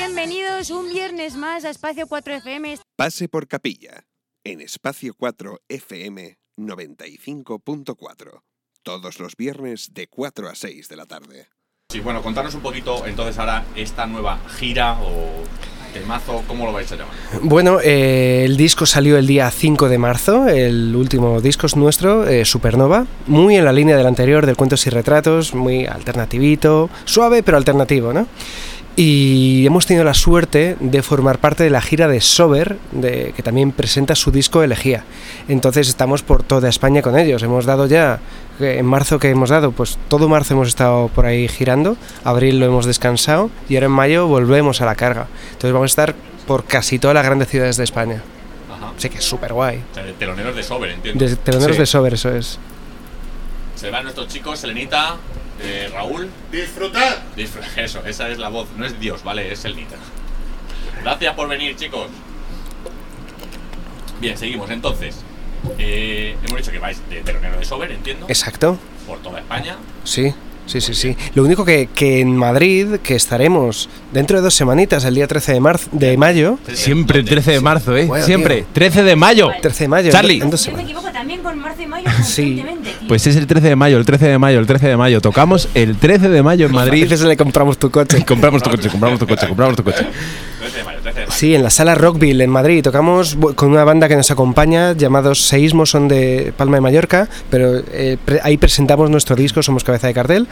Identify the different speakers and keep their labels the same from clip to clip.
Speaker 1: Bienvenidos un viernes más a Espacio 4FM.
Speaker 2: Pase por capilla en Espacio 4 FM 95.4. Todos los viernes de 4 a 6 de la tarde.
Speaker 3: Sí, bueno, contarnos un poquito entonces ahora esta nueva gira o temazo, ¿cómo lo vais a llamar?
Speaker 4: Bueno, eh, el disco salió el día 5 de marzo, el último disco es nuestro, eh, Supernova, muy en la línea del anterior, del Cuentos y Retratos, muy alternativito, suave pero alternativo, ¿no? Y hemos tenido la suerte de formar parte de la gira de Sober, de, que también presenta su disco Elegía. Entonces estamos por toda España con ellos. Hemos dado ya, eh, en marzo que hemos dado, pues todo marzo hemos estado por ahí girando, abril lo hemos descansado y ahora en mayo volvemos a la carga. Entonces vamos a estar por casi todas las grandes ciudades de España.
Speaker 3: Ajá.
Speaker 4: Así que es súper guay.
Speaker 3: O sea, de teloneros de Sober, entiendo.
Speaker 4: De teloneros
Speaker 3: Sí.
Speaker 4: de Sober, eso es.
Speaker 3: Se van nuestros chicos, Selenita, eh, Raúl.
Speaker 5: ¡Disfrutad!
Speaker 3: Disfr- Eso, esa es la voz, no es Dios, ¿vale? Es Selenita. Gracias por venir, chicos. Bien, seguimos. Entonces, eh, hemos dicho que vais de telonero de Sober, entiendo,
Speaker 4: Exacto.
Speaker 3: por toda España.
Speaker 4: Sí, sí, sí, sí. Lo único que, que en Madrid, que estaremos dentro de dos semanitas, el día 13 de, marzo, de mayo.
Speaker 6: Siempre
Speaker 3: ¿Dónde?
Speaker 6: 13 de marzo, ¿eh?
Speaker 4: Bueno,
Speaker 6: Siempre.
Speaker 4: tío.
Speaker 6: 13 de mayo.
Speaker 4: 13 de mayo.
Speaker 6: Charlie.
Speaker 4: en dos
Speaker 1: Yo me
Speaker 4: semanas. Ah,
Speaker 1: equivoco también con marzo y mayo
Speaker 4: Sí.
Speaker 1: constantemente. tío.
Speaker 6: Pues es el 13 de mayo, el 13 de mayo, el 13 de mayo. Tocamos el 13 de mayo en Madrid.
Speaker 4: Dices, le compramos tu coche.
Speaker 6: Compramos tu coche, compramos tu coche, compramos tu coche.
Speaker 3: 13 de mayo, 13 de mayo.
Speaker 4: Sí, en la sala Rockville en Madrid. Tocamos bu- con una banda que nos acompaña llamados Seísmos, son de Palma de Mallorca, pero eh, pre- ahí presentamos nuestro disco, somos cabeza de cartel.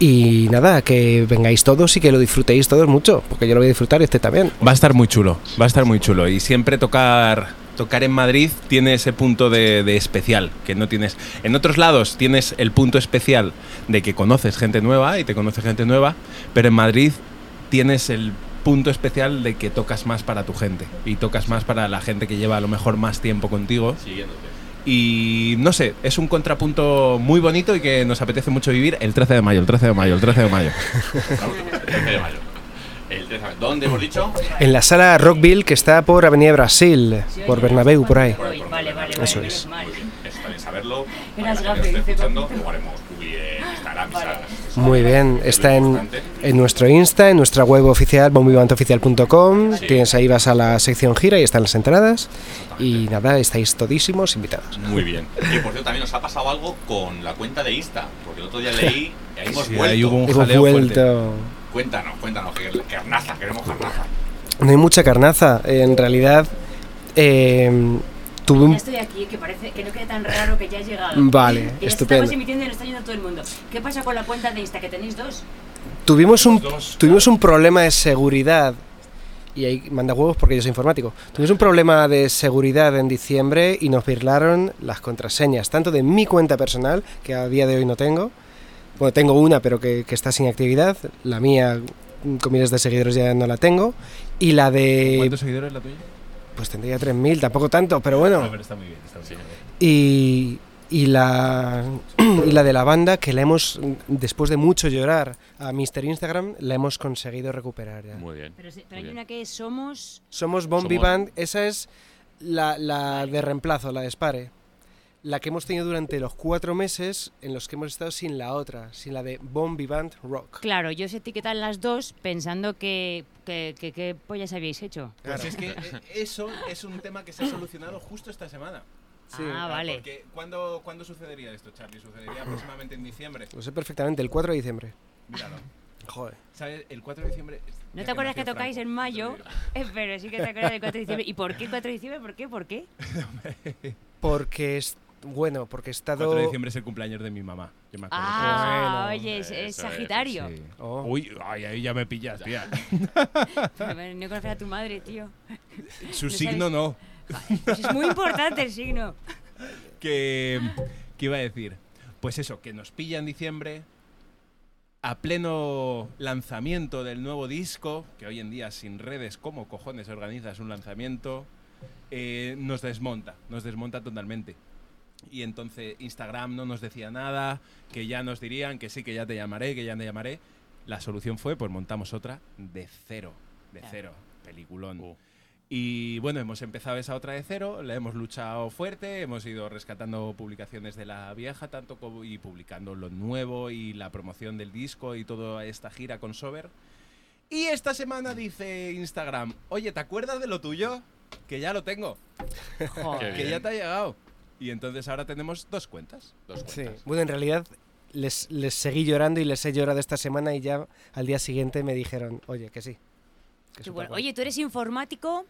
Speaker 4: Y nada, que vengáis todos y que lo disfrutéis todos mucho, porque yo lo voy a disfrutar y este también.
Speaker 6: Va a estar muy chulo, va a estar muy chulo. Y siempre tocar, tocar en Madrid tiene ese punto de, de especial que no tienes. En otros lados tienes el punto especial de que conoces gente nueva y te conoce gente nueva, pero en Madrid tienes el punto especial de que tocas más para tu gente y tocas más para la gente que lleva a lo mejor más tiempo contigo.
Speaker 3: Siguiéndote.
Speaker 6: Y no sé, es un contrapunto muy bonito y que nos apetece mucho vivir el 13 de mayo, el 13 de mayo, el 13 de mayo.
Speaker 3: Raúl, el 13 de mayo. El 13 de mayo. ¿Dónde hemos dicho?
Speaker 4: En la sala Rockville que está por Avenida Brasil, por Bernabéu, por ahí.
Speaker 1: Vale, vale, vale.
Speaker 4: Eso
Speaker 1: menos
Speaker 4: es.
Speaker 1: mal.
Speaker 3: Muy Pues, bien, eso también saberlo.
Speaker 1: Eras
Speaker 3: Para la
Speaker 1: gafe,
Speaker 3: gente que lo esté
Speaker 1: dice
Speaker 3: escuchando,
Speaker 1: Paquito.
Speaker 3: luego haremos publi en Instagram. y
Speaker 1: Vale.
Speaker 3: esas-
Speaker 4: Muy bien,
Speaker 3: Es lo
Speaker 4: está en,
Speaker 3: importante.
Speaker 4: en nuestro Insta, en nuestra web oficial, bombivantoficial.com.
Speaker 3: Sí.
Speaker 4: Tienes ahí, vas a la sección gira y están las entradas. Y nada, estáis todísimos invitados.
Speaker 3: Muy bien. Y por cierto, también nos ha pasado algo con la cuenta de Insta, porque el otro día leí, y ahí hemos
Speaker 6: Sí,
Speaker 3: vuelto.
Speaker 6: ahí hubo un-
Speaker 4: Hemos
Speaker 6: jaleo
Speaker 4: vuelto.
Speaker 3: Cuéntanos, cuéntanos, que carnaza, queremos carnaza.
Speaker 4: No hay mucha carnaza. En realidad, eh, tuve
Speaker 1: Ya
Speaker 4: un.
Speaker 1: estoy aquí, que parece que no queda tan raro que ya he llegado.
Speaker 4: Vale,
Speaker 1: Que
Speaker 4: estupendo.
Speaker 1: Estamos emitiendo y nos está yendo todo el mundo. ¿Qué pasa con la cuenta de Insta? Que tenéis dos.
Speaker 4: Tuvimos un,
Speaker 3: Dos.
Speaker 4: tuvimos un problema de seguridad. Y ahí manda huevos porque yo soy informático. Tuvimos un problema de seguridad en diciembre y nos virlaron las contraseñas, tanto de mi cuenta personal, que a día de hoy no tengo. Bueno, tengo una, pero que, que está sin actividad. La mía, mm, con miles de seguidores, ya no la tengo. Y la de.
Speaker 6: seguidores la tuya?
Speaker 4: Pues tendría 3.000, tampoco tanto, pero bueno.
Speaker 6: está muy bien, está muy bien.
Speaker 4: Y, y la, y la de la banda, que la hemos, después de mucho llorar a Mr. Instagram, la hemos conseguido recuperar ya.
Speaker 3: Muy bien.
Speaker 1: Pero, se- pero hay una que es somos.
Speaker 4: Somos Bombi
Speaker 3: Somos-
Speaker 4: Band, esa es la, la de reemplazo, la de Spare. La que hemos tenido durante los cuatro meses en los que hemos estado sin la otra, sin la de Bombi Band Rock.
Speaker 1: Claro, yo os etiquetan las dos pensando que. ¿Qué que, que pollas habíais hecho?
Speaker 4: Claro.
Speaker 6: Pues es que eh, eso es un tema que se ha solucionado justo esta semana.
Speaker 4: Sí.
Speaker 1: Ah, vale.
Speaker 6: Porque ¿cuándo, ¿Cuándo sucedería esto, Charlie? Sucedería aproximadamente en diciembre.
Speaker 4: Lo sé perfectamente, el 4 de diciembre.
Speaker 6: Míralo.
Speaker 4: Joder.
Speaker 6: ¿Sabes? El 4 de diciembre.
Speaker 1: ¿No te acuerdas que tocáis en mayo? Eh, Pero sí que te acuerdas del 4 de diciembre. ¿Y por qué el 4 de diciembre? ¿Por qué? ¿Por qué?
Speaker 4: Porque es. Bueno, porque he
Speaker 6: El
Speaker 4: estado.
Speaker 6: 4 de diciembre es el cumpleaños de mi mamá. Yo me acuerdo.
Speaker 1: Ah,
Speaker 4: Bueno,
Speaker 1: oye, es,
Speaker 3: eso
Speaker 1: es
Speaker 3: es,
Speaker 1: Sagitario.
Speaker 6: Sí.
Speaker 4: Oh.
Speaker 6: Uy, ay, ahí ya me pillas, tía.
Speaker 1: Pero No conocer a tu madre, tío.
Speaker 6: Su
Speaker 1: No
Speaker 6: signo
Speaker 1: sabes-
Speaker 6: no.
Speaker 1: Pues es muy importante el signo.
Speaker 6: Que, ¿Qué iba a decir? Pues eso, que nos pilla en diciembre, a pleno lanzamiento del nuevo disco, que hoy en día sin redes, ¿cómo cojones organizas un lanzamiento? Eh, nos desmonta, nos desmonta totalmente. Y entonces Instagram no nos decía nada, que ya nos dirían que sí, que ya te llamaré, que ya te llamaré. La solución fue, pues montamos otra de cero, de
Speaker 1: Claro.
Speaker 6: cero, peliculón. Y bueno, hemos empezado esa otra de cero, la hemos luchado fuerte, hemos ido rescatando publicaciones de la vieja tanto como y publicando lo nuevo y la promoción del disco y toda esta gira con Sober. Y esta semana dice Instagram, oye, ¿te acuerdas de lo tuyo? Que ya lo tengo,
Speaker 1: Jo.
Speaker 3: Qué
Speaker 6: que
Speaker 3: bien.
Speaker 6: ya te ha llegado. Y entonces ahora tenemos dos cuentas.
Speaker 3: Dos
Speaker 7: Sí.
Speaker 3: cuentas.
Speaker 7: Bueno, en realidad les, les seguí llorando y les he llorado esta semana y ya al día siguiente me dijeron, oye, que sí. que
Speaker 1: Qué
Speaker 7: súper
Speaker 1: bueno.
Speaker 7: guay".
Speaker 1: Oye, ¿tú eres informático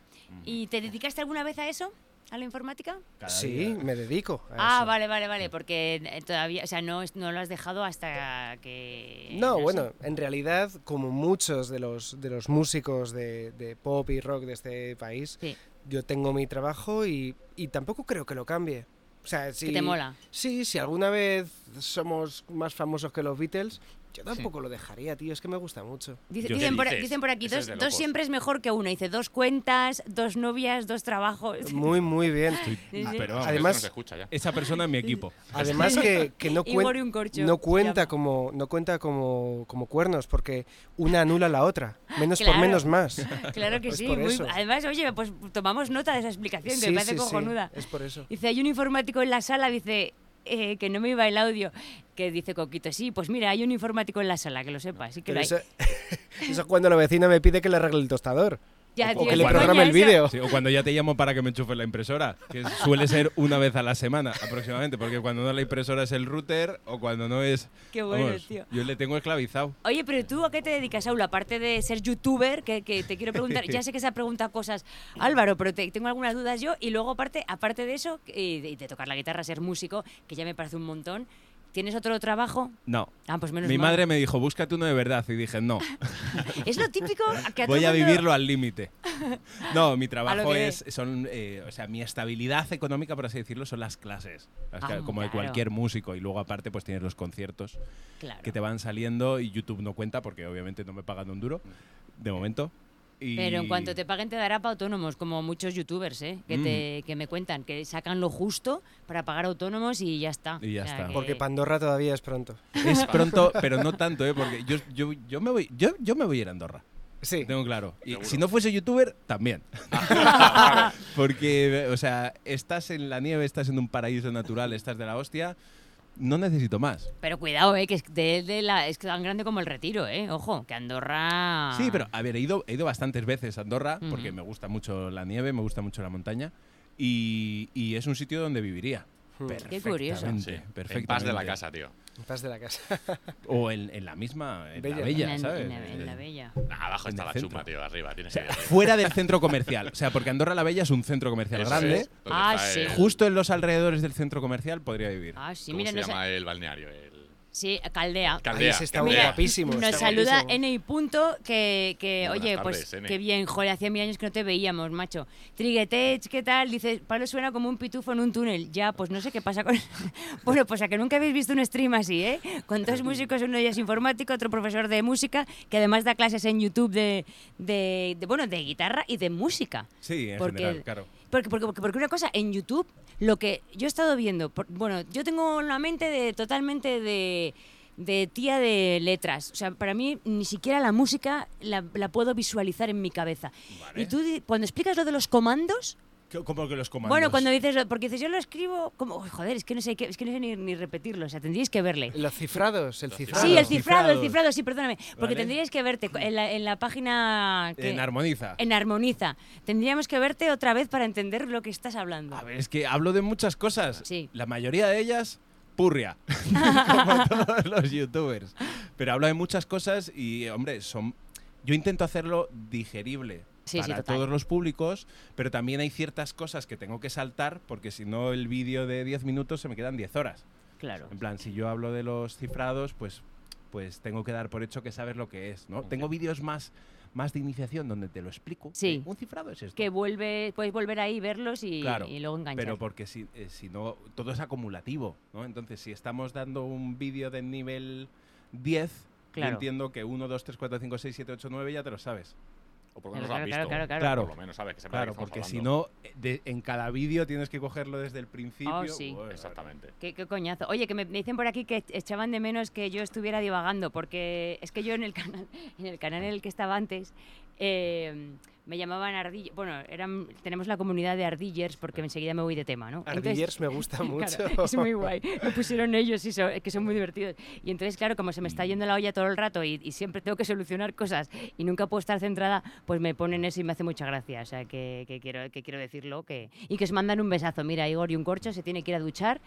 Speaker 1: y te dedicaste alguna vez a eso? ¿A la informática?
Speaker 6: Cada
Speaker 7: sí,
Speaker 6: día.
Speaker 7: me dedico. a
Speaker 1: Ah,
Speaker 7: eso. Mm.
Speaker 1: vale, vale, vale, porque eh, todavía, o sea, no, es- no lo has dejado hasta que...
Speaker 7: No,
Speaker 1: sé.
Speaker 7: bueno, en realidad, como muchos de los, de los músicos de, de pop y rock de este país,
Speaker 1: Sí.
Speaker 7: yo tengo mi trabajo y, y tampoco creo que lo cambie. O sea, si,
Speaker 1: Que te mola.
Speaker 7: Sí, si alguna vez somos más famosos que los Beatles, yo tampoco lo dejaría, tío, es que me gusta mucho.
Speaker 1: Dice-
Speaker 3: Yo-
Speaker 1: dicen,
Speaker 3: ¿Qué
Speaker 1: por,
Speaker 3: dices?
Speaker 1: dicen por aquí,
Speaker 3: Eso es
Speaker 1: dos,
Speaker 3: de
Speaker 1: dos
Speaker 3: locos.
Speaker 1: siempre es mejor que uno. Dice, dos cuentas, dos novias, dos trabajos.
Speaker 7: Muy, muy bien.
Speaker 1: Sí, sí.
Speaker 3: Pero vamos,
Speaker 7: Además-
Speaker 3: eso no se escucha ya.
Speaker 6: Ah, Esa persona en mi equipo.
Speaker 7: Además que, que no, cuen-
Speaker 1: Igor y un corcho.
Speaker 7: no cuenta
Speaker 1: Llama.
Speaker 7: como no cuenta como, como cuernos porque una anula la otra, menos
Speaker 1: Claro.
Speaker 7: por menos más.
Speaker 1: Claro que
Speaker 7: Es
Speaker 1: sí.
Speaker 7: por
Speaker 1: muy-
Speaker 7: eso.
Speaker 1: además, oye, pues tomamos nota de esa explicación, que me parece cojonuda.
Speaker 7: es por eso.
Speaker 1: Dice, hay un informático en la sala, dice, eh, que no me iba el audio, que dice Coquito, sí, pues mira, hay un informático en la sala, que lo sepa, así que
Speaker 7: Pero
Speaker 1: lo hay.
Speaker 7: eso, eso es cuando la vecina me pide que le arregle el tostador
Speaker 1: Ya,
Speaker 7: o
Speaker 1: tío,
Speaker 7: que
Speaker 1: es
Speaker 7: le
Speaker 1: coña
Speaker 7: programe el
Speaker 1: eso.
Speaker 7: vídeo.
Speaker 6: Sí, o cuando ya te llamo para que me enchufes la impresora, que suele ser una vez a la semana aproximadamente, porque cuando no es la impresora es el router o cuando no es...
Speaker 1: Qué bueno, tío.
Speaker 6: Yo le tengo esclavizado.
Speaker 1: Oye, pero tú a qué te dedicas, Aula? Aparte de ser youtuber, que, que te quiero preguntar, ya sé que se ha preguntado cosas, Álvaro, pero te- tengo algunas dudas yo. Y luego, aparte, aparte de eso, y de, y de tocar la guitarra, ser músico, que ya me parece un montón, ¿tienes otro trabajo?
Speaker 6: No.
Speaker 1: Ah, pues menos
Speaker 6: Mi
Speaker 1: mal.
Speaker 6: madre me dijo, búscate uno de verdad. Y dije, no,
Speaker 1: Es lo típico que a todo
Speaker 6: voy a
Speaker 1: mundo-
Speaker 6: vivirlo al límite. No, mi trabajo
Speaker 1: que
Speaker 6: es, son, eh, o sea, mi estabilidad económica, por así decirlo, son las clases. Las
Speaker 1: Ah,
Speaker 6: que- como de
Speaker 1: claro.
Speaker 6: cualquier músico. Y luego aparte, pues tienes los conciertos
Speaker 1: Claro.
Speaker 6: que te van saliendo y YouTube no cuenta porque obviamente no me pagan un duro, de momento. Y-
Speaker 1: Pero en cuanto te paguen te dará para autónomos, como muchos youtubers, ¿eh? que,
Speaker 6: Mm.
Speaker 1: te, que me cuentan, que sacan lo justo para pagar autónomos y ya está.
Speaker 6: Y ya está.
Speaker 7: Porque Pandorra todavía es pronto.
Speaker 6: Es pronto, pero no tanto, ¿eh? Porque yo, yo, yo, me voy, yo, yo me voy a ir a Andorra.
Speaker 7: Sí.
Speaker 6: Lo tengo claro. Y
Speaker 3: Seguro.
Speaker 6: si no fuese youtuber, también. Porque, o sea, estás en la nieve, estás en un paraíso natural, estás de la hostia. No necesito más.
Speaker 1: Pero cuidado, ¿eh? que es, de, de la, es tan grande como el retiro, ¿eh? Ojo, que Andorra...
Speaker 6: Sí, pero a ver, he ido, he ido bastantes veces a Andorra
Speaker 1: Ujú.
Speaker 6: porque me gusta mucho la nieve, me gusta mucho la montaña y, y es un sitio donde viviría.
Speaker 1: Hm. Qué curioso.
Speaker 6: Perfectamente,
Speaker 3: Sí, En paz
Speaker 6: perfectamente.
Speaker 3: de la casa, tío.
Speaker 7: Paz de la casa.
Speaker 6: O en, en la misma, en la
Speaker 7: Bella.
Speaker 1: En
Speaker 6: bella,
Speaker 1: la- en
Speaker 6: ¿sabes?
Speaker 1: la- en la bella.
Speaker 3: Nah, abajo
Speaker 6: En
Speaker 3: está
Speaker 6: el
Speaker 3: la
Speaker 6: centro.
Speaker 3: chuma, tío. Arriba, tienes que ir arriba.
Speaker 6: Fuera del centro comercial. O sea, porque Andorra la Bella es un centro comercial
Speaker 3: Eso
Speaker 6: grande.
Speaker 3: es, donde
Speaker 1: Ah,
Speaker 3: está
Speaker 1: sí.
Speaker 3: el-
Speaker 6: Justo en los alrededores del centro comercial podría vivir.
Speaker 1: Ah, sí,
Speaker 3: ¿Cómo
Speaker 1: mira,
Speaker 3: se
Speaker 1: nos,
Speaker 3: llama el balneario? El...
Speaker 1: sí, Caldea.
Speaker 7: Ahí
Speaker 3: Caldea.
Speaker 7: ese está
Speaker 1: Mira,
Speaker 7: guapísimo.
Speaker 1: Nos
Speaker 7: está
Speaker 1: saluda
Speaker 7: guapísimo.
Speaker 1: N. Punto, que, que
Speaker 3: Buenas
Speaker 1: oye,
Speaker 3: tardes,
Speaker 1: pues
Speaker 3: N.
Speaker 1: qué bien, joder, hacía mil años que no te veíamos, macho. Triguetech, ¿qué tal? Dice, Pablo suena como un pitufo en un túnel. Ya, pues no sé qué pasa con... bueno, pues a que nunca habéis visto un stream así, ¿eh? Con dos músicos, uno ya es informático, otro profesor de música, que además da clases en YouTube de, de- de, bueno, de guitarra y de música.
Speaker 6: Sí, en
Speaker 1: Porque-
Speaker 6: general, claro.
Speaker 1: Porque, porque, porque, porque una cosa, en YouTube, lo que yo he estado viendo, por- bueno, yo tengo la mente de, totalmente de, de tía de letras. O sea, para mí ni siquiera la música la, la puedo visualizar en mi cabeza.
Speaker 6: Vale.
Speaker 1: Y tú, di- cuando explicas lo de los comandos,
Speaker 6: Co- Como que los comandos.
Speaker 1: bueno, cuando dices, lo- porque dices, yo lo escribo, como, "Uy, joder, es que no sé, qué- es que no sé ni, ni repetirlo, o sea, tendríais que verle.
Speaker 7: Los cifrados, el cifrado.
Speaker 1: Sí, el
Speaker 6: los
Speaker 1: cifrado, el
Speaker 6: cifrados.
Speaker 1: cifrado, sí, perdóname. Porque
Speaker 6: Vale.
Speaker 1: tendríais que verte co- en la, en la página que-
Speaker 6: En Armoniza.
Speaker 1: en Armoniza. Tendríamos que verte otra vez para entender lo que estás hablando.
Speaker 6: A ver, es que hablo de muchas cosas.
Speaker 1: Sí.
Speaker 6: La mayoría de ellas, purria. Como todos los youtubers. Pero hablo de muchas cosas y, hombre, son. Yo intento hacerlo digerible
Speaker 1: Sí, sí,
Speaker 6: para
Speaker 1: total.
Speaker 6: todos los públicos, pero también hay ciertas cosas que tengo que saltar porque si no el vídeo de 10 minutos se me quedan 10 horas.
Speaker 1: Claro.
Speaker 6: En plan, si yo hablo de los cifrados, pues, pues tengo que dar por hecho que sabes lo que es, ¿no? Tengo vídeos más, más de iniciación donde te lo explico.
Speaker 1: Sí.
Speaker 6: Eh, Un cifrado es esto.
Speaker 1: que vuelve, puedes volver ahí, verlos y,
Speaker 6: Claro,
Speaker 1: y luego enganchar.
Speaker 6: Pero porque si, eh, si no, todo es acumulativo, ¿no? Entonces, si estamos dando un vídeo de nivel 10,
Speaker 1: Claro.
Speaker 6: yo entiendo que 1, 2, 3, 4, 5, 6, 7, 8, 9 ya te lo sabes.
Speaker 3: O por lo menos lo
Speaker 1: Claro,
Speaker 3: has
Speaker 1: claro,
Speaker 3: visto.
Speaker 1: claro, claro.
Speaker 6: Claro.
Speaker 3: Por lo menos sabes que se
Speaker 6: Claro, porque si no, eh, de- en cada vídeo tienes que cogerlo desde el principio.
Speaker 1: Oh, sí.
Speaker 3: eh,
Speaker 6: Bueno,
Speaker 3: Exactamente.
Speaker 1: ¿Qué, qué coñazo. Oye, que me, me dicen por aquí que echaban de menos que yo estuviera divagando, porque es que yo en el canal en el, canal en el que estaba antes, eh, Me llamaban Ardilla. Bueno, eran, tenemos la comunidad de Ardillers porque enseguida me voy de tema, ¿no? Entonces-
Speaker 7: Ardillers me gusta mucho.
Speaker 1: Claro, es muy guay. Lo pusieron ellos y so- que son muy divertidos. Y entonces, claro, como se me
Speaker 7: Mm.
Speaker 1: está yendo la olla todo el rato y, y siempre tengo que solucionar cosas y nunca puedo estar centrada, pues me ponen eso y me hace mucha gracia. O sea, que, que quiero, que quiero decirlo. Que, y que os mandan un besazo. Mira, Igor y un corcho se tiene que ir a duchar,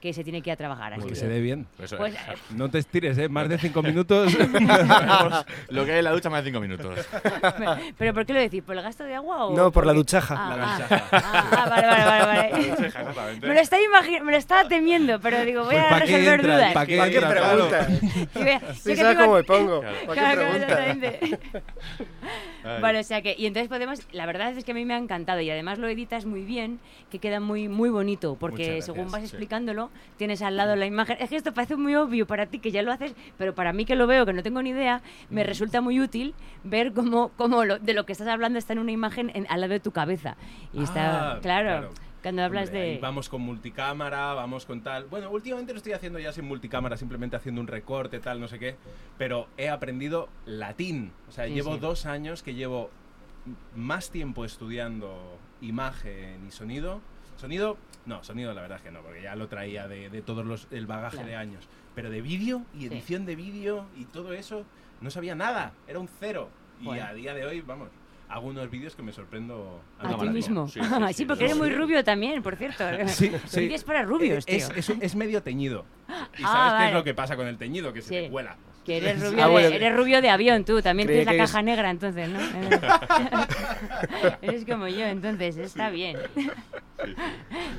Speaker 1: que se tiene que ir a trabajar. Así
Speaker 6: que
Speaker 1: que-
Speaker 6: se dé bien.
Speaker 3: Eso
Speaker 1: Pues,
Speaker 3: es.
Speaker 1: eh,
Speaker 6: No te estires, ¿eh? Más de cinco minutos.
Speaker 3: Lo que hay en la ducha más de cinco minutos.
Speaker 1: ¿Pero por qué lo decís? ¿Por el gasto de agua o...?
Speaker 7: No, por la
Speaker 1: porque-
Speaker 7: duchaja.
Speaker 1: Ah,
Speaker 6: La
Speaker 1: ah,
Speaker 6: duchaja.
Speaker 1: ah, ah, vale, vale, vale, vale. Me lo estaba imagin- me lo estaba temiendo, pero digo, voy
Speaker 6: Pues,
Speaker 1: a
Speaker 6: ¿pa' qué
Speaker 1: resolver
Speaker 6: entra?
Speaker 1: dudas.
Speaker 6: ¿Pa'
Speaker 7: ¿Para qué
Speaker 6: entra? Claro.
Speaker 7: preguntas?
Speaker 1: Y vea, yo
Speaker 7: Sí,
Speaker 1: que
Speaker 7: sabes
Speaker 1: tengo-
Speaker 7: cómo me pongo. ¿Para qué
Speaker 1: Claro, claro,
Speaker 7: preguntas?
Speaker 1: exactamente.
Speaker 3: Ay.
Speaker 1: Vale, o sea que, y entonces podemos, la verdad es que a mí me ha encantado y además lo editas muy bien, que queda muy, muy bonito, porque
Speaker 6: Muchas gracias,
Speaker 1: según vas
Speaker 6: sí.
Speaker 1: explicándolo, tienes al lado la imagen. Es que esto parece muy obvio para ti que ya lo haces, pero para mí que lo veo, que no tengo ni idea,
Speaker 6: Mm.
Speaker 1: me resulta muy útil ver cómo, cómo lo- de lo que estás hablando está en una imagen en- al lado de tu cabeza. Y está,
Speaker 6: Ah,
Speaker 1: claro,
Speaker 6: claro.
Speaker 1: cuando hablas
Speaker 6: Hombre, ahí
Speaker 1: de...
Speaker 6: Vamos con multicámara, vamos con tal. Bueno, últimamente lo estoy haciendo ya sin multicámara, simplemente haciendo un recorte, tal, no sé qué. Pero he aprendido latín. O sea,
Speaker 1: Sí,
Speaker 6: llevo
Speaker 1: sí.
Speaker 6: dos años que llevo m- más tiempo estudiando imagen y sonido. Sonido, no, sonido la verdad es que no, porque ya lo traía de, de todos los, el bagaje
Speaker 1: Claro.
Speaker 6: de años. Pero de vídeo y
Speaker 1: Sí.
Speaker 6: edición de vídeo y todo eso, no sabía nada. Era un cero. Y
Speaker 1: Joder.
Speaker 6: a día de hoy, vamos, hago unos vídeos que me sorprendo.
Speaker 1: A
Speaker 6: una
Speaker 1: ti
Speaker 6: maravilla.
Speaker 1: mismo.
Speaker 3: Sí,
Speaker 1: Sí,
Speaker 3: sí, sí,
Speaker 1: porque
Speaker 3: sí,
Speaker 1: eres muy
Speaker 3: sí.
Speaker 1: rubio también, por cierto.
Speaker 6: Sí, sí. Eh,
Speaker 1: Vídeos para rubios, tío.
Speaker 6: Es, es un- es medio teñido. Y sabes
Speaker 1: Ah,
Speaker 6: qué es
Speaker 1: vale.
Speaker 6: lo que pasa con el teñido, que se
Speaker 1: Sí.
Speaker 6: te cuela.
Speaker 1: Que eres
Speaker 6: Sí.
Speaker 1: rubio,
Speaker 7: Ah,
Speaker 1: de,
Speaker 7: bueno.
Speaker 1: eres rubio de avión, tú. También
Speaker 7: Creí
Speaker 1: tienes la
Speaker 7: que
Speaker 1: caja negra, entonces, ¿no? eres como yo, entonces, está bien.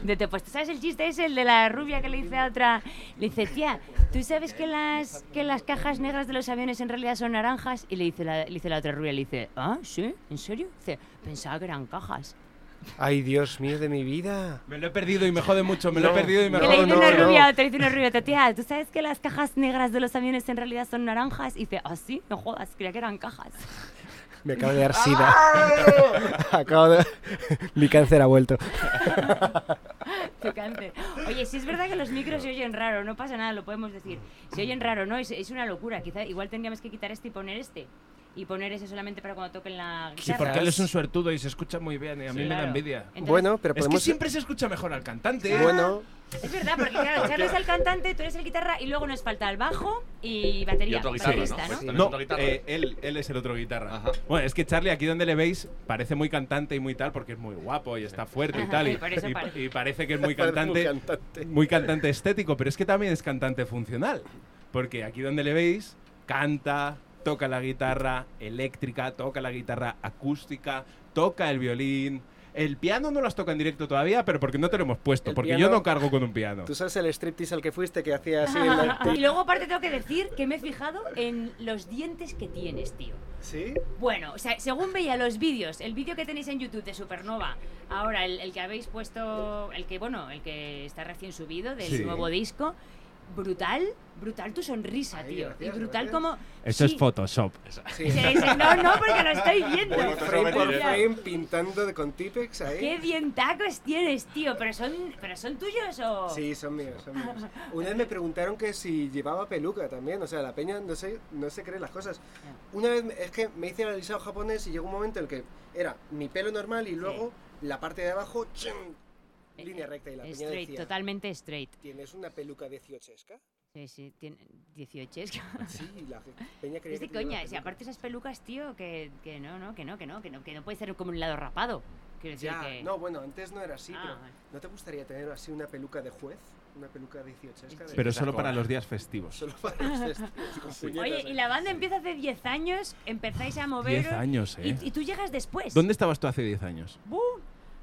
Speaker 1: De te- pues, ¿tú ¿sabes el chiste es el de la rubia que le dice a otra? Le dice, tía, ¿tú sabes que las, que las cajas negras de los aviones en realidad son naranjas? Y le dice la, le dice la otra rubia, le dice, ¿ah, sí? ¿En serio? Dice, pensaba que eran cajas.
Speaker 7: Ay, Dios mío de mi vida.
Speaker 6: Me lo he perdido y me jode mucho, me lo
Speaker 7: No.
Speaker 6: he perdido y me
Speaker 7: No,
Speaker 1: que le
Speaker 6: jode
Speaker 1: dice
Speaker 7: no,
Speaker 6: mucho.
Speaker 1: una
Speaker 7: no.
Speaker 1: rubia a otra, dice una rubia a otra, tía, ¿tú sabes que las cajas negras de los aviones en realidad son naranjas? Y dice, ¿ah, sí? No jodas, creía que eran cajas.
Speaker 7: Me acabo de dar sida. acabo de... Mi cáncer ha vuelto.
Speaker 1: Tu cáncer. Oye, si es verdad que los micros se oyen raro, no pasa nada, lo podemos decir. Se oyen raro, ¿no? Es, es una locura. Quizá igual tendríamos que quitar este y poner este. Y poner ese solamente para cuando toquen la
Speaker 6: Sí,
Speaker 1: guitarra.
Speaker 6: porque él es un suertudo y se escucha muy bien y a mí me da
Speaker 1: Claro.
Speaker 6: envidia.
Speaker 1: Entonces,
Speaker 7: bueno, pero
Speaker 6: Es
Speaker 7: podemos...
Speaker 6: que siempre se escucha mejor al cantante.
Speaker 7: Bueno,
Speaker 1: Es verdad, porque claro, Charlie es el cantante, tú eres el guitarra y luego nos falta el bajo y batería.
Speaker 3: Y otro guitarra,
Speaker 1: baterista,
Speaker 3: ¿no? Pues También es
Speaker 6: No,
Speaker 3: otra guitarra.
Speaker 6: eh, él, él es el otro guitarra.
Speaker 3: Ajá.
Speaker 6: Bueno, es que Charlie, aquí donde le veis, parece muy cantante y muy tal, porque es muy guapo y está fuerte y
Speaker 1: Ajá,
Speaker 6: tal.
Speaker 1: y
Speaker 6: Y,
Speaker 1: por eso
Speaker 6: y-
Speaker 1: parece.
Speaker 6: y parece que es muy
Speaker 7: Parece muy
Speaker 6: cantante,
Speaker 7: cantante.
Speaker 6: muy cantante estético, pero es que también es cantante funcional. Porque aquí donde le veis, canta, toca la guitarra eléctrica, toca la guitarra acústica, toca el violín. El piano no las toca en directo todavía, pero porque no te lo hemos puesto,
Speaker 7: El
Speaker 6: porque yo
Speaker 7: piano-
Speaker 6: no cargo con un
Speaker 1: Ah.
Speaker 6: piano.
Speaker 7: tú sabes el striptease al que fuiste que hacía así... en la-
Speaker 1: Y luego aparte tengo que decir que me he fijado en los dientes que tienes, tío.
Speaker 7: ¿Sí?
Speaker 1: Bueno, o sea, según veía los vídeos, el vídeo que tenéis en YouTube de Supernova, ahora el, el que habéis puesto, el que, bueno, el que está recién subido del
Speaker 6: Sí.
Speaker 1: nuevo disco, brutal, brutal tu sonrisa,
Speaker 7: Ay,
Speaker 1: tío.
Speaker 7: gracias,
Speaker 1: y brutal
Speaker 7: gracias.
Speaker 1: como...
Speaker 6: Eso
Speaker 1: Sí.
Speaker 6: es Photoshop.
Speaker 7: Sí.
Speaker 1: Sí, sí, no, no, porque lo estoy viendo.
Speaker 3: Bueno, entonces
Speaker 7: Frame
Speaker 3: lo
Speaker 7: por
Speaker 3: meteré.
Speaker 7: frame, pintando de, con Tipex ahí.
Speaker 1: Qué dientacos tienes, tío, pero son, pero son tuyos o...
Speaker 7: Sí, son míos, son míos. Una vez me preguntaron que si llevaba peluca también, o sea, la peña no se, no se cree las cosas. Una vez me- es que me hice el alisado japonés y llegó un momento en el que era mi pelo normal y luego la parte de abajo, ¡chin!
Speaker 1: Eh,
Speaker 7: línea recta y la peña
Speaker 1: Straight,
Speaker 7: decía,
Speaker 1: totalmente straight.
Speaker 7: ¿tienes una peluca 18esca?
Speaker 1: Sí, sí, tiene 18. Es que-
Speaker 7: Sí, y la ge- peña creía
Speaker 1: Es de
Speaker 7: que tenía una
Speaker 1: coña, si
Speaker 7: peluca.
Speaker 1: aparte esas pelucas, tío, que, que no, no, que no, que no, que no, que no puede ser como un lado rapado. Quiero decir
Speaker 7: Ya,
Speaker 1: que...
Speaker 7: no, bueno, antes no era así,
Speaker 1: Ah,
Speaker 7: pero
Speaker 1: vale.
Speaker 7: ¿no te gustaría tener así una peluca de juez? Una peluca 18esca. de-
Speaker 6: Pero solo
Speaker 3: Exacto.
Speaker 6: para los días festivos.
Speaker 7: Solo para los testigos, con puñetas
Speaker 1: Oye, y
Speaker 7: ahí.
Speaker 1: la banda empieza hace 10 años, empezáis a moveros.
Speaker 6: 10 años, ¿eh?
Speaker 1: Y, y tú llegas después.
Speaker 6: ¿Dónde estabas tú hace 10 años?
Speaker 1: ¡Bu!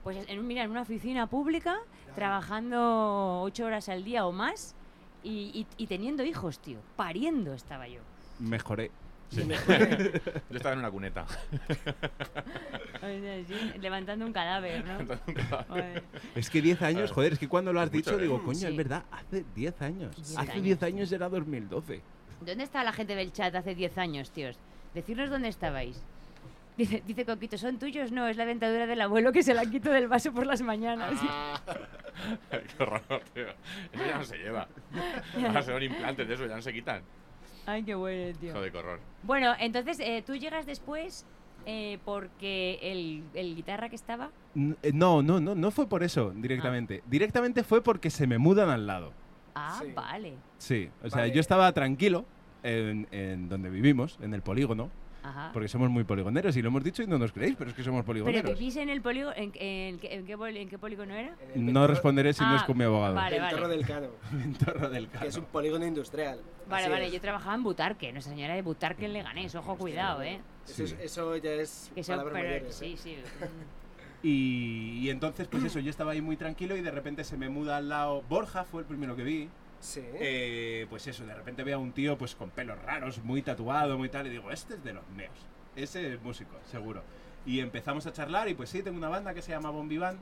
Speaker 1: Pues en, un- mira, en una oficina pública, trabajando 8 horas al día o más y, y- y teniendo hijos, tío. Pariendo estaba yo.
Speaker 6: Mejoré.
Speaker 3: Sí. Yo estaba en una cuneta.
Speaker 1: O sea, sí, levantando un cadáver, ¿no? Joder.
Speaker 6: Es que 10 años, joder, es que cuando lo has
Speaker 3: Es mucho,
Speaker 6: dicho
Speaker 3: ¿eh?
Speaker 6: digo, coño,
Speaker 1: Sí.
Speaker 6: es verdad, hace 10 años.
Speaker 1: Diez
Speaker 6: hace
Speaker 1: años,
Speaker 6: 10
Speaker 1: sí.
Speaker 6: años era 2012.
Speaker 1: ¿Dónde estaba la gente del chat hace 10 años, tíos? Decirnos dónde estabais. Dice, dice Coquito, ¿son tuyos? No, es la dentadura del abuelo que se la quito del vaso por las mañanas.
Speaker 3: Ah. Qué horror, tío. Eso ya no se lleva. Ahora son implantes de eso, ya no se quitan.
Speaker 1: Ay, qué bueno, tío.
Speaker 3: Joder, qué horror.
Speaker 1: Bueno, entonces eh, tú llegas después eh, porque el, el guitarra que estaba...
Speaker 6: N- eh, No, no, no, no fue por eso directamente. Directamente fue porque se me mudan al lado.
Speaker 1: Ah,
Speaker 7: Sí.
Speaker 1: vale.
Speaker 6: Sí, o sea,
Speaker 7: Vale.
Speaker 6: yo estaba tranquilo en, en donde vivimos, en el polígono,
Speaker 1: Ajá.
Speaker 6: porque somos muy poligoneros y lo hemos dicho y no nos creéis, pero es que somos
Speaker 1: Ah. ¿Pero
Speaker 6: poligoneros.
Speaker 1: vivís en el polígono? ¿En, en, qué- en qué, poli- en qué polígono era?
Speaker 6: No responderé si no es
Speaker 1: Ah,
Speaker 6: con mi abogado.
Speaker 1: vale.
Speaker 7: El Torro del Cano,
Speaker 6: Torre del
Speaker 7: que es un polígono industrial.
Speaker 1: Vale,
Speaker 7: Así
Speaker 1: vale,
Speaker 7: es.
Speaker 1: yo trabajaba en Butarque, Nuestra Señora de Butarque en Leganés, ojo, cuidado, ¿eh?
Speaker 7: Eso, es-
Speaker 6: Sí.
Speaker 7: eso ya es
Speaker 1: Que eso,
Speaker 7: palabras
Speaker 1: pero-
Speaker 7: mayores,
Speaker 1: sí,
Speaker 7: ¿eh?
Speaker 1: sí.
Speaker 6: Y, y entonces, pues eso, yo estaba ahí muy tranquilo y de repente se me muda al lado. Borja fue el primero que vi.
Speaker 7: Sí.
Speaker 6: Eh, pues eso, de repente veo a un tío pues con pelos raros, muy tatuado, muy tal, y digo, este es de los meos. Ese es músico, seguro. Y empezamos a charlar y pues sí, tengo una banda que se llama Bombi Band.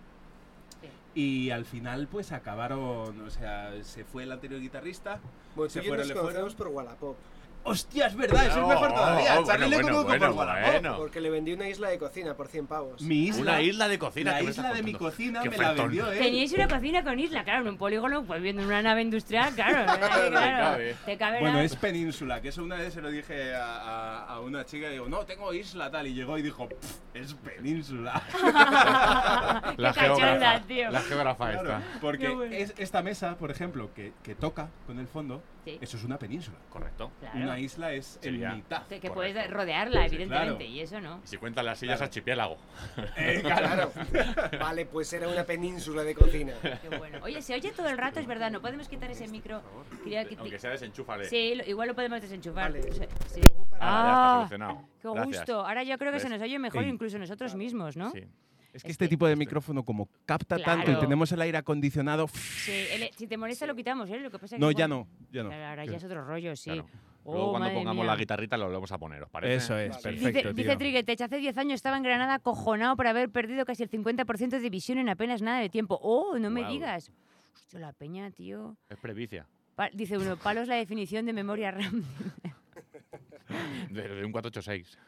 Speaker 1: Sí.
Speaker 6: Y al final pues acabaron, o sea, se fue el anterior guitarrista.
Speaker 7: Bueno,
Speaker 6: se
Speaker 7: tú y yo
Speaker 6: fueron,
Speaker 7: nos
Speaker 6: le
Speaker 7: conocemos por Wallapop,
Speaker 6: ¡Hostia, es verdad! Ah, Eso
Speaker 3: No,
Speaker 6: es mejor todavía.
Speaker 3: bueno,
Speaker 6: Charlie le
Speaker 3: Oh, bueno,
Speaker 6: conozco
Speaker 3: bueno,
Speaker 6: por Wallapop.
Speaker 3: bueno. No.
Speaker 7: porque le vendí una isla de cocina por 100 pavos.
Speaker 6: Ah. Mi isla,
Speaker 3: Una isla de cocina.
Speaker 6: la
Speaker 3: ¿qué me estás
Speaker 6: isla de mi
Speaker 3: contando?
Speaker 6: cocina
Speaker 3: Qué
Speaker 6: me la
Speaker 3: ofertón.
Speaker 6: vendió, ¿eh?
Speaker 1: Teníais una cocina con isla, claro, en un polígono, pues viendo en una nave industrial, claro, ahí, claro.
Speaker 3: cabe.
Speaker 1: Te cabe
Speaker 6: Bueno,
Speaker 1: la-
Speaker 6: es península, que eso una vez se lo dije a, a- a una chica, digo, no, tengo isla tal, y llegó y dijo, "Pff, es península.
Speaker 1: Qué
Speaker 3: La
Speaker 1: cachonda,
Speaker 3: geógrafa.
Speaker 1: tío.
Speaker 3: La geógrafa
Speaker 6: Claro,
Speaker 3: esta.
Speaker 1: Qué
Speaker 6: porque
Speaker 1: bueno.
Speaker 6: es, esta mesa, por ejemplo, que, que toca con el fondo,
Speaker 1: Sí,
Speaker 6: eso es una península.
Speaker 3: Correcto.
Speaker 1: claro.
Speaker 6: Una isla es en
Speaker 3: Sería-
Speaker 6: mitad.
Speaker 1: Que- que
Speaker 3: Correcto.
Speaker 1: puedes rodearla,
Speaker 6: Sí,
Speaker 1: evidentemente,
Speaker 6: claro.
Speaker 1: y eso no.
Speaker 3: Y si cuentan las sillas,
Speaker 6: Claro.
Speaker 3: archipiélago.
Speaker 6: Eh,
Speaker 7: Claro. Vale, pues era una península de cocina.
Speaker 1: Qué bueno. Oye, se oye todo el rato, es verdad, no podemos quitar ese micro. Quería que-
Speaker 3: Aunque sea desenchúfale.
Speaker 1: Sí, lo- igual lo podemos desenchufar.
Speaker 7: Vale.
Speaker 1: Sí, sí.
Speaker 7: Luego para-
Speaker 3: Ah, ya
Speaker 1: Ah,
Speaker 3: está solucionado.
Speaker 1: Qué
Speaker 3: Gracias.
Speaker 1: gusto. Ahora yo creo que se
Speaker 3: ¿Ves?
Speaker 1: nos oye mejor
Speaker 6: Ey.
Speaker 1: incluso nosotros mismos, ¿no?
Speaker 3: Sí.
Speaker 6: es
Speaker 1: que
Speaker 6: que
Speaker 1: este
Speaker 6: este
Speaker 1: Este-
Speaker 6: tipo de micrófono, como capta
Speaker 1: Claro.
Speaker 6: tanto y tenemos el aire acondicionado,
Speaker 1: Sí, el- si te molesta lo quitamos, ¿eh? Lo que pasa es
Speaker 6: no,
Speaker 1: que,
Speaker 6: ya
Speaker 1: bueno,
Speaker 6: no, ya no.
Speaker 1: claro, ahora ya es otro rollo, sí.
Speaker 3: Claro.
Speaker 1: Oh,
Speaker 3: Luego cuando
Speaker 1: madre
Speaker 3: pongamos
Speaker 1: mía.
Speaker 3: la guitarrita lo volvemos a poner, ¿os parece?
Speaker 6: Eso es,
Speaker 7: Vale.
Speaker 1: Dice-
Speaker 6: perfecto,
Speaker 1: dice,
Speaker 6: tío.
Speaker 1: Triguetech, hace 10 años estaba en Granada cojonado por haber perdido casi el 50% de visión en apenas nada de tiempo. ¡Oh, no me
Speaker 3: Guau.
Speaker 1: digas! Hostia, la peña, tío.
Speaker 3: Es previcia.
Speaker 1: Pa- dice uno, palo es la definición de memoria RAM.
Speaker 3: De, de un 486.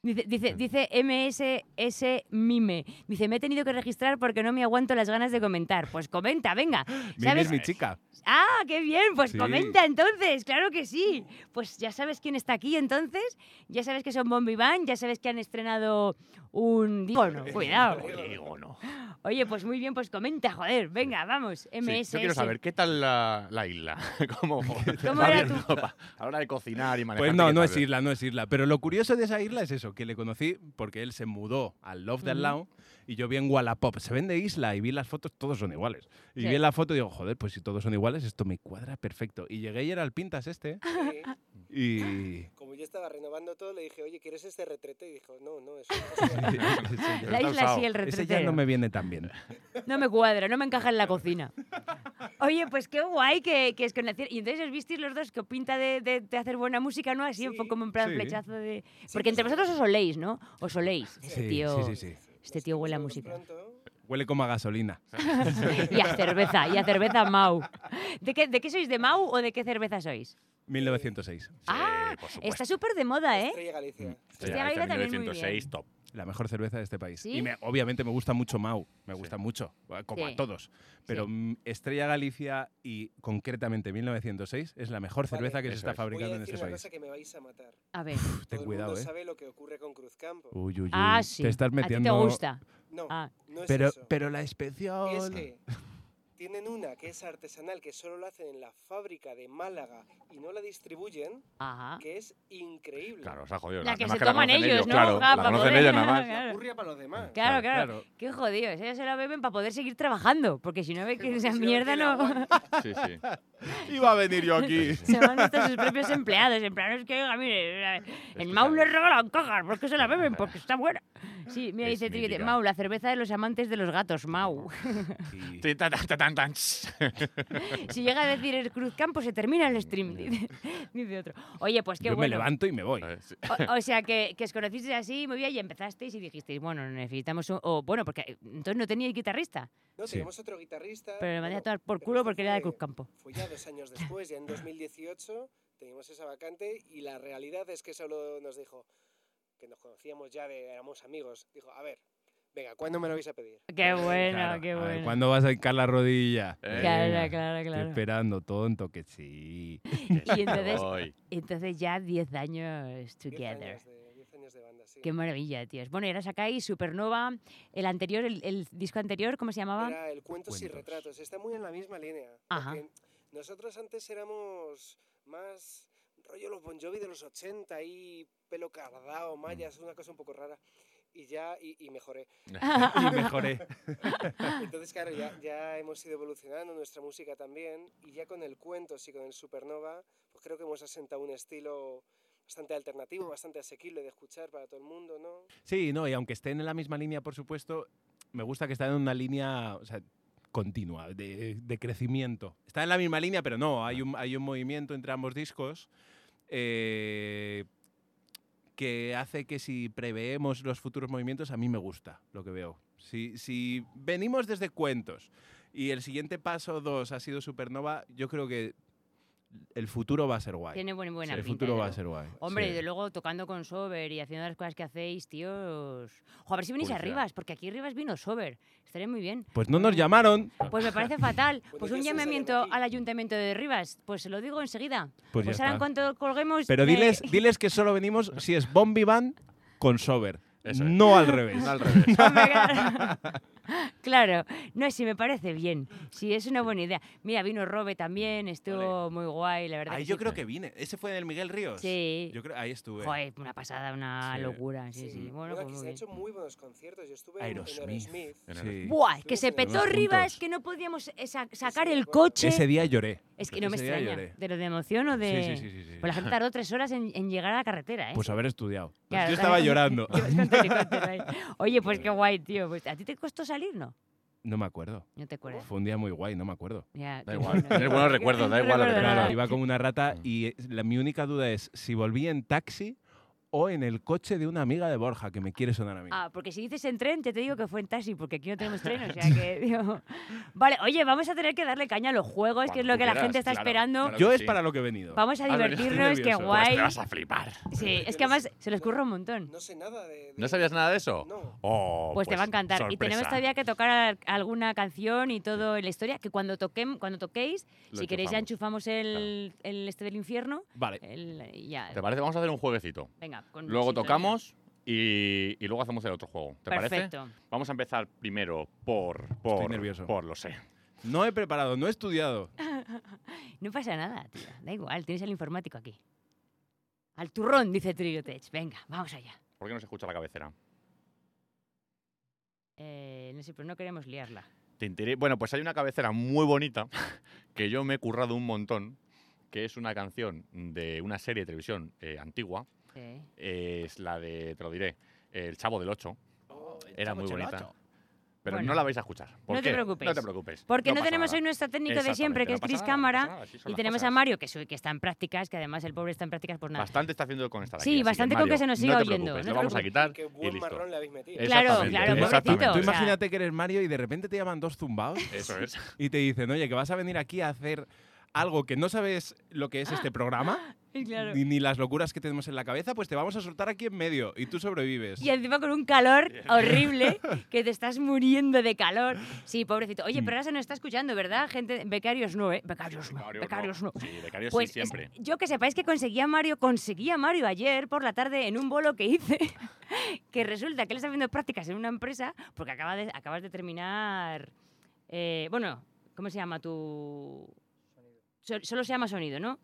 Speaker 1: Dice, dice, dice MSS Mime. Dice, me he tenido que registrar porque no me aguanto las ganas de comentar. Pues comenta, venga.
Speaker 6: Mimi
Speaker 1: ¿Sabes?
Speaker 6: es mi chica.
Speaker 1: Ah, qué bien, pues
Speaker 6: Sí.
Speaker 1: comenta entonces, claro que sí. Pues ya sabes quién está aquí entonces, ya sabes que son Bombi Band, ya sabes que han estrenado un disco, no, cuidado.
Speaker 3: Digo, no.
Speaker 1: Oye, pues muy bien, pues comenta, joder, venga, vamos,
Speaker 3: Sí,
Speaker 1: MS.
Speaker 3: yo quiero saber, ¿qué tal la, la isla? ¿Cómo,
Speaker 1: ¿Cómo era tu-
Speaker 3: pa- a la hora de cocinar y manejar?
Speaker 6: Pues no, no es isla, no es isla. Pero lo curioso de esa isla es eso, que le conocí porque él se mudó al Love de al
Speaker 1: Ujú.
Speaker 6: lado y yo vi en Wallapop, se vende isla y vi las fotos, todos son iguales. Y
Speaker 1: Sí.
Speaker 6: vi la foto y digo, joder, pues si todos son iguales, esto me cuadra perfecto. Y llegué y era el Pintas este
Speaker 1: Ah.
Speaker 7: Sí.
Speaker 6: y...
Speaker 7: Como yo estaba renovando todo, le dije, oye, ¿quieres este retrete? Y dijo, no, no, eso
Speaker 6: Ese ya-
Speaker 1: La isla sí, el
Speaker 6: ese ya
Speaker 1: retretero.
Speaker 6: no me viene tan bien.
Speaker 1: No me cuadra, no me encaja en la cocina. Oye, pues qué guay que, que es con la cier- Y entonces os visteis los dos que pinta de, de- de hacer buena música, ¿no? Así
Speaker 7: Sí.
Speaker 1: un poco como en plan
Speaker 6: Sí.
Speaker 1: flechazo de. Porque entre vosotros os oléis, ¿no? Os oléis. Este
Speaker 6: Sí,
Speaker 1: tío.
Speaker 6: sí, sí, sí.
Speaker 1: Este tío huele a música.
Speaker 6: Huele como a gasolina.
Speaker 1: Y a cerveza, y a cerveza Mau. ¿De qué, de qué sois? ¿De Mau o de qué cerveza sois?
Speaker 6: 1906.
Speaker 1: ah,
Speaker 3: por supuesto.
Speaker 1: está súper de moda, ¿eh?
Speaker 7: Estrella Galicia.
Speaker 6: Mm.
Speaker 1: Sí. Estrella Galicia también muy
Speaker 3: 1906, top.
Speaker 6: La mejor cerveza de este país.
Speaker 1: ¿Sí?
Speaker 6: Y me- obviamente me gusta mucho Mau, me gusta mucho, eh, como
Speaker 1: Sí.
Speaker 6: a todos. Pero
Speaker 1: Sí.
Speaker 6: mm, Estrella Galicia y concretamente 1906 es la mejor
Speaker 7: Vale.
Speaker 6: cerveza que se
Speaker 3: Eso
Speaker 6: está
Speaker 3: es.
Speaker 7: Voy a
Speaker 6: fabricando en
Speaker 7: decir
Speaker 6: este
Speaker 7: una
Speaker 6: país.
Speaker 7: cosa que me vais a matar.
Speaker 1: A ver.
Speaker 6: Uf, ten
Speaker 7: Todo el
Speaker 6: cuidado,
Speaker 7: mundo
Speaker 6: eh.
Speaker 7: sabe lo que ocurre con Cruzcampo.
Speaker 6: Uy, uy, uy.
Speaker 1: Ah, sí.
Speaker 6: Te estás metiendo.
Speaker 1: A ti te gusta.
Speaker 7: No,
Speaker 1: Ah.
Speaker 7: no es
Speaker 6: Pero,
Speaker 7: eso.
Speaker 6: pero la inspección.
Speaker 7: Es que tienen una que es artesanal, que solo la hacen en la fábrica de Málaga y no la distribuyen,
Speaker 1: Ajá.
Speaker 7: que es increíble.
Speaker 3: Claro, se ha jodido.
Speaker 1: La que
Speaker 3: nada más
Speaker 1: se toman
Speaker 3: conocen
Speaker 1: ellos, ¿no?
Speaker 3: Claro,
Speaker 1: Ah,
Speaker 3: la
Speaker 1: para
Speaker 3: conocen
Speaker 1: poder-
Speaker 3: ellos nada más.
Speaker 1: Claro.
Speaker 7: Ocurre para los demás.
Speaker 1: Claro,
Speaker 6: Claro,
Speaker 1: claro,
Speaker 6: claro.
Speaker 1: Qué jodidos. Ellos se la beben para poder seguir trabajando. Porque si no ven que esa
Speaker 7: Si no,
Speaker 1: mierda
Speaker 7: ¿quién la
Speaker 1: no.
Speaker 7: aguanta?
Speaker 3: Sí, sí. Iba a venir yo aquí.
Speaker 1: Se van hasta sus propios empleados. En plan, es que, oiga, mire, el
Speaker 3: que
Speaker 1: Mau le
Speaker 3: sabes.
Speaker 1: regalan cajas. ¿Por qué se la beben? Porque está buena. Sí, mira,
Speaker 3: Es
Speaker 1: dice Triguete,
Speaker 3: mítica.
Speaker 1: Mau, la cerveza de los amantes de los gatos, Mau.
Speaker 6: Y-
Speaker 3: Tin, tan, tan, tan, tan, ch.
Speaker 1: Si llega a decir el Cruz Campo, se termina el stream, dice, dice otro. Oye, pues qué
Speaker 6: Yo me
Speaker 1: bueno.
Speaker 6: levanto y me voy.
Speaker 3: Sí.
Speaker 1: O, o sea, que, que os conocisteis así, muy bien, y empezasteis y dijisteis, bueno, necesitamos un... O, bueno, porque eh, entonces no teníais guitarrista,
Speaker 7: No,
Speaker 6: Sí.
Speaker 7: tenemos otro guitarrista.
Speaker 1: pero le mandé a
Speaker 7: bueno,
Speaker 1: tomar por
Speaker 7: pero
Speaker 1: culo
Speaker 7: esto
Speaker 1: porque era de
Speaker 7: fue-
Speaker 1: Cruz Campo.
Speaker 7: Fue ya dos años después, ya en 2018 teníamos esa vacante y la realidad es que solo nos dijo que nos conocíamos ya, de, éramos amigos. Dijo, a ver, venga, ¿cuándo me lo vais a pedir?
Speaker 1: Qué bueno,
Speaker 6: Claro,
Speaker 1: qué
Speaker 6: a ver,
Speaker 1: bueno.
Speaker 6: ¿Cuándo vas a hincar la rodilla?
Speaker 3: Eh,
Speaker 1: Claro,
Speaker 6: Venga,
Speaker 1: claro,
Speaker 6: estoy
Speaker 1: claro.
Speaker 6: esperando, tonto, que sí.
Speaker 1: Y entonces,
Speaker 3: Voy.
Speaker 1: entonces ya 10 años
Speaker 7: Diez
Speaker 1: together.
Speaker 7: años de- diez años de banda, sí.
Speaker 1: Qué maravilla, tíos. Bueno, y ahora sacáis Supernova, el anterior, el, el disco anterior, ¿cómo se llamaba?
Speaker 7: Era el cuentos, y
Speaker 6: Cuentos.
Speaker 7: retratos. Está muy en la misma línea.
Speaker 1: Ajá.
Speaker 7: porque Nosotros antes éramos más rollo los Bon Jovi de los 80 y pelo cardado,
Speaker 6: Mm.
Speaker 7: mallas, una cosa un poco rara. Y ya, y, y mejoré.
Speaker 6: y mejoré.
Speaker 7: Entonces, claro, ya, ya hemos ido evolucionando nuestra música también. Y ya con el cuentos y con el supernova, pues creo que hemos asentado un estilo bastante alternativo, bastante asequible de escuchar para todo el mundo, ¿no?
Speaker 6: Sí, no, y aunque estén en la misma línea, por supuesto, me gusta que estén en una línea o sea, continua, de, de crecimiento. Está en la misma línea, pero no, hay un, hay un movimiento entre ambos discos eh, que hace que si preveemos los futuros movimientos, a mí me gusta lo que veo. Si, si venimos desde cuentos y el siguiente paso 2 ha sido Supernova, yo creo que el futuro va a ser guay.
Speaker 1: Tiene buena, buena
Speaker 6: el
Speaker 1: pinta,
Speaker 6: futuro
Speaker 1: desde
Speaker 6: va a
Speaker 1: luego.
Speaker 6: ser guay.
Speaker 1: Hombre,
Speaker 6: sí.
Speaker 1: y de luego tocando con Sober y haciendo las cosas que hacéis, tíos. Jo, a ver si venís
Speaker 3: Pues
Speaker 1: a
Speaker 3: ya.
Speaker 1: Rivas, porque aquí Rivas vino Sober. Estaré muy bien.
Speaker 6: Pues no nos llamaron.
Speaker 1: Pues me parece fatal. Pues
Speaker 7: Bueno,
Speaker 1: un
Speaker 7: ya se
Speaker 1: llamamiento
Speaker 7: salen aquí.
Speaker 1: al ayuntamiento de Rivas. Pues se lo digo enseguida.
Speaker 6: Pues
Speaker 1: Pues,
Speaker 6: ya
Speaker 1: ahora en
Speaker 6: está.
Speaker 1: cuanto colguemos.
Speaker 6: Pero
Speaker 1: me-
Speaker 6: diles, diles que solo venimos si es Bombi Van con Sober.
Speaker 3: Eso es.
Speaker 6: No al revés.
Speaker 3: No al revés.
Speaker 1: Hombre, claro. Claro, no, si me parece bien. Si es una buena idea. Mira, vino Robe también, estuvo muy guay, la verdad.
Speaker 6: Ahí
Speaker 1: que
Speaker 6: yo
Speaker 1: sí.
Speaker 6: creo que vine. Ese fue en el Miguel Ríos.
Speaker 1: Sí.
Speaker 6: Yo creo, ahí estuve.
Speaker 1: Joder, una pasada, una
Speaker 6: Sí.
Speaker 1: locura. Sí, sí. Bueno, pues muy
Speaker 7: aquí se han
Speaker 1: bien.
Speaker 7: hecho muy buenos conciertos. Yo estuve en-
Speaker 6: Aerosmith.
Speaker 7: en Aerosmith.
Speaker 6: Sí.
Speaker 1: Buah, que
Speaker 7: Estuvimos
Speaker 1: se
Speaker 7: en
Speaker 1: petó
Speaker 6: Aerosmith
Speaker 1: Rivas,
Speaker 6: juntos.
Speaker 1: que no podíamos eh, sa- sacar el
Speaker 7: recuerdo.
Speaker 1: coche.
Speaker 6: Ese día lloré.
Speaker 1: Es que no me
Speaker 6: Ese día
Speaker 1: extraña.
Speaker 6: lloré.
Speaker 1: ¿De lo de emoción o de.?
Speaker 6: Sí, sí, sí, sí, sí.
Speaker 1: Pues la gente tardó tres horas en, en llegar a la carretera, ¿eh?
Speaker 6: Pues haber estudiado.
Speaker 1: Claro,
Speaker 6: yo estaba
Speaker 1: claro.
Speaker 6: llorando.
Speaker 1: Ibas con tu helicóptero ahí. Oye, pues qué guay, tío. Pues, ¿A ti te costó salir, no?
Speaker 6: No me acuerdo.
Speaker 1: No te acuerdas.
Speaker 6: Fue un día muy guay, no me acuerdo.
Speaker 1: Ya, qué
Speaker 3: Da igual,
Speaker 1: bueno,
Speaker 3: tienes
Speaker 1: tío.
Speaker 3: buenos recuerdos, da
Speaker 1: No
Speaker 3: igual lo que
Speaker 1: recuerdo
Speaker 3: te
Speaker 1: nada.
Speaker 3: Ah.
Speaker 6: Iba como una rata y eh, la, mi única duda es si volví en taxi o en el coche de una amiga de Borja que me quiere sonar a mí.
Speaker 1: Ah, porque si dices en tren, ya te digo que fue en taxi, porque aquí no tenemos tren, o sea que... digo- Vale, oye, vamos a tener que darle caña a los juegos, que es
Speaker 3: Cuando
Speaker 1: lo que la
Speaker 3: quieras,
Speaker 1: gente está
Speaker 3: claro,
Speaker 1: esperando.
Speaker 3: claro.
Speaker 6: yo
Speaker 3: que
Speaker 6: es
Speaker 3: sí.
Speaker 6: para lo que he venido.
Speaker 1: Vamos a
Speaker 3: Ah, pero estoy
Speaker 1: divertirnos, qué
Speaker 6: nervioso.
Speaker 1: guay.
Speaker 3: Pues te vas a flipar.
Speaker 1: Sí, es que
Speaker 7: Yo no
Speaker 1: además
Speaker 7: sé-
Speaker 1: se les curra un montón.
Speaker 7: No sé nada de. de-
Speaker 3: ¿No sabías nada de eso?
Speaker 7: No.
Speaker 3: Oh,
Speaker 1: Pues, te va a encantar. Y tenemos
Speaker 3: sorpresa.
Speaker 1: todavía que tocar al- alguna canción y todo en la historia, que cuando toquem, cuando toquéis,
Speaker 3: Lo
Speaker 1: si queréis ya enchufamos el, el este del infierno.
Speaker 6: Vale.
Speaker 1: el- eh, y ya.
Speaker 3: ¿Te parece? Vamos a hacer un jueguecito.
Speaker 1: Venga, con
Speaker 3: Luego
Speaker 1: sintonía.
Speaker 3: tocamos y, y luego hacemos el otro juego. ¿Te
Speaker 1: Perfecto.
Speaker 3: parece? Vamos a empezar primero por. por
Speaker 6: nervioso.
Speaker 3: Por lo sé.
Speaker 6: No he preparado, no he estudiado.
Speaker 1: No pasa nada, tío. Da igual, tienes al informático aquí. Al turrón, dice Triotech. Venga, vamos allá.
Speaker 3: ¿Por qué no se escucha la cabecera?
Speaker 1: Eh, no sé, pero no queremos liarla.
Speaker 3: Te intere- Bueno, pues hay una cabecera muy bonita que yo me he currado un montón, que es una canción de una serie de televisión eh, antigua.
Speaker 1: Sí.
Speaker 3: Eh, Es la de, te lo diré, El Chavo del Ocho.
Speaker 1: Oh,
Speaker 3: Era muy bonita. Pero
Speaker 1: Bueno.
Speaker 3: no la vais a escuchar. ¿Por
Speaker 1: No te
Speaker 3: qué?
Speaker 1: preocupes.
Speaker 3: No te preocupes.
Speaker 1: Porque no,
Speaker 3: pasa
Speaker 1: tenemos
Speaker 3: nada.
Speaker 1: hoy nuestro técnico de siempre, que es
Speaker 3: Exactamente,
Speaker 1: Chris
Speaker 3: no pasa
Speaker 1: Cámara.
Speaker 3: nada, no pasa nada, así son
Speaker 1: y
Speaker 3: las
Speaker 1: tenemos a
Speaker 3: cosas.
Speaker 1: Mario, que, su- que está en prácticas, que además el pobre está en prácticas por nada.
Speaker 3: Bastante está haciendo con estar aquí.
Speaker 1: Sí,
Speaker 3: así
Speaker 1: bastante con
Speaker 3: Mario,
Speaker 1: que se nos siga
Speaker 3: no te
Speaker 1: oyendo,
Speaker 3: preocupes,
Speaker 1: no te
Speaker 3: lo vamos a
Speaker 1: preocupes.
Speaker 3: quitar
Speaker 7: Qué
Speaker 3: y
Speaker 7: buen
Speaker 3: listo.
Speaker 7: marrón le habéis metido.
Speaker 1: Claro,
Speaker 3: Exactamente,
Speaker 1: claro,
Speaker 3: exactamente.
Speaker 1: pobrecito.
Speaker 6: Tú
Speaker 1: O sea-
Speaker 6: imagínate que eres Mario y de repente te llaman dos zumbaos
Speaker 3: Eso es.
Speaker 6: y te dicen, oye, que vas a venir aquí a hacer algo que no sabes lo que es este programa,
Speaker 1: Y claro.
Speaker 6: ni, ni las locuras que tenemos en la cabeza, pues te vamos a soltar aquí en medio y tú sobrevives.
Speaker 1: Y encima con un calor horrible, que te estás muriendo de calor. Sí, pobrecito.
Speaker 3: Mm.
Speaker 1: Oye, pero ahora se nos está escuchando, ¿verdad? Gente, becarios no, ¿eh? Becarios no,
Speaker 3: Becarios no.
Speaker 1: becarios no.
Speaker 3: Sí, becarios
Speaker 1: Pues
Speaker 3: sí, siempre.
Speaker 1: es- yo que sepáis que conseguí a Mario, conseguí a Mario ayer por la tarde en un bolo que hice, que resulta que él está haciendo prácticas en una empresa porque acaba de, acabas de terminar, eh, bueno, ¿cómo se llama tu...? So- Solo se llama sonido, ¿no?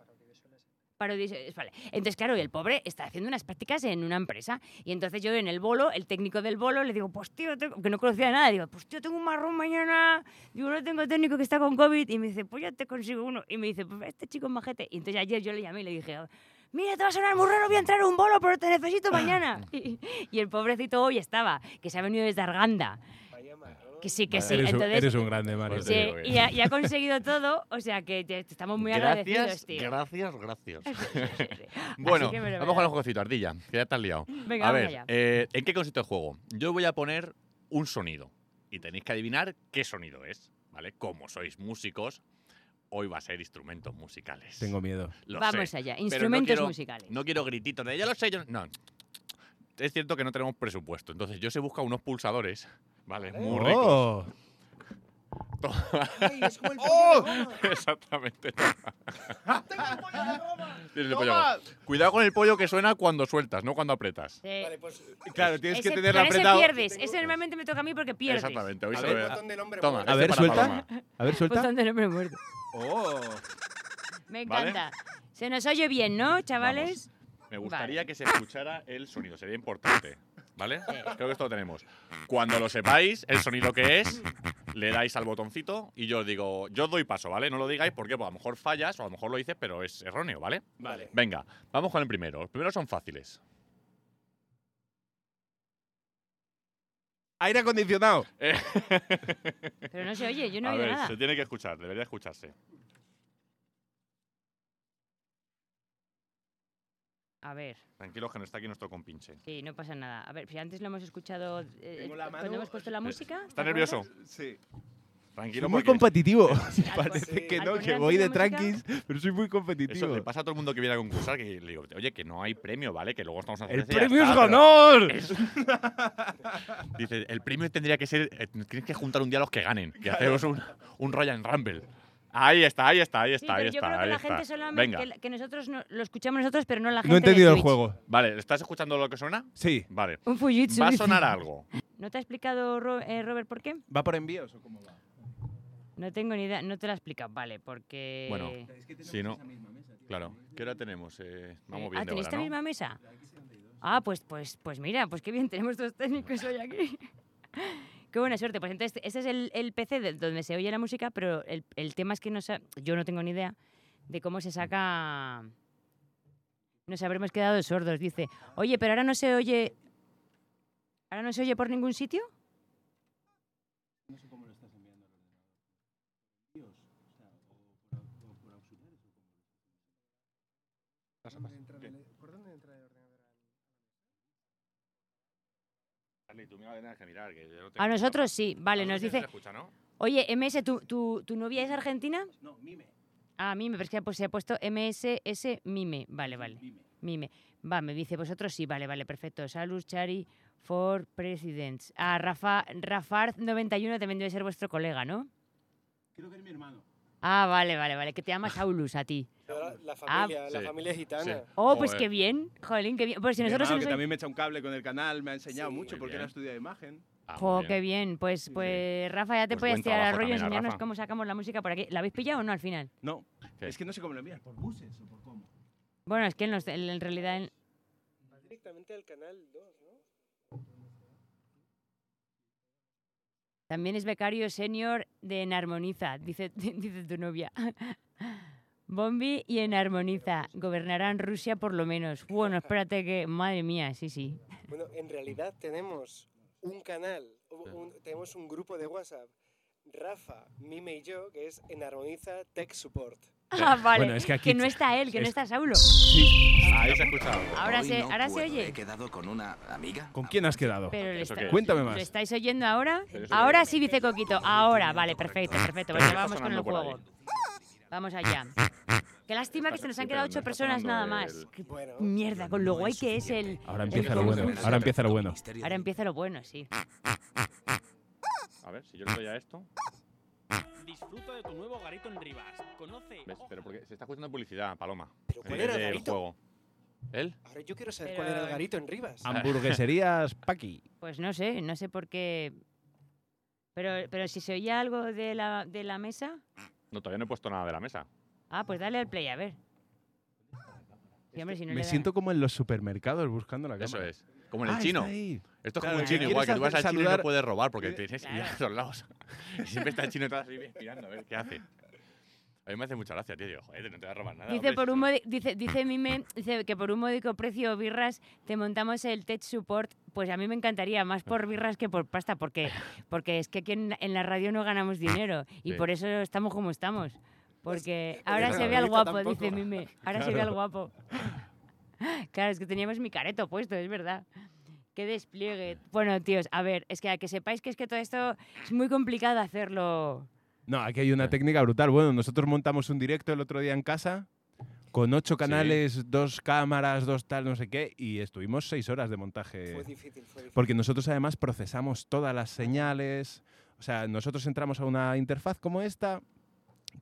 Speaker 1: Parodies- Vale. Entonces, claro, el pobre está haciendo unas prácticas en una empresa. Y entonces yo en el bolo, el técnico del bolo, le digo, pues tío, tengo-", que no conocía nada, digo, pues tío, tengo un marrón mañana. Digo, no tengo técnico que está con COVID. Y me dice, pues ya te consigo uno. Y me dice, pues este chico es majete. Y entonces ayer yo le llamé y le dije, mira, te va a sonar muy raro, voy a entrar a un bolo, pero te necesito mañana. Y, y el pobrecito hoy estaba, que se ha venido desde Arganda.
Speaker 7: Vaya marrón.
Speaker 1: Que sí, que sí.
Speaker 6: eres, un,
Speaker 1: entonces,
Speaker 6: eres un grande, Mario.
Speaker 3: Pues
Speaker 1: sí,
Speaker 3: digo que-
Speaker 1: y, ha, y ha conseguido todo, o sea que te- te estamos muy agradecidos,
Speaker 3: gracias,
Speaker 1: tío.
Speaker 3: gracias, gracias.
Speaker 1: Así
Speaker 3: Bueno,
Speaker 1: que
Speaker 3: vamos
Speaker 1: fenomenal.
Speaker 3: con el jueguecito, Ardilla, que ya estás liado.
Speaker 1: Venga,
Speaker 3: a
Speaker 1: vamos
Speaker 3: ver,
Speaker 1: allá.
Speaker 3: eh, ¿en qué consiste el juego? Yo voy a poner un sonido y tenéis que adivinar qué sonido es, ¿vale? Como sois músicos, hoy va a ser instrumentos musicales.
Speaker 6: Tengo miedo.
Speaker 3: Lo
Speaker 1: Vamos
Speaker 3: sé,
Speaker 1: allá,
Speaker 3: pero no
Speaker 1: instrumentos
Speaker 3: quiero-
Speaker 1: musicales.
Speaker 3: No quiero grititos de ya lo sé, yo no. No. Es cierto que no tenemos presupuesto, entonces yo se busca unos pulsadores, ¿vale? Muy ricos.
Speaker 6: Oh,
Speaker 7: Ay, es como el
Speaker 3: Exactamente. Tienes el pollo abajo. Cuidado con el pollo que suena cuando sueltas, no cuando aprietas.
Speaker 1: Sí.
Speaker 5: pues,
Speaker 6: Claro, tienes que
Speaker 1: Ese-
Speaker 6: tener
Speaker 1: con ese
Speaker 6: apretado.
Speaker 1: pierdes. Ese normalmente me toca a mí porque pierdes.
Speaker 3: Exactamente. Hoy
Speaker 7: A
Speaker 3: se
Speaker 7: ver,
Speaker 3: lo voy
Speaker 7: botón del hombre
Speaker 3: Ah, Toma,
Speaker 7: muerto.
Speaker 6: A
Speaker 3: ese
Speaker 6: ver,
Speaker 3: para
Speaker 6: suelta.
Speaker 3: Paloma.
Speaker 6: A ver, suelta.
Speaker 1: Botón del hombre muerto.
Speaker 6: Oh.
Speaker 1: Me
Speaker 3: Vale.
Speaker 1: encanta. Se nos oye bien, ¿no, chavales?
Speaker 3: Me gustaría que se escuchara el sonido, sería importante. ¿Vale? Creo que esto lo tenemos. Cuando lo sepáis, el sonido que es, le dais al botoncito y yo os digo, yo os doy paso, ¿vale? No lo digáis porque pues, a lo mejor fallas o a lo mejor lo dices, pero es erróneo, ¿vale?
Speaker 6: Vale.
Speaker 3: Venga, vamos con el primero. Los primeros son fáciles.
Speaker 6: Aire acondicionado.
Speaker 3: Eh,
Speaker 1: Pero no se oye, yo no he
Speaker 3: a
Speaker 1: oído
Speaker 3: ver,
Speaker 1: nada.
Speaker 3: se tiene que escuchar, debería escucharse.
Speaker 1: A ver,
Speaker 3: Tranquilos que no está aquí nuestro compinche.
Speaker 1: sí, no pasa nada. A ver, si antes lo hemos escuchado eh,
Speaker 6: Tengo la
Speaker 1: cuando
Speaker 6: mano-
Speaker 1: hemos puesto la música. ¿te
Speaker 3: Eh, ¿Está
Speaker 1: acuerdas?
Speaker 3: nervioso?
Speaker 6: Sí.
Speaker 3: Tranquilo
Speaker 6: Soy muy
Speaker 3: porque
Speaker 6: competitivo.
Speaker 1: poner-
Speaker 6: Parece que
Speaker 1: al
Speaker 6: no,
Speaker 1: poner
Speaker 6: que
Speaker 1: antes
Speaker 6: voy
Speaker 1: la
Speaker 6: de
Speaker 1: música-
Speaker 6: tranquis, pero soy muy
Speaker 3: eso
Speaker 6: competitivo.
Speaker 3: le pasa a todo el mundo que viene a concursar, que le digo, oye, que no hay premio, ¿vale? Que luego estamos
Speaker 6: ¡El
Speaker 3: haciendo...
Speaker 6: premio es honor!
Speaker 3: Dice, el premio tendría que ser. eh, tienes que juntar un día a los que ganen y haceros un, un Royal Rumble. Ahí está, ahí está, ahí
Speaker 1: Sí,
Speaker 3: está,
Speaker 1: pero
Speaker 3: ahí
Speaker 1: yo
Speaker 3: está.
Speaker 1: creo que
Speaker 3: ahí
Speaker 1: la
Speaker 3: está.
Speaker 1: gente solamente
Speaker 3: Venga.
Speaker 1: que, la- que nosotros no- lo escuchamos nosotros, pero no la gente.
Speaker 6: No he
Speaker 1: de
Speaker 6: entendido el
Speaker 1: Twitch.
Speaker 6: juego.
Speaker 3: Vale, ¿estás escuchando lo que suena?
Speaker 6: Sí.
Speaker 3: Vale.
Speaker 1: Un Fujitsu.
Speaker 3: Va a
Speaker 1: dice.
Speaker 3: sonar algo.
Speaker 1: ¿No te ha explicado Ro- eh, Robert por qué?
Speaker 6: ¿Va por envíos o cómo va?
Speaker 1: No tengo ni idea, no te la explicado, vale, porque.
Speaker 3: Bueno,
Speaker 1: Eh,
Speaker 3: si no. Claro. ¿Qué hora tenemos? Eh, vamos bien
Speaker 1: ah,
Speaker 3: de
Speaker 1: ¿tenéis
Speaker 3: hora,
Speaker 1: esta
Speaker 3: ¿no?
Speaker 1: misma mesa? Ah, pues, pues, pues mira, pues qué bien, tenemos dos técnicos hoy aquí. qué buena suerte. Pues entonces, este es el, el PC de- donde se oye la música, pero el, el tema es que no sa- yo no tengo ni idea de cómo se saca. Nos habremos quedado sordos, dice. Oye, pero ahora no se oye. ¿Ahora no se oye por ningún sitio?
Speaker 3: Charlie, tú me vas a tener que mirar, que yo no te
Speaker 1: A
Speaker 3: escucho.
Speaker 1: nosotros sí, vale,
Speaker 3: A
Speaker 1: nos
Speaker 3: nosotros sí
Speaker 1: dice.
Speaker 3: se escucha, ¿no?
Speaker 1: Oye, MS, ¿tu, tu, tu novia es argentina? Pues No, Mime. Ah, Mime, pero es que pues, se ha puesto MSS Mime. Vale, vale. Mime. Va, me dice vosotros sí, vale, vale, perfecto. Salus Chari for Presidents. Ah, Rafa, Rafarz91 también debe ser vuestro colega, ¿no? Creo que es mi hermano. Ah, vale, vale, vale, que te llama Saulus a ti.
Speaker 5: La, la familia, la
Speaker 3: Ah, sí.
Speaker 5: familia es gitana.
Speaker 3: Sí.
Speaker 1: Oh, pues
Speaker 3: Joder.
Speaker 1: qué bien, jolín, qué bien. Pues si
Speaker 6: Mi
Speaker 1: nosotros
Speaker 6: hermano,
Speaker 1: hemos-
Speaker 6: Ah, que también me echa un cable con el canal, me ha enseñado mucho
Speaker 3: Muy
Speaker 6: porque
Speaker 3: bien.
Speaker 6: era estudio de imagen.
Speaker 3: Ah, muy
Speaker 1: Jo,
Speaker 3: bien.
Speaker 1: qué bien. Pues, pues Rafa, ya te
Speaker 3: Pues
Speaker 1: puedes
Speaker 3: buen
Speaker 1: tirar al
Speaker 3: trabajo
Speaker 1: rollo y
Speaker 3: también a
Speaker 1: enseñarnos
Speaker 3: Rafa.
Speaker 1: cómo sacamos la música por aquí. ¿La habéis pillado o no al final?
Speaker 6: No,
Speaker 3: ¿Qué?
Speaker 6: es que no sé cómo lo envías, por buses o por cómo.
Speaker 1: Bueno, es que en, los- en- en realidad... en-
Speaker 5: Directamente al canal 2, ¿no?
Speaker 1: También es becario senior de Enarmoniza, dice, dice tu novia. Bombi y Enarmoniza gobernarán Rusia por lo menos. Bueno, espérate que... Madre mía, sí, sí.
Speaker 5: Bueno, en realidad tenemos un canal, u- un- tenemos un grupo de WhatsApp. Rafa, Mime y yo, que es en Armoniza Tech Support.
Speaker 1: Ah, vale.
Speaker 6: Bueno, es que aquí-
Speaker 1: no está él, que no
Speaker 6: es-
Speaker 1: está Saulo.
Speaker 3: Ahí se ha escuchado.
Speaker 1: Ahora,
Speaker 8: Hoy
Speaker 1: se,
Speaker 8: no
Speaker 1: ahora se
Speaker 8: puedo,
Speaker 1: oye.
Speaker 8: He quedado con una amiga.
Speaker 6: ¿Con quién has quedado?
Speaker 1: Pero le
Speaker 3: ¿Eso
Speaker 1: está-
Speaker 3: qué es?
Speaker 6: Cuéntame
Speaker 1: ¿Lo
Speaker 6: más.
Speaker 1: estáis oyendo ahora?
Speaker 3: Pero eso
Speaker 1: Ahora sí, dice Coquito. Ahora, vale, perfecto, perfecto. Bueno,
Speaker 3: está
Speaker 1: vamos con el
Speaker 3: sonando por ahí.
Speaker 1: juego. Vamos allá. Qué lástima que se nos han
Speaker 3: sí,
Speaker 1: quedado
Speaker 3: pero
Speaker 1: ocho
Speaker 3: me está
Speaker 1: personas
Speaker 3: sonando
Speaker 1: nada
Speaker 3: el-
Speaker 1: más. Qué
Speaker 5: Bueno.
Speaker 1: Mierda, con lo guay que es el...
Speaker 6: Ahora
Speaker 1: el
Speaker 6: empieza lo
Speaker 1: juego.
Speaker 6: bueno, ahora empieza lo bueno.
Speaker 1: Ahora empieza lo bueno, sí.
Speaker 3: A ver, si yo le doy a esto.
Speaker 9: Disfruta de tu nuevo garito en Rivas. Conoce.
Speaker 3: ¿Ves? Pero porque se está escuchando publicidad, Paloma.
Speaker 5: ¿Pero
Speaker 3: En
Speaker 5: cuál
Speaker 3: vez
Speaker 5: era el
Speaker 3: del
Speaker 5: garito?
Speaker 3: juego. ¿Él?
Speaker 5: Ahora yo quiero saber cuál era el
Speaker 1: Pero-
Speaker 5: garito en Rivas.
Speaker 3: Ah,
Speaker 6: Hamburgueserías Paqui.
Speaker 1: Pues no sé, no sé por qué. Pero, pero si se oía algo de la, de la mesa.
Speaker 3: No, todavía no he puesto nada de la mesa.
Speaker 1: Ah, pues dale al play, a ver. Sí, hombre, si no le
Speaker 6: Me
Speaker 1: da-
Speaker 6: siento como en los supermercados buscando la
Speaker 3: Eso
Speaker 6: cámara.
Speaker 3: es. Como en el chino. Esto es como
Speaker 6: Ah, Claro,
Speaker 3: un
Speaker 1: si
Speaker 3: chino igual,
Speaker 6: quieres
Speaker 3: que tú vas al
Speaker 6: hacer
Speaker 3: chino y no
Speaker 6: saludar- Eh,
Speaker 3: puedes robar porque tienes que ir
Speaker 1: Claro.
Speaker 3: a todos lados. Y siempre está el chino todo así mirando a ver qué hace. A mí me hace mucha gracia, tío. Digo, joder, no te vas a robar nada.
Speaker 1: Dice,
Speaker 3: hombre,
Speaker 1: por
Speaker 3: si
Speaker 1: un
Speaker 3: tú-
Speaker 1: modi- dice, dice Mime dice que por un módico precio birras te montamos el tech support. Pues a mí me encantaría, más por birras que por pasta, porque, porque es que aquí en, en la radio no ganamos dinero y
Speaker 3: Sí.
Speaker 1: por eso estamos como estamos. Porque
Speaker 5: Pues,
Speaker 1: ahora
Speaker 5: en
Speaker 1: se ve
Speaker 5: la
Speaker 1: al
Speaker 5: revista
Speaker 1: guapo,
Speaker 5: tampoco.
Speaker 1: dice Mime. Ahora se ve al guapo. Claro, es que teníamos mi careto puesto, es verdad. Qué despliegue. Bueno, tíos, a ver, es que a que sepáis que es que todo esto es muy complicado hacerlo.
Speaker 6: No, aquí hay una técnica brutal. Bueno, nosotros montamos un directo el otro día en casa con ocho canales, dos cámaras, dos tal, no sé qué, y estuvimos seis horas de montaje.
Speaker 5: Fue
Speaker 3: eh,
Speaker 5: difícil, fue difícil.
Speaker 6: Porque nosotros además procesamos todas las señales. O sea, nosotros entramos a una interfaz como esta,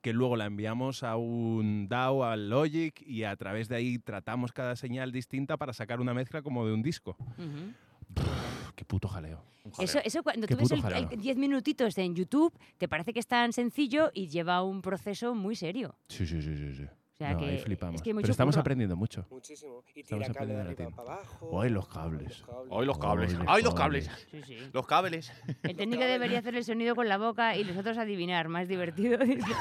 Speaker 6: que luego la enviamos a un DAO, al Logic, y a través de ahí tratamos cada señal distinta para sacar una mezcla como de un disco.
Speaker 1: Ujú.
Speaker 6: Pff, qué puto jaleo.
Speaker 1: Eso, eso cuando
Speaker 6: Qué
Speaker 1: tú ves
Speaker 6: puto
Speaker 1: el-
Speaker 6: jaleo.
Speaker 1: el 10 minutitos en YouTube, te parece que es tan sencillo y lleva un proceso muy serio.
Speaker 6: Sí, sí, sí, sí. sí.
Speaker 1: O sea
Speaker 6: No,
Speaker 1: que
Speaker 6: ahí
Speaker 1: es
Speaker 6: flipamos.
Speaker 1: que hay mucho
Speaker 6: Pero estamos
Speaker 1: curro.
Speaker 6: aprendiendo mucho.
Speaker 5: Muchísimo. Y
Speaker 6: Estamos
Speaker 5: tira cable de
Speaker 6: aprendiendo
Speaker 5: arriba
Speaker 6: latín.
Speaker 5: para abajo.
Speaker 6: Hoy los cables.
Speaker 3: Hoy los cables.
Speaker 6: Hoy los
Speaker 3: ¡Ay, los cables!
Speaker 6: cables.
Speaker 1: Sí, sí.
Speaker 3: Los cables.
Speaker 1: El técnico debería hacer el sonido con la boca y los otros adivinar, más divertido. dice.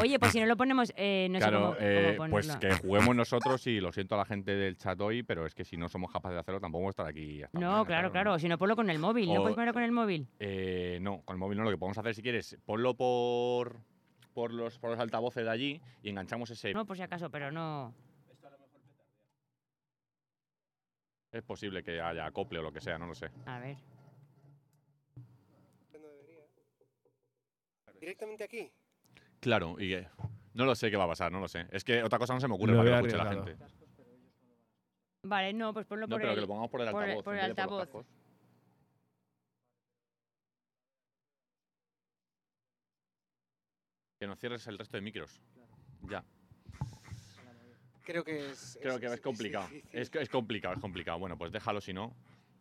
Speaker 1: Oye, pues si no lo ponemos, eh, no sé
Speaker 3: claro,
Speaker 1: cómo,
Speaker 3: eh,
Speaker 1: cómo
Speaker 3: pues
Speaker 1: ponerlo.
Speaker 3: que juguemos nosotros y lo siento a la gente del chat hoy, pero es que si no somos capaces de hacerlo tampoco vamos a estar aquí. hasta
Speaker 1: No,
Speaker 3: mañana,
Speaker 1: claro,
Speaker 3: ¿no?
Speaker 1: claro. Si no, ponlo con el móvil.
Speaker 3: O-
Speaker 1: ¿No puedes ponerlo con el móvil?
Speaker 3: Eh, no, con el móvil no. Lo que podemos hacer, si quieres, ponlo por, por, los, por los altavoces de allí y enganchamos ese.
Speaker 1: No, por si acaso, pero no...
Speaker 3: Es posible que haya acople o lo que sea, no lo sé.
Speaker 1: A ver.
Speaker 5: No debería. Directamente aquí.
Speaker 3: Claro, y que- no lo sé qué va a pasar, no lo sé. Es que otra cosa no se me ocurre
Speaker 6: Lo
Speaker 3: para que
Speaker 6: veo
Speaker 3: lo escuche la gente.
Speaker 6: arriesgado.
Speaker 1: Vale, no, pues ponlo
Speaker 3: No,
Speaker 1: por
Speaker 3: pero
Speaker 1: el...
Speaker 3: que lo pongamos por el
Speaker 1: por el-
Speaker 3: altavoz.
Speaker 1: por el
Speaker 3: en vez de los
Speaker 1: altavoz.
Speaker 3: cascos. Que nos cierres el resto de micros. Ya.
Speaker 5: Creo que es.
Speaker 3: Creo que es complicado. Es, es complicado, es complicado. Bueno, pues déjalo si no.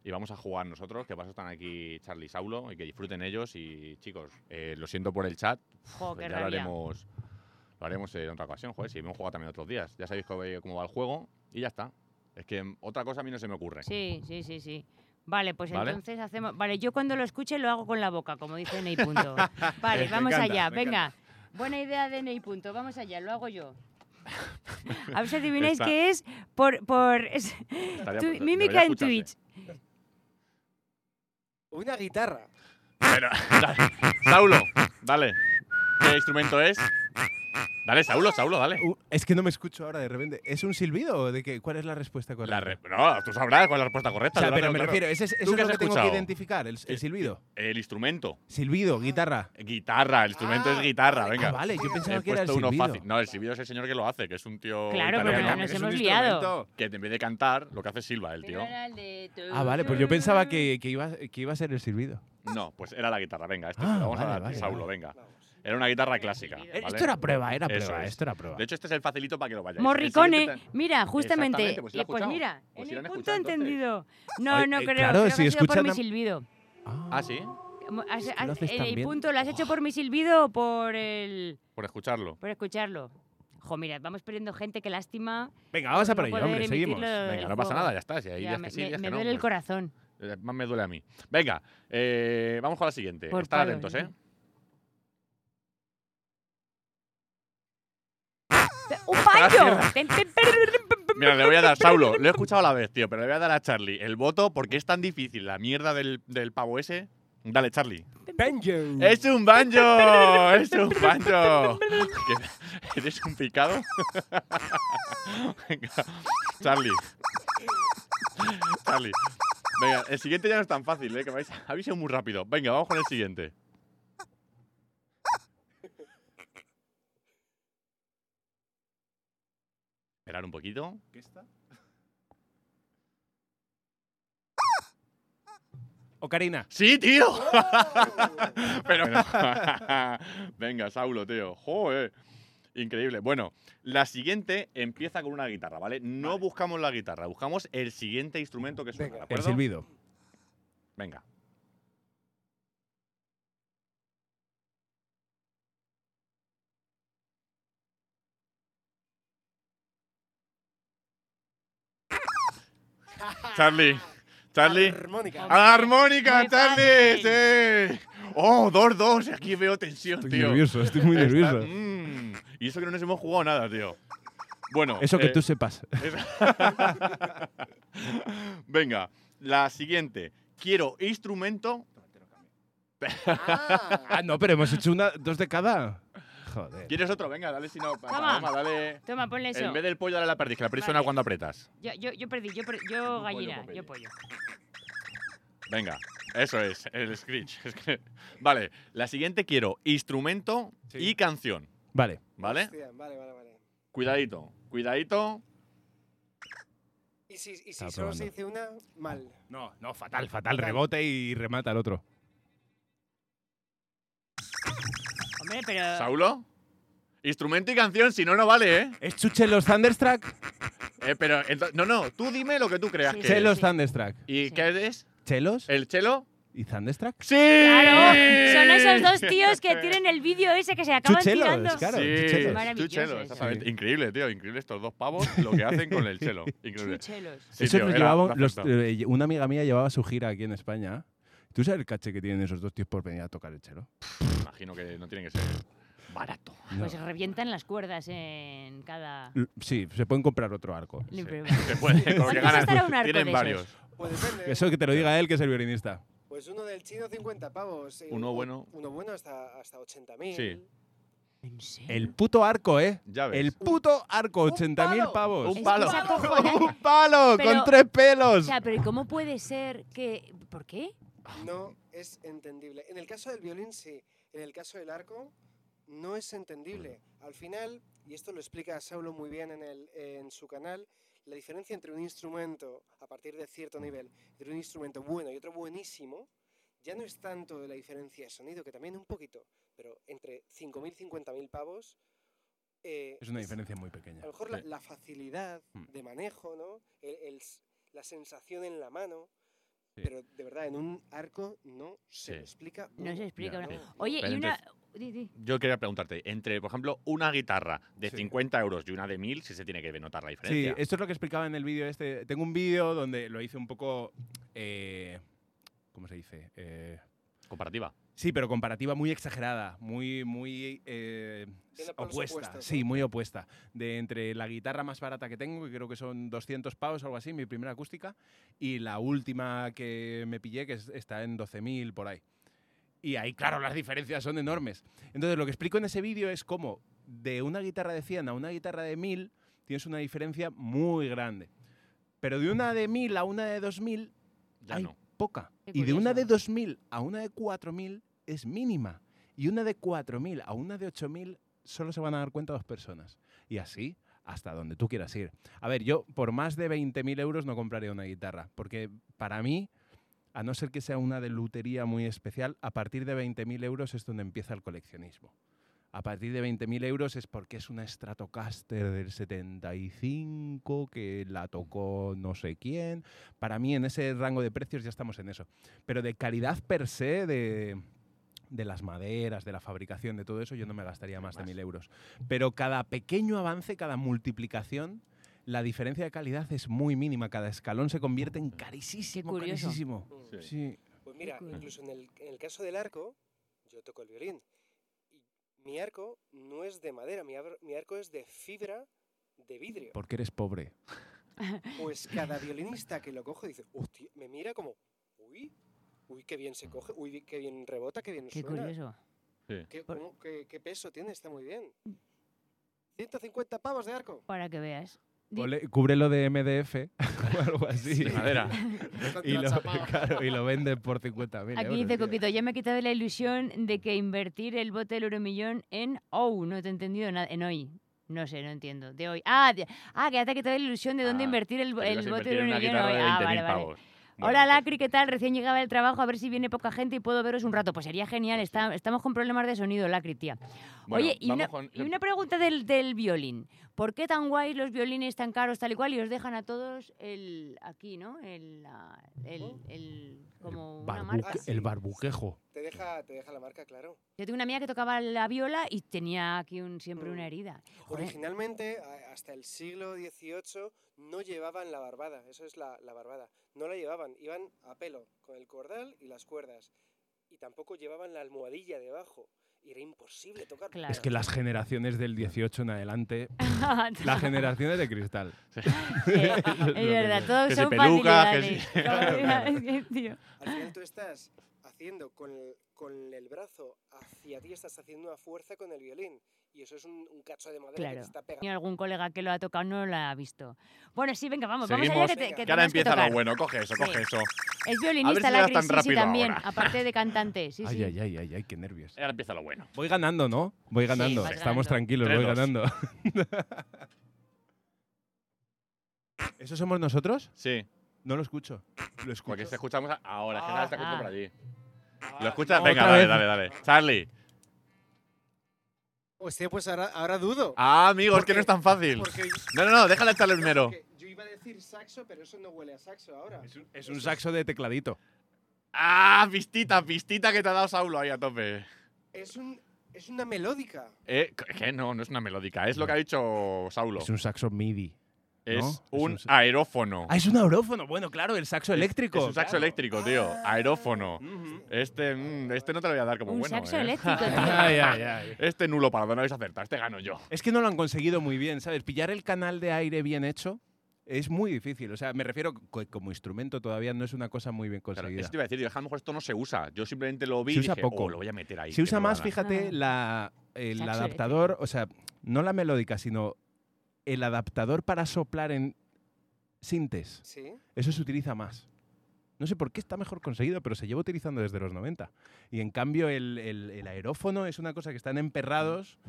Speaker 3: Y vamos a jugar nosotros, que paso están aquí Charlie y Saulo, y que disfruten ellos. Y chicos, eh, lo siento por el chat.
Speaker 1: Jo, qué
Speaker 3: Pues ya lo
Speaker 1: rabia.
Speaker 3: haremos, lo haremos en otra ocasión, joder. Si hemos jugado también otros días. Ya sabéis cómo, cómo va el juego y ya está. Es que mm, otra cosa a mí no se me ocurre.
Speaker 1: Sí, sí, sí, sí. Vale, pues
Speaker 3: ¿Vale?
Speaker 1: entonces hacemos... Vale, yo cuando lo escuche lo hago con la boca, como dice Ney Punto. Vale,
Speaker 3: Me
Speaker 1: vamos
Speaker 3: encanta,
Speaker 1: allá,
Speaker 3: me
Speaker 1: venga. Buena idea de Ney Punto, vamos allá, lo hago yo. A ver si adivináis
Speaker 3: Está- pues,
Speaker 1: qué es por... por es-
Speaker 3: Estaría-
Speaker 1: tu-
Speaker 3: debería
Speaker 1: mímica en
Speaker 3: escucharse.
Speaker 1: Twitch.
Speaker 5: Una guitarra.
Speaker 3: Pero, dale. Saulo, dale. ¿Qué instrumento es? Dale, Saulo, Saulo, dale.
Speaker 6: Uh, es que no me escucho ahora de repente. ¿Es un silbido? o ¿De qué? ¿Cuál es la respuesta
Speaker 3: La
Speaker 6: correcta?
Speaker 3: re- no, tú sabrás cuál es la respuesta correcta.
Speaker 6: O sea,
Speaker 3: yo la
Speaker 6: pero
Speaker 3: tengo
Speaker 6: me
Speaker 3: claro.
Speaker 6: refiero, ese es- eso
Speaker 3: qué
Speaker 6: es
Speaker 3: has
Speaker 6: lo que tengo que
Speaker 3: escuchado?
Speaker 6: identificar, el, el silbido.
Speaker 3: El instrumento.
Speaker 6: Silbido, guitarra.
Speaker 3: Guitarra, el instrumento es guitarra, venga.
Speaker 6: Ah, vale, yo pensaba
Speaker 3: He
Speaker 6: que era el
Speaker 3: puesto uno
Speaker 6: silbido.
Speaker 3: fácil. No, el silbido es el señor que lo hace, que es un tío
Speaker 1: Claro, pero
Speaker 3: italiano
Speaker 1: no nos hemos liado.
Speaker 3: que en vez de cantar, lo que hace es silba el tío.
Speaker 6: Ah, vale, pues yo pensaba que, que iba, que iba a ser el silbido.
Speaker 3: No, pues era la guitarra, venga, este,
Speaker 6: Ah,
Speaker 3: vamos a
Speaker 6: vale,
Speaker 3: dar
Speaker 6: vale,
Speaker 3: Saulo,
Speaker 6: vale.
Speaker 3: venga. Era una guitarra clásica.
Speaker 1: Eh,
Speaker 3: ¿vale?
Speaker 6: Eh, Esto era prueba, era
Speaker 3: Eso
Speaker 6: prueba,
Speaker 3: es.
Speaker 6: esto era prueba.
Speaker 3: De hecho, este es el facilito para que lo vayáis. El
Speaker 1: Morricone,
Speaker 3: siguiente
Speaker 1: mira, justamente.
Speaker 3: Exactamente, pues si
Speaker 1: eh,
Speaker 3: lo ha escuchado.
Speaker 1: mira,
Speaker 3: Pues si
Speaker 1: en
Speaker 3: lo
Speaker 1: el
Speaker 3: han
Speaker 1: punto
Speaker 3: escuchado, entonces.
Speaker 1: entendido. No,
Speaker 6: Ay,
Speaker 1: no
Speaker 6: eh,
Speaker 1: creo,
Speaker 6: claro,
Speaker 1: creo que
Speaker 6: si
Speaker 1: ha sido por
Speaker 6: escuchan
Speaker 1: mi
Speaker 6: tam-
Speaker 1: silbido.
Speaker 6: Ah,
Speaker 3: ta- Ah, sí,
Speaker 1: Mo- has-
Speaker 6: que lo
Speaker 1: has-
Speaker 6: haces
Speaker 1: en
Speaker 6: tan
Speaker 1: el
Speaker 6: bien.
Speaker 1: punto lo has hecho por mi silbido o por el
Speaker 3: por escucharlo.
Speaker 1: por escucharlo. Jo, mira, vamos perdiendo gente, qué lástima.
Speaker 6: Venga, vamos a
Speaker 1: por
Speaker 6: por
Speaker 1: no
Speaker 6: ello,
Speaker 1: poder
Speaker 6: hombre, seguimos.
Speaker 1: emitirlo.
Speaker 3: Venga,
Speaker 1: el
Speaker 3: no pasa
Speaker 1: juego.
Speaker 3: nada, ya está. Si hay
Speaker 1: Ya,
Speaker 3: días
Speaker 1: me
Speaker 3: que sí,
Speaker 1: me-
Speaker 3: días
Speaker 1: me
Speaker 3: que no,
Speaker 1: duele el
Speaker 3: pues,
Speaker 1: corazón.
Speaker 3: eh, Más me duele a mí. Venga, eh, vamos con la siguiente.
Speaker 1: Por
Speaker 3: Estar
Speaker 1: palos,
Speaker 3: atentos,
Speaker 1: ¿no?
Speaker 3: ¿eh?
Speaker 1: ¡Un paño! Ten- ten-
Speaker 3: Mira, le voy a dar, Saulo, lo he escuchado a la vez, tío, pero le voy a dar a Charlie el voto porque es tan difícil la mierda del, del pavo ese. Dale, Charlie.
Speaker 4: Mm.
Speaker 6: Banjo.
Speaker 3: ¡Es un banjo! ¡Es un banjo! ¿Qué- ¿Eres un picado? Venga, Charlie. Charlie. Venga, el siguiente ya no es tan fácil, ¿eh? Que vais, habéis ido muy rápido. Venga, vamos con el siguiente. Esperar un poquito.
Speaker 6: Ocarina.
Speaker 3: ¡Sí, tío! Pero. Venga, Saulo, tío. ¡Joder! Increíble. Bueno, la siguiente empieza con una guitarra, ¿vale? No buscamos la guitarra, buscamos el siguiente instrumento que suena,
Speaker 5: Venga.
Speaker 3: ¿de
Speaker 6: El
Speaker 3: acuerdo?
Speaker 6: silbido.
Speaker 3: Venga. Charlie, Charlie.
Speaker 5: Armónica.
Speaker 6: Ah.
Speaker 3: ¡A la armónica,
Speaker 1: Muy
Speaker 3: Charlie! ¡Sí! ¡Oh, 2-2! Aquí veo tensión, tío.
Speaker 6: estoy muy
Speaker 3: Está- mm, y eso que no nos hemos jugado nada, tío. Bueno.
Speaker 6: Eso que
Speaker 3: eh,
Speaker 6: tú sepas.
Speaker 3: es- Venga, la siguiente. Quiero instrumento.
Speaker 6: Ah, no, pero hemos hecho una, dos de cada. Joder.
Speaker 3: ¿Quieres otro? Venga, dale si no. pa-
Speaker 1: Toma.
Speaker 3: Paloma, dale.
Speaker 1: Toma, ponle eso.
Speaker 3: En vez del pollo, dale la perdiz, que la perdiz suena
Speaker 1: Vale.
Speaker 3: cuando apretas.
Speaker 1: Yo, yo, yo perdí, yo, per- yo gallina,
Speaker 3: Popeye.
Speaker 1: yo pollo.
Speaker 3: Venga, eso es, el screech. Es que- Vale, la siguiente quiero instrumento
Speaker 6: Sí.
Speaker 3: y canción.
Speaker 6: Vale.
Speaker 3: ¿Vale?
Speaker 5: Hostia, vale, vale, vale.
Speaker 3: Cuidadito, cuidadito.
Speaker 5: Y si, y si
Speaker 6: Estaba
Speaker 5: solo
Speaker 6: probando.
Speaker 5: se dice una, mal.
Speaker 6: No, no, fatal, fatal. Rebote y remata al otro.
Speaker 1: Hombre, pero.
Speaker 3: ¿Saulo? Instrumento y canción, si no, no vale, ¿eh?
Speaker 6: ¿Es Chuchelos Thunderstruck?
Speaker 3: Eh, pero, ento- no, no, tú dime lo que tú creas
Speaker 1: Sí,
Speaker 3: que
Speaker 1: sí,
Speaker 3: es.
Speaker 6: Chelos Thunderstruck.
Speaker 3: ¿Y qué es?
Speaker 6: ¿Chelos?
Speaker 3: ¿El chelo?
Speaker 6: ¿Y Thunderstruck?
Speaker 3: ¡Sí!
Speaker 1: Claro, son esos dos tíos que tienen el vídeo ese que se acaban
Speaker 6: Chuchelos,
Speaker 1: tirando.
Speaker 6: claro.
Speaker 3: Sí,
Speaker 6: chuchelos.
Speaker 3: tú
Speaker 1: Maravilloso
Speaker 3: chelo,
Speaker 1: eso.
Speaker 3: exactamente. Increíble, tío, increíble estos dos pavos lo que hacen con el chelo. Increíble.
Speaker 1: Chuchelos.
Speaker 3: Sí,
Speaker 6: Eso
Speaker 3: tío,
Speaker 6: lo
Speaker 3: era
Speaker 6: llevaba-
Speaker 3: una
Speaker 6: los-
Speaker 3: fiesta.
Speaker 6: eh, una amiga mía llevaba su gira aquí en España. ¿Tú sabes el caché que tienen esos dos tíos por venir a tocar el chelo?
Speaker 3: Imagino que no tiene que ser barato.
Speaker 6: No.
Speaker 1: Pues revientan las cuerdas en cada.
Speaker 6: L- Sí, se pueden comprar otro arco.
Speaker 1: Sí.
Speaker 3: Se puede, con lo
Speaker 1: ¿Cuánto
Speaker 3: que ganan.
Speaker 1: costará un arco
Speaker 3: Tienen
Speaker 1: de esos?
Speaker 3: varios.
Speaker 4: Pues depende.
Speaker 6: Eso que te lo diga él, que es el violinista.
Speaker 4: Pues uno del chino 50 pavos. eh,
Speaker 3: Uno
Speaker 4: o-
Speaker 3: bueno.
Speaker 4: Uno bueno hasta, hasta 80.000.
Speaker 3: Sí.
Speaker 1: ¿En serio?
Speaker 6: El puto arco, ¿eh?
Speaker 3: Ya ves.
Speaker 6: El puto arco, 80.000 pavos.
Speaker 1: Es
Speaker 3: Un
Speaker 1: que
Speaker 3: palo.
Speaker 1: es acojonante.
Speaker 6: ¡Un palo!
Speaker 1: Pero-
Speaker 6: ¡Con tres
Speaker 1: O
Speaker 6: pelos!
Speaker 1: sea, pero ¿y cómo puede ser que.? ¿Por qué?
Speaker 6: Ah.
Speaker 4: No es entendible. En el caso del violín, sí. En el caso del arco, no es entendible. Al final, y esto lo explica Saulo muy bien en, el, en su canal, la diferencia entre un instrumento, a partir de cierto nivel, entre un instrumento bueno y otro buenísimo, ya no es tanto de la diferencia de sonido, que también un poquito, pero entre 5.000 y 50.000 pavos. eh,
Speaker 6: Es una diferencia muy pequeña.
Speaker 4: a lo mejor la, la facilidad
Speaker 6: Mm.
Speaker 4: de manejo, ¿no? El- el s- la sensación en la mano.
Speaker 6: Sí.
Speaker 4: Pero de verdad, en un arco no
Speaker 3: Sí.
Speaker 4: se lo explica.
Speaker 1: No se
Speaker 4: uno.
Speaker 1: explica.
Speaker 3: Ya,
Speaker 1: una-
Speaker 3: sí.
Speaker 1: Oye,
Speaker 3: Pero
Speaker 1: y una. Di, di.
Speaker 3: Yo quería preguntarte, entre, por ejemplo, una guitarra de
Speaker 6: Sí.
Speaker 3: 50 euros y una de 1000, si se tiene que notar la
Speaker 6: Sí,
Speaker 3: diferencia.
Speaker 6: esto es lo que explicaba en el vídeo este. Tengo un vídeo donde lo hice un poco. eh, ¿Cómo se dice? Eh,
Speaker 3: Comparativa.
Speaker 6: sí, pero comparativa muy exagerada, muy, muy eh,
Speaker 4: Tiene polos
Speaker 6: opuesta.
Speaker 4: opuestos,
Speaker 6: Sí,
Speaker 4: ¿no?
Speaker 6: muy opuesta. De entre la guitarra más barata que tengo, que creo que son 200 pavos, algo así, mi primera acústica, y la última que me pillé, que es- está en 12.000 por ahí. Y ahí, claro, las diferencias son enormes. Entonces, lo que explico en ese vídeo es cómo de una guitarra de 100 a una guitarra de 1000 tienes una diferencia muy grande. Pero de una de 1000 a una de 2000
Speaker 3: Ya
Speaker 6: hay
Speaker 3: no.
Speaker 6: poca.
Speaker 1: Qué
Speaker 6: Y de una de
Speaker 1: curioso.
Speaker 6: 2000 a una de 4000 es mínima. Y una de 4000 a una de 8000 solo se van a dar cuenta dos personas. Y así hasta donde tú quieras ir. A ver, yo por más de 20.000 euros no compraría una guitarra, porque para mí, a no ser que sea una de lutería muy especial, a partir de 20.000 euros es donde empieza el coleccionismo. A partir de 20.000 euros es porque es una Stratocaster del 75 que la tocó no sé quién. Para mí en ese rango de precios ya estamos en eso. Pero de calidad per se, de, de las maderas, de la fabricación, de todo eso, yo no me gastaría más de
Speaker 3: Más.
Speaker 6: 1.000 euros. Pero cada pequeño avance, cada multiplicación, la diferencia de calidad es muy mínima. Cada escalón se convierte en carísimo,
Speaker 1: Qué curioso.
Speaker 6: carísimo.
Speaker 4: Mm.
Speaker 3: Sí.
Speaker 6: Sí.
Speaker 4: Pues mira,
Speaker 1: curioso.
Speaker 4: incluso en el, en el caso del arco, yo toco el violín. Y mi arco no es de madera, mi, abro- mi arco es de fibra de vidrio.
Speaker 6: Porque eres pobre.
Speaker 4: Pues cada violinista que lo coge dice, hostia, me mira como, uy, uy, qué
Speaker 6: Mm.
Speaker 4: bien se coge, uy, qué bien rebota, qué bien
Speaker 1: Qué
Speaker 4: suena.
Speaker 1: curioso.
Speaker 4: ¿Qué,
Speaker 1: Por- Mm.
Speaker 4: cómo- qué- qué peso tiene? Está muy bien. 150 pavos de arco.
Speaker 1: Para que veas. Di-
Speaker 6: Ole, cúbrelo de MDF o algo así.
Speaker 3: De madera.
Speaker 6: Y lo, claro, y lo vende por 50.000
Speaker 1: Aquí
Speaker 6: euros,
Speaker 1: dice
Speaker 6: tío.
Speaker 1: Coquito, ya me he quitado la ilusión de que invertir el bote del euromillón en OU. No te he entendido nada. En hoy. No sé, no entiendo. De hoy. Ah, de- ah que ya te ha quitado la ilusión de dónde
Speaker 3: Ah,
Speaker 1: invertir el, bo-
Speaker 3: Pero
Speaker 1: el
Speaker 3: ibas a
Speaker 1: bote
Speaker 3: invertir
Speaker 1: del
Speaker 3: en una
Speaker 1: euromillón hoy.
Speaker 3: guitarra de
Speaker 1: Ah,
Speaker 3: 20.000
Speaker 1: vale, vale.
Speaker 3: pavos.
Speaker 1: Hola,
Speaker 3: Bueno, pues
Speaker 1: Lacri, ¿qué tal? Recién llegaba del trabajo, a ver si viene poca gente y puedo veros un rato. Pues sería genial,
Speaker 3: Pues sí.
Speaker 1: está- estamos con problemas de sonido, Lacri, tía.
Speaker 3: pues- bueno,
Speaker 1: Oye, y
Speaker 3: vamos
Speaker 1: una,
Speaker 3: con-
Speaker 1: y una pregunta del, del violín. ¿Por qué tan guays los violines tan caros, tal y cual, y os dejan a todos el aquí, ¿no? El, ah, el, el- como una
Speaker 6: Barbuque-
Speaker 1: marca.
Speaker 4: Ah, sí.
Speaker 6: El barbuquejo.
Speaker 4: Te deja, te deja la marca, claro.
Speaker 1: Yo tengo una amiga que tocaba la viola y tenía aquí un, siempre
Speaker 4: Mm.
Speaker 1: una herida. Joder,
Speaker 4: Originalmente, a- hasta el siglo XVIII, no llevaban la barbada, eso es la, la barbada. No la llevaban, iban a pelo, con el cordal y las cuerdas. Y tampoco llevaban la almohadilla debajo. Y era imposible tocar.
Speaker 1: Claro.
Speaker 6: Es que las generaciones del 18 en adelante, las generaciones de cristal.
Speaker 1: Eh,
Speaker 6: Lo
Speaker 1: es
Speaker 6: que
Speaker 1: verdad,
Speaker 6: no.
Speaker 1: todos
Speaker 3: Que si
Speaker 1: son
Speaker 3: peluca, que
Speaker 1: facilidades.
Speaker 3: si- Claro, claro.
Speaker 1: Es que, tío,
Speaker 4: Al final tú estás haciendo con el, con el brazo hacia ti, estás haciendo una fuerza con el violín. Y eso es un, un cacho de madera que
Speaker 1: Claro.
Speaker 4: te está
Speaker 1: ni
Speaker 4: pegando.
Speaker 1: algún colega que lo ha tocado no lo ha visto. Bueno, sí, venga, vamos,
Speaker 3: Seguimos,
Speaker 1: vamos allá que, te, que
Speaker 4: que
Speaker 3: que ahora
Speaker 1: tenemos que
Speaker 3: empieza
Speaker 1: tocar.
Speaker 3: lo bueno. Coge eso, coge
Speaker 1: Sí.
Speaker 3: eso.
Speaker 1: Es violinista
Speaker 3: si
Speaker 1: la
Speaker 3: llegas tan
Speaker 1: Cris, sí, sí,
Speaker 3: rápido
Speaker 1: también,
Speaker 3: ahora.
Speaker 1: aparte de cantante, sí,
Speaker 6: ay,
Speaker 1: sí.
Speaker 6: ay, ay, ay, ay, qué nervios.
Speaker 3: Ahora empieza lo bueno.
Speaker 6: Voy ganando, ¿no? Voy ganando.
Speaker 1: vas
Speaker 6: Estamos
Speaker 1: ganando.
Speaker 6: tranquilos, voy
Speaker 3: Tres, dos.
Speaker 6: ganando. ¿Eso somos nosotros?
Speaker 3: Sí,
Speaker 6: No lo escucho. Lo escucho.
Speaker 3: porque se escucha música ahora. es que
Speaker 6: Ah,
Speaker 3: Sara está escuchando
Speaker 1: ah.
Speaker 3: por allí. ¿Lo escuchas?
Speaker 6: no,
Speaker 3: Venga,
Speaker 6: otra
Speaker 3: dale,
Speaker 6: vez.
Speaker 3: dale, dale. Charlie.
Speaker 5: Hostia, pues ahora, ahora dudo.
Speaker 3: Ah, amigo, es que
Speaker 5: Porque-
Speaker 3: no es tan fácil.
Speaker 5: porque-
Speaker 3: No, no, no, déjala echarle
Speaker 5: No,
Speaker 3: primero.
Speaker 5: porque Yo iba a decir saxo, pero eso no huele a saxo ahora.
Speaker 6: Es un, es un saxo de tecladito.
Speaker 3: Ah, pistita, pistita que te ha dado Saulo ahí a tope.
Speaker 5: Es, un, es una melódica.
Speaker 3: Eh, que no, no es una melódica, es lo que ha dicho Saulo.
Speaker 6: Es un saxo MIDI.
Speaker 3: Es
Speaker 6: ¿no? Es
Speaker 3: un
Speaker 6: un-
Speaker 3: aerófono.
Speaker 6: Ah, es un aurófono. Bueno, claro, el saxo eléctrico.
Speaker 3: Es un saxo
Speaker 6: claro.
Speaker 3: eléctrico, tío.
Speaker 1: Ah.
Speaker 3: Aerófono.
Speaker 6: Ujú.
Speaker 3: Este, mm, este no te lo voy a dar como
Speaker 1: Un
Speaker 3: bueno.
Speaker 1: saxo
Speaker 3: ¿eh?
Speaker 1: eléctrico, tío.
Speaker 6: Ay, ay, ay.
Speaker 3: Este nulo para no habéis acertado, este gano yo.
Speaker 6: Es que no lo han conseguido muy bien, ¿sabes? Pillar el canal de aire bien hecho es muy difícil. O sea, me refiero que como instrumento todavía no es una cosa muy bien
Speaker 3: Claro,
Speaker 6: conseguida.
Speaker 3: eso te iba a decir, digo, a lo mejor esto no se usa. Yo simplemente lo vi y
Speaker 6: Se usa
Speaker 3: dije,
Speaker 6: poco.
Speaker 3: "Oh, lo voy a meter ahí.
Speaker 6: Se usa
Speaker 3: que me lo
Speaker 6: más,
Speaker 3: van a-".
Speaker 6: fíjate,
Speaker 1: Ah.
Speaker 6: la, el
Speaker 1: Saxo
Speaker 6: adaptador, o sea, no la melódica, sino el adaptador para soplar en sintes.
Speaker 5: Sí.
Speaker 6: Eso se utiliza más. No sé por qué está mejor conseguido, pero se lleva utilizando desde los 90. Y en cambio el, el- el aerófono es una cosa que están emperrados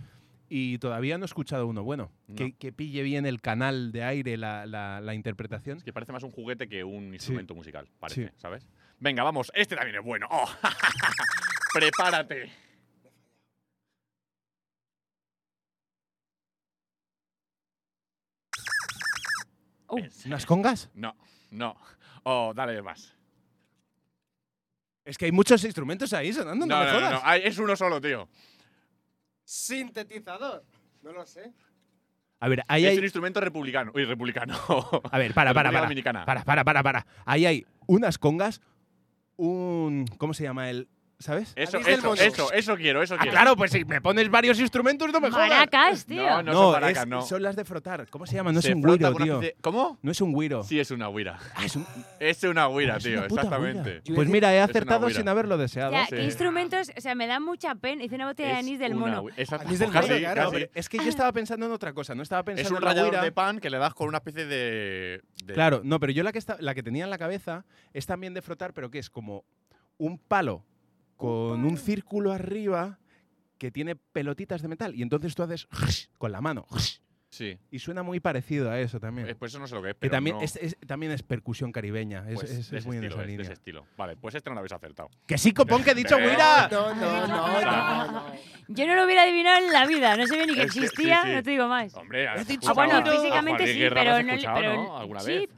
Speaker 6: y todavía no he escuchado uno bueno.
Speaker 3: No.
Speaker 6: Que, que pille bien el canal de aire, la, la- la interpretación.
Speaker 3: Es que parece más un juguete que un instrumento musical, parece,
Speaker 6: Sí.
Speaker 3: ¿sabes? Venga, vamos, este también es bueno. Oh, ¡Prepárate!
Speaker 1: Oh.
Speaker 3: Pensé-
Speaker 6: ¿Unas congas?
Speaker 3: No, no. Oh, dale más.
Speaker 6: Es que hay muchos instrumentos ahí sonando,
Speaker 3: No,
Speaker 6: no,
Speaker 3: no,
Speaker 6: me
Speaker 3: no,
Speaker 6: jodas.
Speaker 3: no, Ah, ay, es uno solo, tío.
Speaker 5: Sintetizador. No lo sé.
Speaker 6: A ver, ahí
Speaker 3: es
Speaker 6: hay...
Speaker 3: un instrumento republicano. Uy, republicano.
Speaker 6: A ver, para, para,
Speaker 3: República
Speaker 6: para.
Speaker 3: Dominicana.
Speaker 6: Para, para, para, para. Ahí hay unas congas, un... ¿Cómo se llama el...? ¿Sabes?
Speaker 3: Eso,
Speaker 5: Avís del
Speaker 3: eso,
Speaker 5: mono.
Speaker 3: eso, eso quiero, eso
Speaker 6: Ah,
Speaker 3: quiero.
Speaker 6: claro, pues si me pones varios instrumentos no me jodas.
Speaker 1: Maracas, Ah, tío.
Speaker 3: No, no,
Speaker 6: No,
Speaker 3: son maracas,
Speaker 6: es-
Speaker 3: no.
Speaker 6: son las de frotar. ¿Cómo se llama? No
Speaker 3: Se
Speaker 6: es un
Speaker 3: frota
Speaker 6: güiro,
Speaker 3: con una
Speaker 6: tío.
Speaker 3: especie- ¿Cómo?
Speaker 6: No es un güiro.
Speaker 3: Sí, es una huira.
Speaker 6: Ah, es un-
Speaker 3: Es una huira,
Speaker 6: es
Speaker 3: tío,
Speaker 6: una puta
Speaker 3: exactamente.
Speaker 6: güira. Pues mira, he
Speaker 3: una
Speaker 6: acertado
Speaker 3: güira.
Speaker 6: sin haberlo deseado.
Speaker 1: Ya,
Speaker 3: sí.
Speaker 1: ¿qué instrumentos? O sea, me da mucha pena. Hice una botella de
Speaker 3: Es
Speaker 1: anís del
Speaker 3: una
Speaker 1: mono.
Speaker 3: hui- Exacto.
Speaker 5: Anís del
Speaker 3: casi,
Speaker 5: mono, claro,
Speaker 6: No,
Speaker 3: casi.
Speaker 6: pero es que yo estaba pensando en otra cosa. No estaba pensando
Speaker 3: Es un
Speaker 6: en la
Speaker 3: rallador
Speaker 6: güira.
Speaker 3: de pan que le das con una especie de. de-
Speaker 6: Claro, no, pero yo la que, esta- la que tenía en la cabeza es también de frotar, pero que es como un palo con un círculo arriba que tiene pelotitas de metal. Y entonces tú haces con la mano.
Speaker 3: Sí.
Speaker 6: Y suena muy parecido a eso también.
Speaker 3: Eh, Pues eso no sé lo que es.
Speaker 6: que
Speaker 3: Pero
Speaker 6: también,
Speaker 3: no,
Speaker 6: es, es- también es percusión caribeña. Es,
Speaker 3: pues,
Speaker 6: es- es
Speaker 3: de ese
Speaker 6: muy en
Speaker 3: estilo,
Speaker 6: esa
Speaker 3: es de
Speaker 6: línea.
Speaker 3: ese estilo. Vale, pues este no lo habéis acertado.
Speaker 6: Que sí, copón, que he dicho,
Speaker 3: Pero-
Speaker 6: güira.
Speaker 5: No, no, no, no, no.
Speaker 1: Yo no lo hubiera adivinado en la vida. No sabía ni que
Speaker 3: Es que- sí,
Speaker 1: existía,
Speaker 3: sí.
Speaker 1: no te digo más.
Speaker 3: Hombre, has
Speaker 1: Ah,
Speaker 3: escuchado
Speaker 1: bueno,
Speaker 3: a- a
Speaker 1: físicamente
Speaker 3: Juan Luis
Speaker 1: sí,
Speaker 3: Guerra lo
Speaker 1: pero
Speaker 3: has
Speaker 1: no le-
Speaker 3: escuchado,
Speaker 1: pero
Speaker 3: ¿no? ¿Alguna
Speaker 1: sí,
Speaker 3: vez?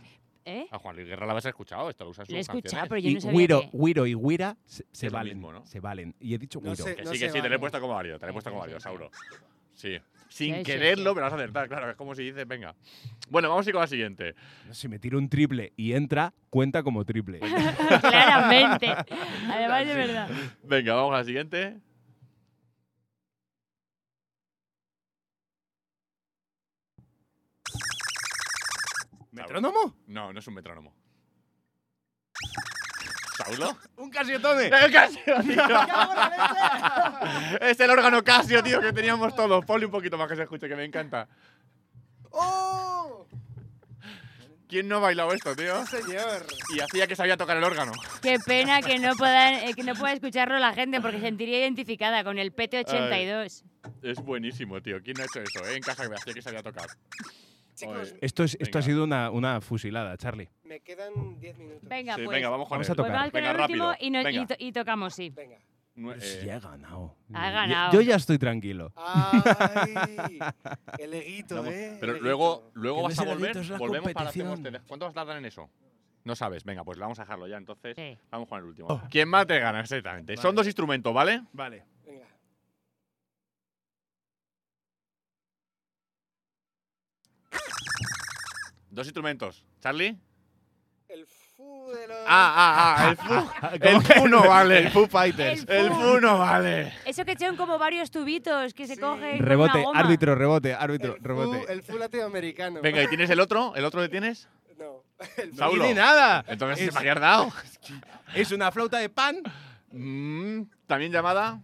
Speaker 1: ¿Eh?
Speaker 3: A Juan Luis Guerra lo habéis escuchado, esto lo usan sus
Speaker 1: Lo he escuchado,
Speaker 3: canciones.
Speaker 1: pero yo
Speaker 6: Y
Speaker 1: no sabía
Speaker 6: güiro,
Speaker 1: que-
Speaker 6: güiro y güira se, se
Speaker 3: Es lo
Speaker 6: valen.
Speaker 3: mismo, ¿no?
Speaker 6: Se valen. Y he dicho
Speaker 5: No
Speaker 6: güiro.
Speaker 5: sé.
Speaker 3: Que
Speaker 5: No
Speaker 3: sí, que
Speaker 5: se
Speaker 3: sí, te lo he
Speaker 5: vale.
Speaker 3: puesto como válido, te lo he puesto
Speaker 1: Sí,
Speaker 3: como válido,
Speaker 1: sí, sí.
Speaker 3: Sauro. Sí. Sin
Speaker 1: Sí, sí,
Speaker 3: quererlo,
Speaker 1: sí.
Speaker 3: pero lo has acertado, claro, es como si dices, venga. Bueno, vamos a ir con la siguiente.
Speaker 6: Si me tiro un triple y entra, cuenta como triple.
Speaker 1: Claramente. Además de verdad.
Speaker 3: Venga, vamos a la siguiente.
Speaker 6: ¿Metrónomo?
Speaker 3: No, no es un metrónomo. ¿Saulo?
Speaker 6: ¡Un casiotone!
Speaker 3: ¡El Casio, tío! es el órgano Casio, tío, que teníamos todos. Ponle un poquito más que se escuche, que me encanta.
Speaker 5: ¡Oh!
Speaker 3: ¿Quién no ha bailado esto, tío?
Speaker 5: Sí, señor.
Speaker 3: Y hacía que sabía tocar el órgano.
Speaker 1: Qué pena que no, puedan, eh, que no pueda escucharlo la gente porque sentiría identificada con el PT82.
Speaker 3: Es buenísimo, tío. ¿Quién no ha hecho eso, eh? En casa que hacía que sabía tocar.
Speaker 5: Chicos,
Speaker 3: Oye.
Speaker 6: Esto, es, esto
Speaker 3: Venga. Eh,
Speaker 6: ha sido una, una fusilada, Charlie.
Speaker 5: me quedan 10 minutos.
Speaker 1: Venga,
Speaker 3: Sí,
Speaker 1: pues.
Speaker 3: venga, vamos con
Speaker 6: Vamos
Speaker 3: él.
Speaker 6: a tocar.
Speaker 1: pues vamos con
Speaker 3: Venga,
Speaker 1: el último
Speaker 3: rápido.
Speaker 1: y, no- y
Speaker 3: Venga.
Speaker 1: to- y tocamos, sí.
Speaker 5: Venga.
Speaker 3: No, eh,
Speaker 6: Si Pues ya he ganado.
Speaker 1: Ha
Speaker 6: Yo-
Speaker 1: ganado.
Speaker 6: Yo, ya estoy tranquilo.
Speaker 5: ¡Ay! El leguito,
Speaker 3: vamos.
Speaker 5: ¿eh?
Speaker 3: Pero
Speaker 5: El
Speaker 3: luego,
Speaker 5: leguito.
Speaker 3: luego
Speaker 6: Que no
Speaker 3: vas
Speaker 6: es
Speaker 3: a
Speaker 6: el
Speaker 3: volver.
Speaker 6: adicto, es la
Speaker 3: Volvemos para
Speaker 6: competición.
Speaker 3: hacemos tele- ¿Cuánto vas a tardar en eso? No sabes. Venga, pues vamos a dejarlo ya. Entonces,
Speaker 1: Sí.
Speaker 3: vamos con el último.
Speaker 6: Oh.
Speaker 3: ¿Quién más te gana exactamente? Son dos instrumentos, ¿vale?
Speaker 6: Vale.
Speaker 5: Venga.
Speaker 3: Dos instrumentos. ¿Charlie?
Speaker 5: El fu de los.
Speaker 3: Ah, ah, ah, el fu. el fu no vale. El fu fighters.
Speaker 1: El
Speaker 3: El
Speaker 1: fu.
Speaker 3: fu no vale.
Speaker 1: Eso que son como varios tubitos que se
Speaker 5: Sí.
Speaker 1: cogen. Eh, con
Speaker 6: Rebote,
Speaker 1: una goma.
Speaker 6: árbitro, rebote, árbitro,
Speaker 5: el,
Speaker 6: rebote.
Speaker 5: fu, Eh, el fu latinoamericano.
Speaker 3: Venga, ¿y tienes el otro? ¿El otro que tienes?
Speaker 5: No. El fu-
Speaker 6: ¡No
Speaker 3: Saulo.
Speaker 6: tiene nada!
Speaker 3: Entonces,
Speaker 6: es,
Speaker 3: ¿me habías dado?
Speaker 6: es una flauta de pan.
Speaker 3: Mm, También llamada.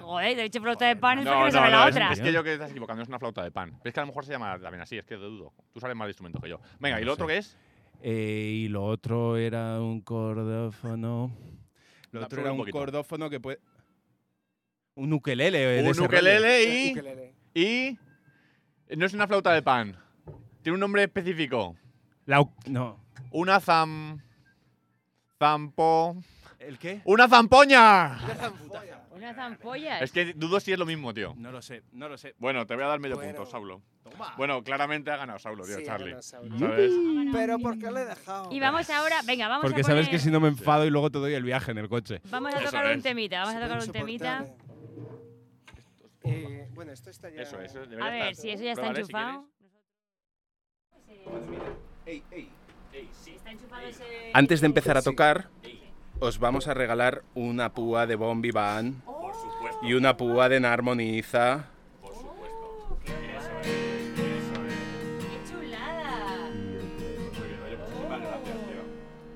Speaker 1: Joder, te he dicho flota de pan y
Speaker 3: No,
Speaker 1: no,
Speaker 3: no,
Speaker 1: sobre
Speaker 3: no,
Speaker 1: la
Speaker 3: es,
Speaker 1: otra.
Speaker 3: es que yo que estás equivocando, es una flauta de pan. Es que a lo mejor se llama también así, es que dudo. Tú sabes más de instrumentos que yo. Venga, ¿y lo
Speaker 6: No
Speaker 3: otro
Speaker 6: sé.
Speaker 3: qué es?
Speaker 6: Eh, y lo otro era un cordófono. Lo
Speaker 3: Da,
Speaker 6: otro
Speaker 3: sube
Speaker 6: era
Speaker 3: un
Speaker 6: un
Speaker 3: poquito.
Speaker 6: cordófono que puede. Un ukelele. eh, de
Speaker 3: Un
Speaker 6: ese rollo.
Speaker 3: ukelele
Speaker 5: el
Speaker 3: y,
Speaker 5: ukelele.
Speaker 3: y. eh, No es una flauta de pan. Tiene un nombre específico.
Speaker 6: La u- no.
Speaker 3: Una zam. Zampo.
Speaker 10: ¿El qué?
Speaker 3: ¡Una zampoña!
Speaker 11: Una zampolla.
Speaker 1: Una zampolla.
Speaker 3: Es que dudo si es lo mismo, tío.
Speaker 10: No lo sé, no lo sé.
Speaker 3: Bueno, te voy a dar medio
Speaker 11: Bueno.
Speaker 3: punto, Saulo.
Speaker 10: Toma.
Speaker 3: Bueno, claramente ha ganado Saulo, tío,
Speaker 11: Sí, ha
Speaker 3: Charlie.
Speaker 11: ganado Saulo.
Speaker 3: ¿Sabes?
Speaker 11: Pero ¿por qué le he dejado?
Speaker 1: Y vamos ahora, venga, vamos
Speaker 10: Porque
Speaker 1: a poner,
Speaker 10: sabes que si no me enfado y luego te doy el viaje en el coche.
Speaker 1: Vamos a
Speaker 3: Eso
Speaker 1: tocar un
Speaker 3: es.
Speaker 1: temita, vamos a tocar un temita.
Speaker 11: Insoportable. Eh, bueno, esto está ya.
Speaker 3: Eso, eso. debería
Speaker 1: A ver,
Speaker 3: estar.
Speaker 1: si eso ya está
Speaker 3: Pruébale, si
Speaker 1: enchufado.
Speaker 10: Ey, ey.
Speaker 1: Está enchufado ese...
Speaker 6: Antes de empezar a tocar, os vamos a regalar una púa de Bombi Van y una púa de Narmoniza.
Speaker 1: ¡Qué chulada!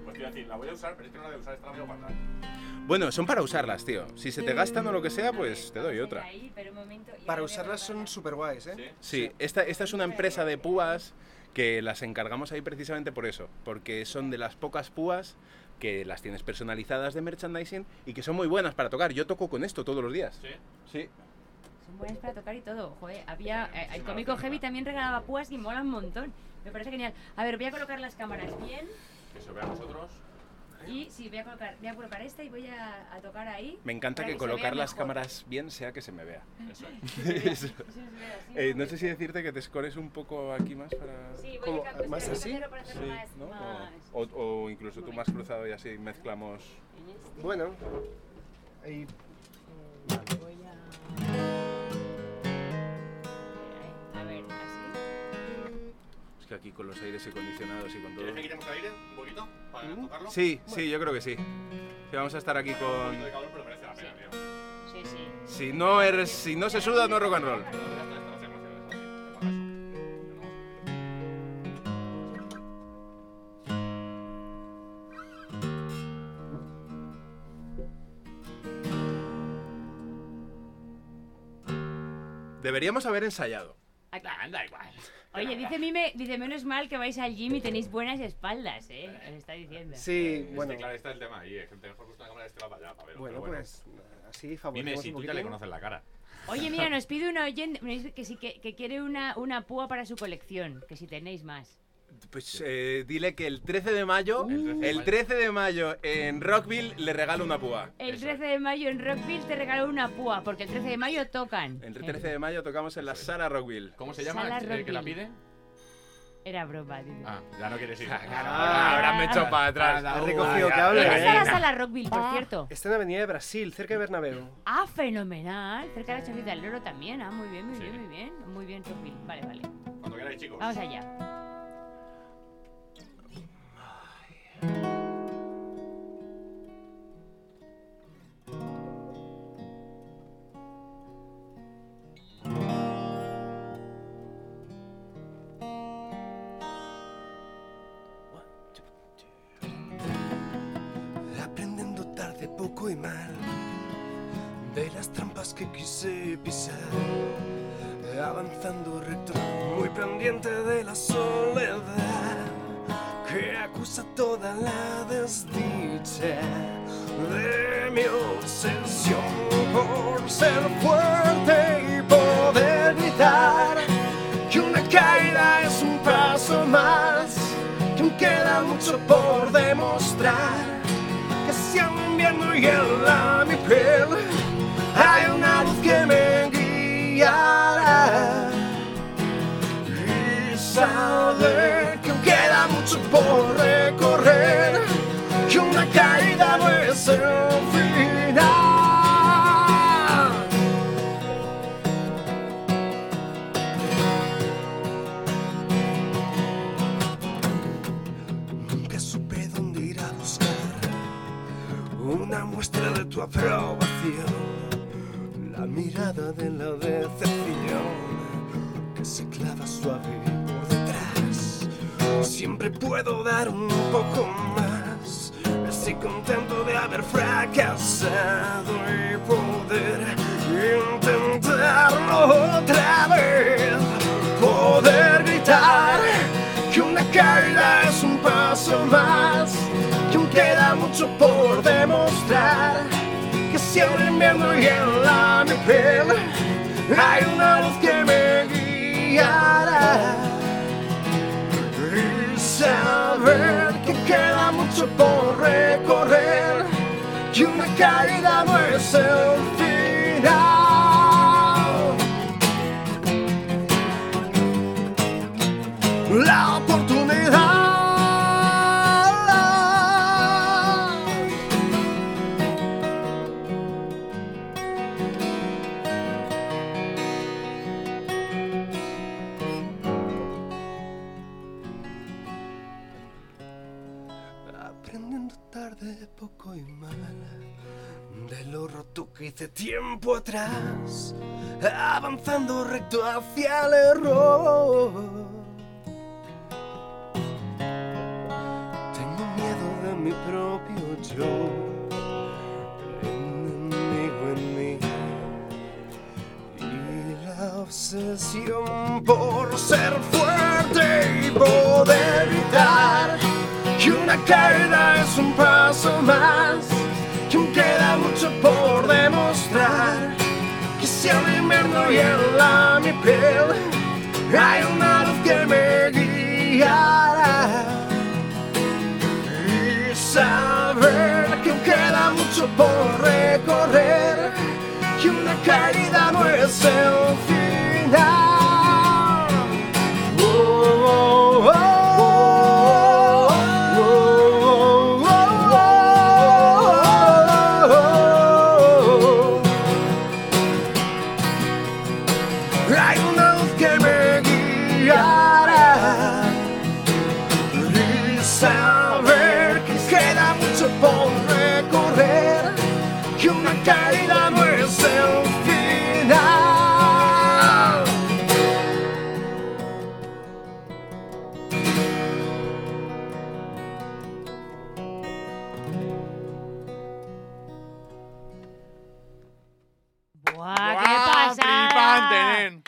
Speaker 3: Pues te iba a decir, la voy a usar, pero es que no la voy a usar, esta la voy a guardar.
Speaker 6: Bueno, son para usarlas, tío. Si se te gastan o lo que sea, pues te doy otra.
Speaker 1: Ahí, pero un momento, y ahora
Speaker 11: Para
Speaker 1: voy a
Speaker 11: usarlas son
Speaker 1: guardarla.
Speaker 11: super guays, ¿eh?
Speaker 6: Sí, esta, esta es una empresa de púas que las encargamos ahí precisamente por eso, porque son de las pocas púas que las tienes personalizadas de merchandising y que son muy buenas para tocar. Yo toco con esto todos los días.
Speaker 3: Sí.
Speaker 6: Sí.
Speaker 1: Son buenas para tocar y todo. Joder, había. eh, El cómico Heavy también regalaba púas y mola un montón. Me parece genial. A ver, voy a colocar las cámaras bien.
Speaker 3: Que se vea a nosotros.
Speaker 1: Y sí, voy a colocar, voy a colocar esta y voy a, a tocar ahí.
Speaker 6: Me encanta
Speaker 1: para
Speaker 6: que
Speaker 1: se vea
Speaker 6: colocar las
Speaker 1: mejor.
Speaker 6: cámaras bien sea que se me vea.
Speaker 3: Eso es.
Speaker 6: Eso.
Speaker 1: Sí, se vea así,
Speaker 6: Eh, no sé si decirte que te escores un poco aquí más para...
Speaker 1: Sí, voy
Speaker 11: ¿Cómo?
Speaker 1: a cambiar
Speaker 11: ¿Más
Speaker 1: voy a
Speaker 11: así?
Speaker 1: cambiarlo para hacerlo
Speaker 6: Sí,
Speaker 1: más-
Speaker 6: ¿no?
Speaker 1: más-
Speaker 6: O, o- o incluso tú más cruzado y así mezclamos...
Speaker 1: en este.
Speaker 11: Bueno. Ahí.
Speaker 1: Voy a. A ver, así.
Speaker 6: Es que aquí con los aires acondicionados y con todo...
Speaker 3: ¿Quieres que quitemos el aire un poquito para tocarlo?
Speaker 6: Sí, sí, yo creo que sí. Sí, vamos a estar aquí
Speaker 3: Un
Speaker 6: con...
Speaker 3: poquito de calor, pero merece la pena, tío.
Speaker 1: Sí, sí.
Speaker 6: Si no, eres, si no se suda, no es rock and roll. Deberíamos haber ensayado.
Speaker 1: Acá. Oye, dice Mime, dice menos mal que vais al gym y tenéis buenas espaldas, ¿eh? Os está diciendo.
Speaker 11: Sí, bueno.
Speaker 3: Bueno. Es que Este claro, está el tema ahí, eh, gente. Mejor justo la cámara este va para allá, para verlo.
Speaker 11: Bueno,
Speaker 3: pero bueno.
Speaker 11: pues así
Speaker 3: Dime,
Speaker 11: favorecemos
Speaker 3: si
Speaker 11: un
Speaker 3: tú ya le
Speaker 11: poquitín.
Speaker 3: conoces la cara.
Speaker 1: Oye, mira, nos pide una oyente nos dice que, sí, que, que quiere una, una púa para su colección, que si tenéis más.
Speaker 6: Pues eh, dile que el 13 de mayo, el 13 de mayo en Rockville le regalo una púa.
Speaker 1: El
Speaker 3: Eso es.
Speaker 1: 13 de mayo en Rockville te regaló una púa, porque el 13 de mayo tocan.
Speaker 6: El 13 de mayo tocamos en la Sara Rockville.
Speaker 3: ¿Cómo se
Speaker 1: llama Sala el- el que la Rockville.
Speaker 3: pide?
Speaker 1: Era broma, digo.
Speaker 3: Ah, ya no quieres ir.
Speaker 6: Ah, ahora me echo para atrás.
Speaker 11: Ha
Speaker 3: Ah,
Speaker 11: recogido cable,
Speaker 1: Esa es la
Speaker 11: venga.
Speaker 1: sala Rockville, por cierto.
Speaker 11: Está en la Avenida de Brasil, cerca de Bernabéu.
Speaker 1: Ah, fenomenal. Cerca de la Chocita del Loro también. Ah, muy bien, muy
Speaker 3: Sí.
Speaker 1: bien, muy bien. Muy bien, Rockville. Vale, vale.
Speaker 3: Cuando queráis, chicos.
Speaker 1: Vamos allá.
Speaker 4: aprendiendo tarde, poco y mal, de las trampas que quise pisar, avanzando recto, muy pendiente de la soledad, que acusa toda la desdicha de mi obsesión por ser fuerte y poder gritar. Que una caída es un paso más, que aún queda mucho por demostrar que sea un invierno y la mi piel hay una luz que me guiará y saber que aún queda mucho por recorrer que una caída no es el final Nunca supe dónde ir a buscar una muestra de tu aprobación, la mirada de la decepción que se clava suave por detrás. Siempre puedo dar un poco más, así contento de haber fracasado y poder intentarlo otra vez, poder gritar que una caída es un paso más, que aún queda mucho por demostrar, que si el invierno y en la mi piel hay una luz que me guiará. Y saber que queda mucho por recorrer,
Speaker 12: caída no es el final. La oportunidad.
Speaker 4: Aprendiendo tarde, poco y mal, de lo roto que hice tiempo atrás, avanzando recto hacia el error. Tengo miedo de mi propio yo, enemigo en mí, y la obsesión por ser fuerte y poder gritar. Y una caída es un paso más Y aún queda mucho por demostrar Que si el invierno hiela mi piel Hay una luz que me guiará Y saber que aún queda mucho por recorrer Y una caída no es el final Hay una luz que me guiará y saber que queda mucho por recorrer que una caída no es el final.
Speaker 1: ¡Buah, Ah, qué
Speaker 3: ¡Guau, flipante,
Speaker 1: pasada!
Speaker 3: nen!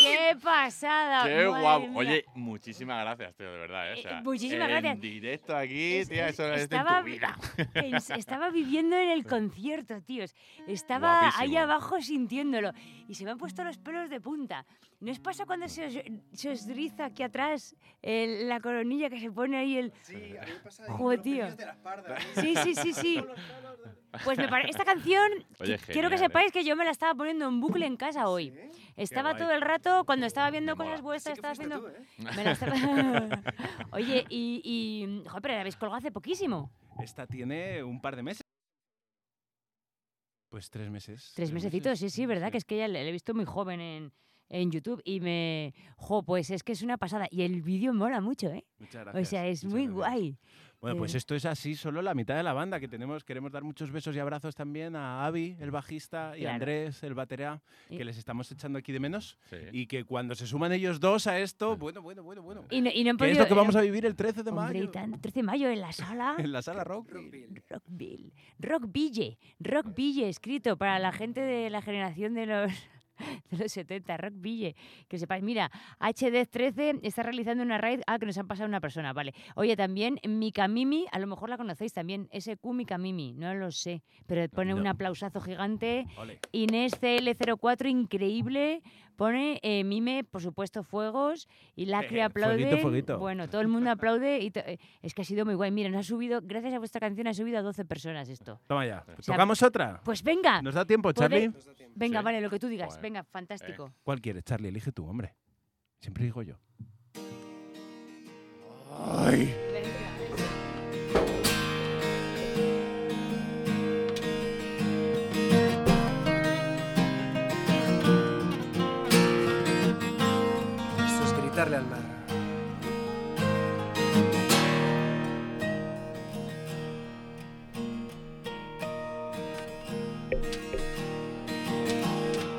Speaker 1: ¡Qué pasada!
Speaker 3: ¡Qué
Speaker 1: madre
Speaker 3: guapo!
Speaker 1: mía.
Speaker 3: Oye, muchísimas gracias, tío, de verdad. ¿eh? O
Speaker 1: Eh,
Speaker 3: sea,
Speaker 1: muchísimas gracias.
Speaker 3: En directo aquí,
Speaker 1: Es-
Speaker 3: tía,
Speaker 1: es-
Speaker 3: eso es de
Speaker 1: estaba-
Speaker 3: tu vida.
Speaker 1: Pens- Estaba viviendo en el concierto, tíos. Estaba ahí
Speaker 3: Guapísimo.
Speaker 1: abajo sintiéndolo. Y se me han puesto los pelos de punta. ¿No os pasa cuando se os, se os riza aquí atrás el- la coronilla que se pone ahí el...
Speaker 4: Sí, a mí me pasa
Speaker 1: Joder,
Speaker 4: con los
Speaker 1: tío.
Speaker 4: pelillos de la espalda, ¿eh?
Speaker 1: Sí, sí, sí, sí. Pues me pare- esta canción,
Speaker 3: Oye,
Speaker 1: qui- quiero que
Speaker 3: genial, ¿eh?
Speaker 1: sepáis que yo me la estaba poniendo en bucle en casa hoy. Estaba
Speaker 3: guay.
Speaker 1: todo el rato, cuando estaba viendo
Speaker 3: Me mola.
Speaker 1: cosas
Speaker 4: Sí
Speaker 1: vuestras,
Speaker 4: que
Speaker 1: Pues estaba
Speaker 4: fuiste
Speaker 1: haciendo...
Speaker 4: tú, ¿eh?
Speaker 1: me la estaba- Oye, y... y joder, pero la habéis colgado hace poquísimo.
Speaker 6: Esta tiene un par de meses. Pues tres meses.
Speaker 1: Tres mesecitos, sí, sí, verdad, que es que ya le, le he visto muy joven en, en YouTube y me... Jo, pues es que es una pasada. Y el vídeo mola mucho, ¿eh?
Speaker 6: Muchas
Speaker 1: O
Speaker 6: gracias,
Speaker 1: sea, es
Speaker 6: muchas
Speaker 1: muy
Speaker 6: gracias.
Speaker 1: guay.
Speaker 6: Bueno, pues
Speaker 1: Eh.
Speaker 6: esto es así, solo la mitad de la banda que tenemos. Queremos dar muchos besos y abrazos también a Avi, el bajista, y
Speaker 1: Claro.
Speaker 6: a Andrés, el baterá,
Speaker 1: Y-
Speaker 6: que les estamos echando aquí de menos.
Speaker 3: Sí.
Speaker 6: Y que cuando se suman ellos dos a esto, bueno, bueno, bueno, bueno.
Speaker 1: Y no, y no han
Speaker 6: que es
Speaker 1: podido...
Speaker 6: lo que vamos a vivir el 13 de
Speaker 1: Hombre, y
Speaker 6: mayo
Speaker 1: tan- 13 de mayo en la sala.
Speaker 6: en la sala rock.
Speaker 1: Rockville. Rockville. Rockville, escrito para la gente de la generación de los, de los 70. Rockville. Que sepáis, mira, HD13 está realizando una raid. Ah, que nos han pasado una persona, vale. Oye, también Mikamimi, a lo mejor la conocéis también. SQ Mikamimi, no lo sé. Pero pone un
Speaker 6: No.
Speaker 1: aplausazo gigante.
Speaker 6: Ole.
Speaker 1: Inés CL04, increíble. Pone eh, Mime, por supuesto, Fuegos. Y
Speaker 3: Eh,
Speaker 1: Lacri aplaude.
Speaker 6: fueguito, fueguito.
Speaker 1: Bueno, todo el mundo aplaude. y to- eh, Es que ha sido muy guay. Mira, nos ha subido, gracias a vuestra canción, ha subido a 12 personas esto.
Speaker 6: Toma ya.
Speaker 1: sea,
Speaker 6: ¿Tocamos otra?
Speaker 1: Pues venga,
Speaker 6: ¿Nos da tiempo, Charlie?
Speaker 1: podéis-
Speaker 4: Nos da tiempo.
Speaker 1: venga,
Speaker 3: Sí.
Speaker 1: vale, lo que tú digas.
Speaker 3: Joder. Eh,
Speaker 1: Venga, fantástico.
Speaker 6: ¿Cuál quieres, Charlie? Elige tú, hombre. Siempre digo yo.
Speaker 4: Esto es gritarle al mar.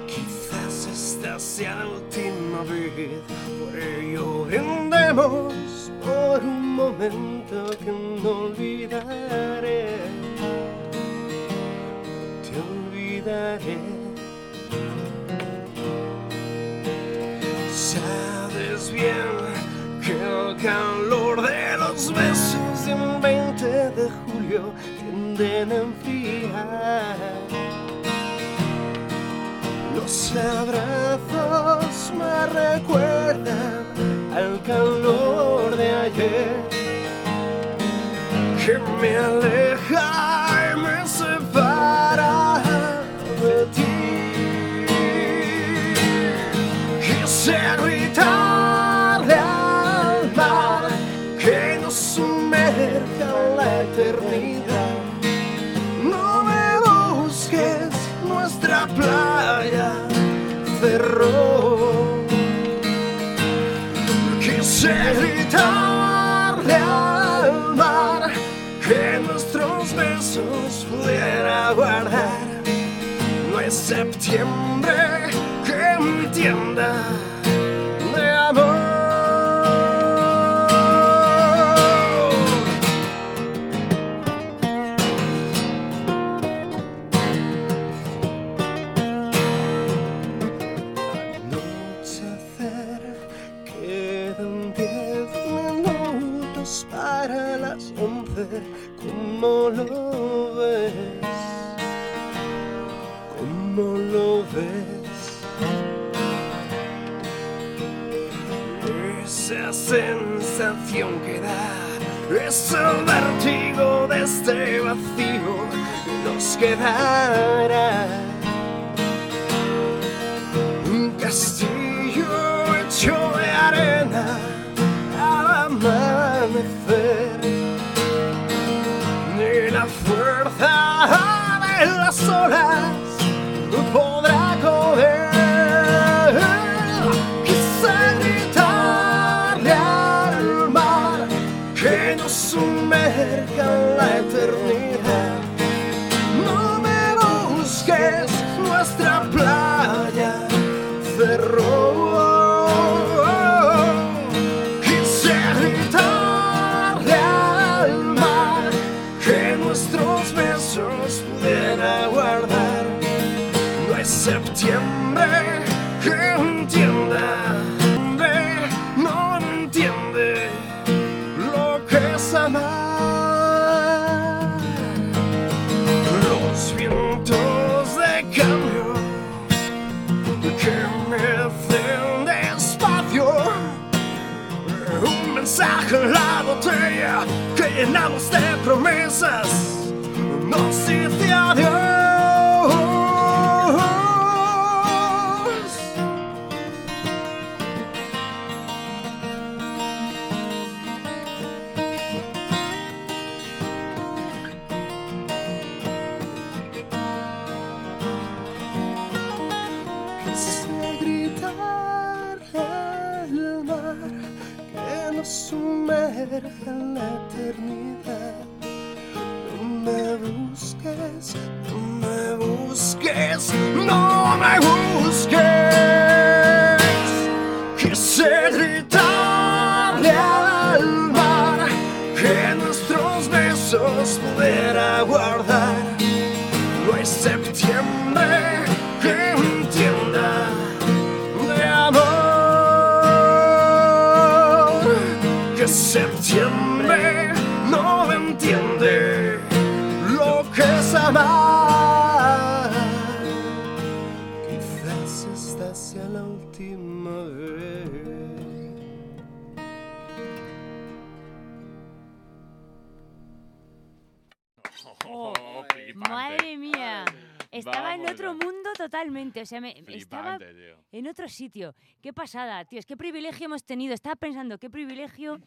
Speaker 12: Quizás esta sea la última vez, por ello brindemos por un momento que no olvidaré. Te olvidaré. Sabes bien que el calor de los besos de un 20 de julio tienden a enfriar. Los abrazos me recuerdan al calor de ayer que me aleja y me separa.
Speaker 4: Sé gritarle al mar que nos sumerja en la eternidad. No me busques, nuestra playa cerró. Quise gritarle al mar que nuestros besos pudiera guardar. No es septiembre que me tienda de amor. Anochecer, quedan diez minutos para las once, como lo ves, como lo ves. Esa sensación que da, ese vértigo de este vacío, nos quedará un castillo hecho de arena al amanecer ni la fuerza de las olas podrá correr quise gritarle al mar que nos sumerja en la eternidad no me busques, nuestra playa cerró. Quise gritarle al mar que nuestros besos pudiera guardar. No es septiembre que entienda, hombre, no entiende lo que es amar. Los vientos de cambio que me hacen despacio. Un mensaje en la botella que llenamos de promesas. Nos dice adiós. Quise gritar al mar que nos sumerja en la eternidad. No me busques, no me busques, no me busques. Quise gritarle al mar que nuestros besos pudiera guardar. No es septiembre que entienda de amor. Que septiembre no entiende lo que es amar. Quizás esta sea la última vez.
Speaker 3: Oh, flipante.
Speaker 1: Madre mía. Estaba en
Speaker 3: Vamos,
Speaker 1: otro
Speaker 3: vamos.
Speaker 1: mundo totalmente. O sea, me, estaba
Speaker 3: Flipante, tío.
Speaker 1: en otro sitio. Qué pasada, tío. Es qué privilegio hemos tenido. Estaba pensando, qué privilegio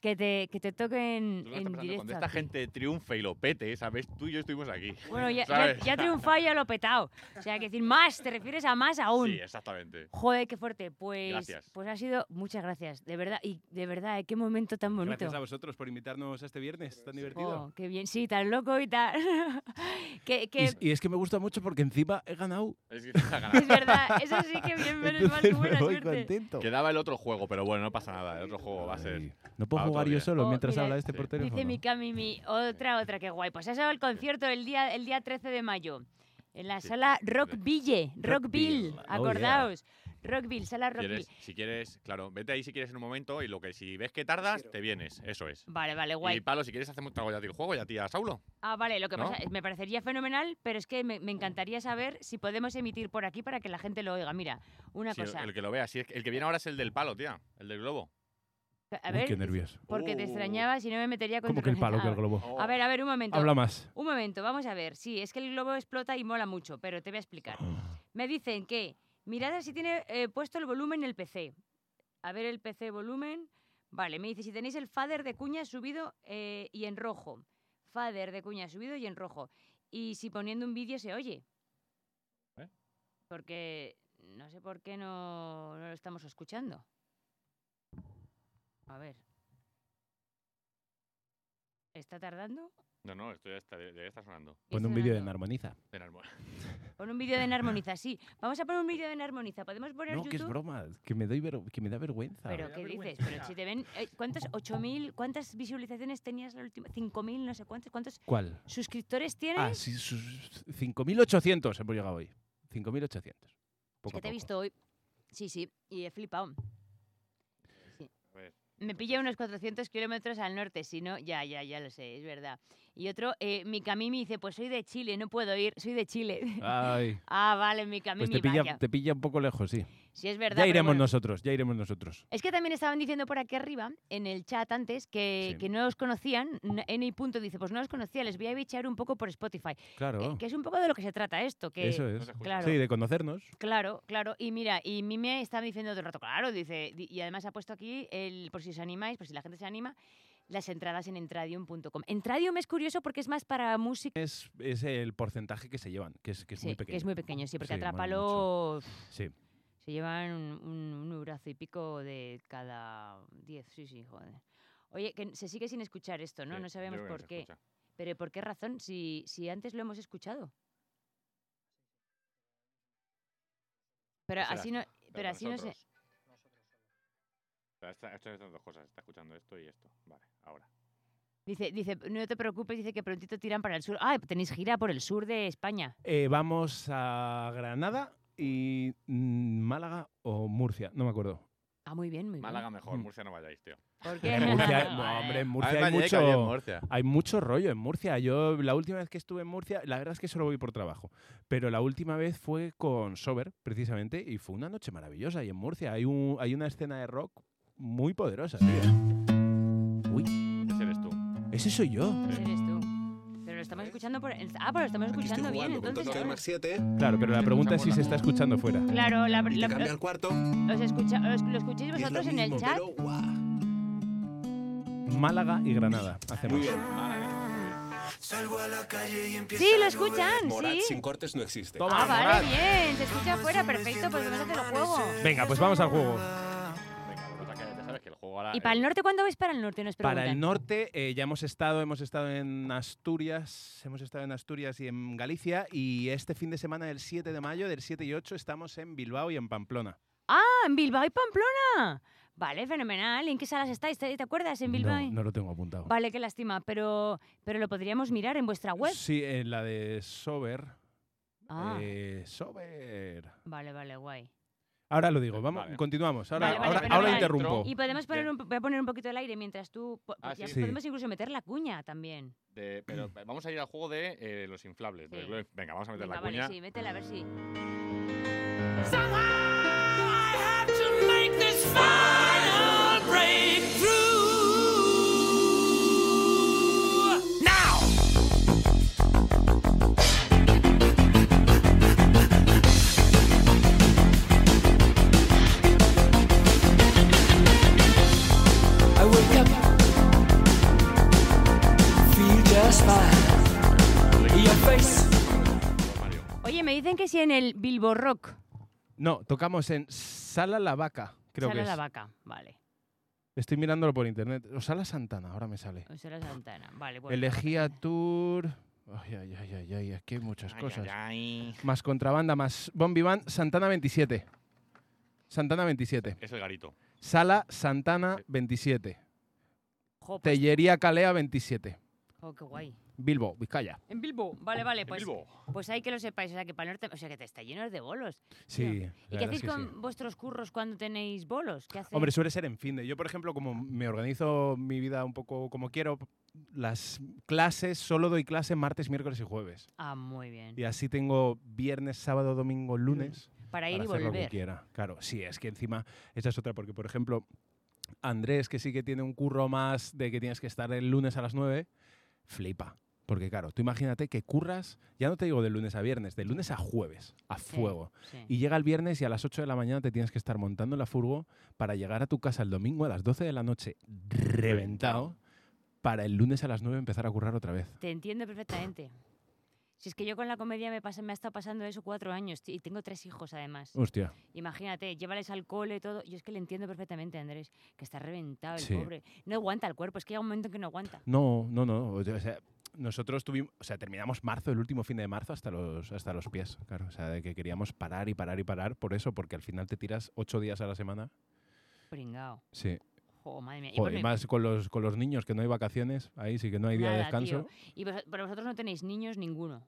Speaker 1: que te, que te toquen
Speaker 3: Tú no estás
Speaker 1: en
Speaker 3: pensando,
Speaker 1: directo.
Speaker 3: cuando esta
Speaker 1: aquí.
Speaker 3: gente triunfe y lo pete, ¿sabes? Tú y yo estuvimos aquí.
Speaker 1: Bueno, ya, ya,
Speaker 3: ¿sabes?
Speaker 1: ya triunfado y ya lo he petado. O sea, que decir más, te refieres a más aún.
Speaker 3: Sí, exactamente.
Speaker 1: Joder, qué fuerte. Pues,
Speaker 3: Gracias.
Speaker 1: pues ha sido muchas gracias, de verdad. Y de verdad, ¿eh? qué momento tan bonito.
Speaker 6: Gracias a vosotros por invitarnos a este viernes tan
Speaker 1: Oh,
Speaker 6: divertido.
Speaker 1: qué bien, sí, tan loco y tan. que, que-
Speaker 6: Y, y es que me gusta mucho porque encima he ganado.
Speaker 3: Es que está ganado.
Speaker 1: Es verdad, eso sí que bien, menos mal, qué
Speaker 6: Entonces
Speaker 1: buena
Speaker 6: me voy
Speaker 1: suerte.
Speaker 6: contento.
Speaker 3: Quedaba el otro juego, pero bueno, no pasa nada. El otro juego va a ser.
Speaker 6: Ay, No
Speaker 3: para otro
Speaker 6: puedo jugar yo
Speaker 3: día.
Speaker 6: solo
Speaker 1: Oh,
Speaker 6: mientras
Speaker 1: mira,
Speaker 6: habla este
Speaker 3: sí.
Speaker 6: por teléfono.
Speaker 1: Dice Mikami, mi, otra, otra, qué guay. Pues ha sido el concierto el día, el día 13 de mayo en la
Speaker 3: Sí,
Speaker 1: sala
Speaker 3: sí, sí.
Speaker 1: Rockville, Rockville,
Speaker 6: Oh, yeah.
Speaker 1: acordaos. Rockville, sala Rockville.
Speaker 3: ¿Quieres- si quieres, claro, vete ahí si quieres en un momento y lo que si ves que tardas, te vienes. Eso es.
Speaker 1: Vale, vale,
Speaker 3: Y
Speaker 1: guay.
Speaker 3: Pablo, si quieres, hacemos trago ya a ti el juego y a ti a Saulo.
Speaker 1: Ah, vale, lo que
Speaker 3: ¿no?
Speaker 1: pasa, me parecería fenomenal, pero es que me, me encantaría saber si podemos emitir por aquí para que la gente lo oiga. Mira, una
Speaker 3: Si el,
Speaker 1: cosa.
Speaker 3: el que lo vea. Si es que- el que viene ahora es el del palo, tía. El del globo.
Speaker 1: A
Speaker 6: Uy,
Speaker 1: ver,
Speaker 6: qué nervios.
Speaker 1: porque te
Speaker 3: Uh.
Speaker 1: extrañaba si no me metería con
Speaker 6: ¿Cómo que el palo que el globo?
Speaker 1: A ver, a ver, un momento.
Speaker 6: Habla más.
Speaker 1: Un momento, vamos a ver. Sí, es que el globo explota y mola mucho, pero te voy a explicar. Me dicen que Mirad si tiene eh, puesto el volumen el PC. A ver el PC volumen. Vale, me dice si tenéis el fader de cuña subido eh, y en rojo. Fader de cuña subido y en rojo. Y si poniendo un vídeo se oye.
Speaker 3: ¿Eh?
Speaker 1: Porque no sé por qué no, no lo estamos escuchando. A ver. ¿Está tardando?
Speaker 3: No, no, esto ya está, ya está sonando.
Speaker 6: Pon un vídeo de
Speaker 1: Narmoniza.
Speaker 6: Narmoniza.
Speaker 3: Ven, Almo-
Speaker 1: Pon un vídeo de Narmoniza, sí. Vamos a poner un vídeo de Narmoniza. ¿Podemos poner
Speaker 6: No,
Speaker 1: YouTube?
Speaker 6: que es broma, que me, doy ver- que me da vergüenza.
Speaker 1: Pero, ¿qué dices? Pero si te ven... eh, ¿Cuántos? ¿8.000? ¿Cuántas visualizaciones tenías la última? ¿5.000? No sé cuántos. ¿Cuántos
Speaker 6: ¿Cuál?
Speaker 1: suscriptores tienes?
Speaker 6: Ah, sí, sus- 5.800 hemos llegado hoy. 5.800.
Speaker 1: Es
Speaker 6: Poco a
Speaker 1: que te he
Speaker 6: poco.
Speaker 1: visto hoy. Sí, sí. Y he flipado. Sí.
Speaker 3: A ver,
Speaker 1: Me pilla unos 400 kilómetros al norte, si no, ya, ya, ya lo sé, es verdad. Y otro, eh, mi Camimi dice, pues soy de Chile, no puedo ir, soy de Chile.
Speaker 6: Ay,
Speaker 1: ah, vale, mi
Speaker 6: pues
Speaker 1: Camimi,
Speaker 6: te pilla,
Speaker 1: vaya.
Speaker 6: te pilla un poco lejos, sí.
Speaker 1: Sí, es verdad.
Speaker 6: Ya
Speaker 1: pero
Speaker 6: iremos
Speaker 1: bueno.
Speaker 6: nosotros, ya iremos nosotros.
Speaker 1: Es que también estaban diciendo por aquí arriba, en el chat antes, que,
Speaker 6: Sí.
Speaker 1: que no os conocían. N- N. punto dice, pues no os conocía, les voy a bichear un poco por Spotify.
Speaker 6: Claro,
Speaker 1: Eh, que es un poco de lo que se trata esto. Que,
Speaker 6: Oh. eso
Speaker 3: No
Speaker 6: es.
Speaker 3: se escucha.
Speaker 1: Claro.
Speaker 6: Sí, de conocernos.
Speaker 1: Claro, claro. Y mira, y Mime estaba diciendo todo el rato, claro, dice, di- y además ha puesto aquí, el, por si os animáis, por si la gente se anima, las entradas en entradium.com. Entradium es curioso porque es más para música.
Speaker 6: Es, es el porcentaje que se llevan, que es, que es
Speaker 1: Sí,
Speaker 6: muy pequeño.
Speaker 1: que es muy pequeño, sí, porque
Speaker 6: Sí, mola
Speaker 1: Atrápalo
Speaker 6: Sí,
Speaker 1: se llevan un, un, un eurazo y pico de cada 10. Sí, sí, joder. Oye, que se sigue sin escuchar esto, ¿no?
Speaker 3: sí,
Speaker 1: no
Speaker 3: eh, yo
Speaker 1: sabemos
Speaker 3: creo que no
Speaker 1: por
Speaker 3: se
Speaker 1: qué.
Speaker 3: escucha.
Speaker 1: Pero ¿por qué razón? Si, si antes lo hemos escuchado. Pero
Speaker 3: Esa era
Speaker 1: así no,
Speaker 3: Pero
Speaker 1: pero así no sé.
Speaker 3: nosotros- Pero esta- Estas son dos cosas, está escuchando esto y esto. Vale, ahora.
Speaker 1: Dice, dice, no te preocupes, dice que prontito tiran para el sur. Ah, tenéis gira por el sur de España.
Speaker 6: Eh, vamos a Granada y mm, Málaga o Murcia, no me acuerdo.
Speaker 1: Ah, muy bien, muy bien.
Speaker 3: Málaga mejor,
Speaker 6: Mm.
Speaker 3: Murcia no vayáis, tío.
Speaker 1: ¿Por
Speaker 6: En
Speaker 1: qué?
Speaker 6: Murcia, no, hombre, en Murcia hay mucho, hay mucho rollo en Murcia. Yo la última vez que estuve en Murcia, la verdad es que solo voy por trabajo, pero la última vez fue con Sober, precisamente, y fue una noche maravillosa. Y en Murcia hay, un, hay una escena de rock muy poderosa. tío. Uy,
Speaker 3: Ese eres tú.
Speaker 6: ese soy yo.
Speaker 1: Ese Pues eres tú. Pero lo estamos escuchando por el- Ah, pero lo estamos escuchando bien, entonces.
Speaker 4: Total Max 7
Speaker 6: Claro, pero la pregunta es si se está escuchando fuera.
Speaker 1: Claro, la,
Speaker 4: y
Speaker 1: la-
Speaker 4: te cambia al cuarto.
Speaker 1: os escucha, os- lo escuchéis
Speaker 4: y es lo
Speaker 1: vosotros en el
Speaker 4: mismo,
Speaker 1: chat.
Speaker 4: pero guau.
Speaker 6: Málaga y Granada. Hacemos.
Speaker 4: Muy bien.
Speaker 2: Salgo a la calle y empiezo.
Speaker 1: Sí, lo escuchan,
Speaker 4: Morat
Speaker 1: sí.
Speaker 4: sin cortes no existe.
Speaker 1: Ah,
Speaker 6: Toma, Morat.
Speaker 1: vale, bien. Se escucha afuera, perfecto, pues vamos a hacer el juego.
Speaker 6: Venga, pues vamos al juego.
Speaker 3: Venga, lo que pasa es que ya sabes que el juego ahora.
Speaker 1: ¿Y para el norte cuándo vais para el norte? Nos preguntan.
Speaker 6: Para el norte eh, ya hemos estado, hemos estado en Asturias, hemos estado en Asturias y en Galicia y este fin de semana del 7 de mayo, del 7 y 8 estamos en Bilbao y en Pamplona.
Speaker 1: Ah, en Bilbao y Pamplona. Vale, fenomenal. ¿En qué salas estáis? ¿Te, te acuerdas? ¿En Bilbao?
Speaker 6: No, lo tengo apuntado.
Speaker 1: Vale, qué lástima, pero, pero lo podríamos mirar en vuestra web.
Speaker 6: Sí, en la de Sober.
Speaker 1: Ah,
Speaker 6: eh, Sober.
Speaker 1: vale, vale, guay.
Speaker 6: Ahora lo digo, vamos,
Speaker 3: Vale.
Speaker 6: continuamos. Ahora,
Speaker 1: Vale, vale,
Speaker 6: ahora,
Speaker 1: pero
Speaker 6: ahora
Speaker 1: vale.
Speaker 6: interrumpo.
Speaker 1: Y podemos poner
Speaker 3: Bien.
Speaker 1: un, voy a poner un poquito el aire mientras tú... po-
Speaker 3: Ah,
Speaker 1: ya
Speaker 3: sí.
Speaker 6: Oh, Sí.
Speaker 1: Podemos incluso meter la cuña también.
Speaker 3: de- pero
Speaker 6: Mm.
Speaker 3: vamos a ir al juego de eh, los inflables. del
Speaker 1: Sí.
Speaker 3: Globe. Venga, vamos a meter
Speaker 1: Venga,
Speaker 3: la cuña.
Speaker 1: vale, sí, métela a ver si...
Speaker 13: I wake up, feel just fine. Your face,
Speaker 3: Mario.
Speaker 1: Oye, me dicen que si en el Bilbo Rock
Speaker 6: No, tocamos en Sala La Vaca, creo
Speaker 1: sale
Speaker 6: que es.
Speaker 1: la vaca. Vale,
Speaker 6: Estoy mirándolo por internet. O Sala Santana, ahora me sale.
Speaker 1: o Sala Santana. Vale, bueno.
Speaker 6: Elegía Tour. Ay, ay, ay, ay, ay, aquí hay muchas
Speaker 3: Ay,
Speaker 6: cosas.
Speaker 3: ay, ay.
Speaker 6: Más contrabanda, más Bombi Band, Santana 27. Santana 27.
Speaker 3: Es el garito.
Speaker 6: Sala Santana 27.
Speaker 1: Jo, pues,
Speaker 6: Tellería Calea 27.
Speaker 1: jo, qué guay.
Speaker 6: Bilbo, Vizcaya.
Speaker 1: En Bilbo. Vale, vale,
Speaker 3: En
Speaker 1: pues,
Speaker 3: Bilbo.
Speaker 1: pues hay que lo sepáis. O sea, que para el norte... O sea, que te está lleno de bolos.
Speaker 6: Sí.
Speaker 1: ¿Y qué hacéis con vuestros curros cuando tenéis bolos? ¿Qué hacéis?
Speaker 6: Hombre, suele ser en fin de. Yo, por ejemplo, como me organizo mi vida un poco como quiero, las clases solo doy clase martes, miércoles y jueves.
Speaker 1: ah, muy bien.
Speaker 6: Y así tengo viernes, sábado, domingo, lunes.
Speaker 1: Para ir
Speaker 6: para
Speaker 1: y
Speaker 6: hacer lo que
Speaker 1: volver.
Speaker 6: quiera. Claro, sí, es que encima esa es otra, porque por ejemplo, Andrés, que sí que tiene un curro más de que tienes que estar el lunes a las 9, flipa. Porque claro, tú imagínate que curras, ya no te digo de lunes a viernes, de lunes a jueves, a
Speaker 1: Sí,
Speaker 6: fuego.
Speaker 1: sí.
Speaker 6: Y llega el viernes y a las 8 de la mañana te tienes que estar montando en la furgo para llegar a tu casa el domingo a las 12 de la noche, reventado, para el lunes a las 9 empezar a currar otra vez.
Speaker 1: Te entiendo perfectamente. Si es que yo con la comedia me, pasa, me ha estado pasando eso cuatro años tío, y tengo tres hijos además.
Speaker 6: Hostia.
Speaker 1: Imagínate, llévales al cole y todo. Yo es que le entiendo perfectamente, Andrés, que está reventado el
Speaker 6: Sí.
Speaker 1: pobre. No aguanta el cuerpo, es que llega un momento en que no aguanta.
Speaker 6: No, no, no. O sea, nosotros tuvimos, o sea, terminamos marzo, el último fin de marzo, hasta los, hasta los pies, claro. O sea, de que queríamos parar y parar y parar por eso, porque al final te tiras ocho días a la semana.
Speaker 1: Pringao.
Speaker 6: Sí.
Speaker 1: Jo, madre mía. Y
Speaker 6: Joder,
Speaker 1: porque-
Speaker 6: y más con los, con los niños, que no hay vacaciones, ahí sí que no hay día de
Speaker 1: nada, tío.
Speaker 6: descanso.
Speaker 1: Y vos- pero vosotros no tenéis niños ninguno.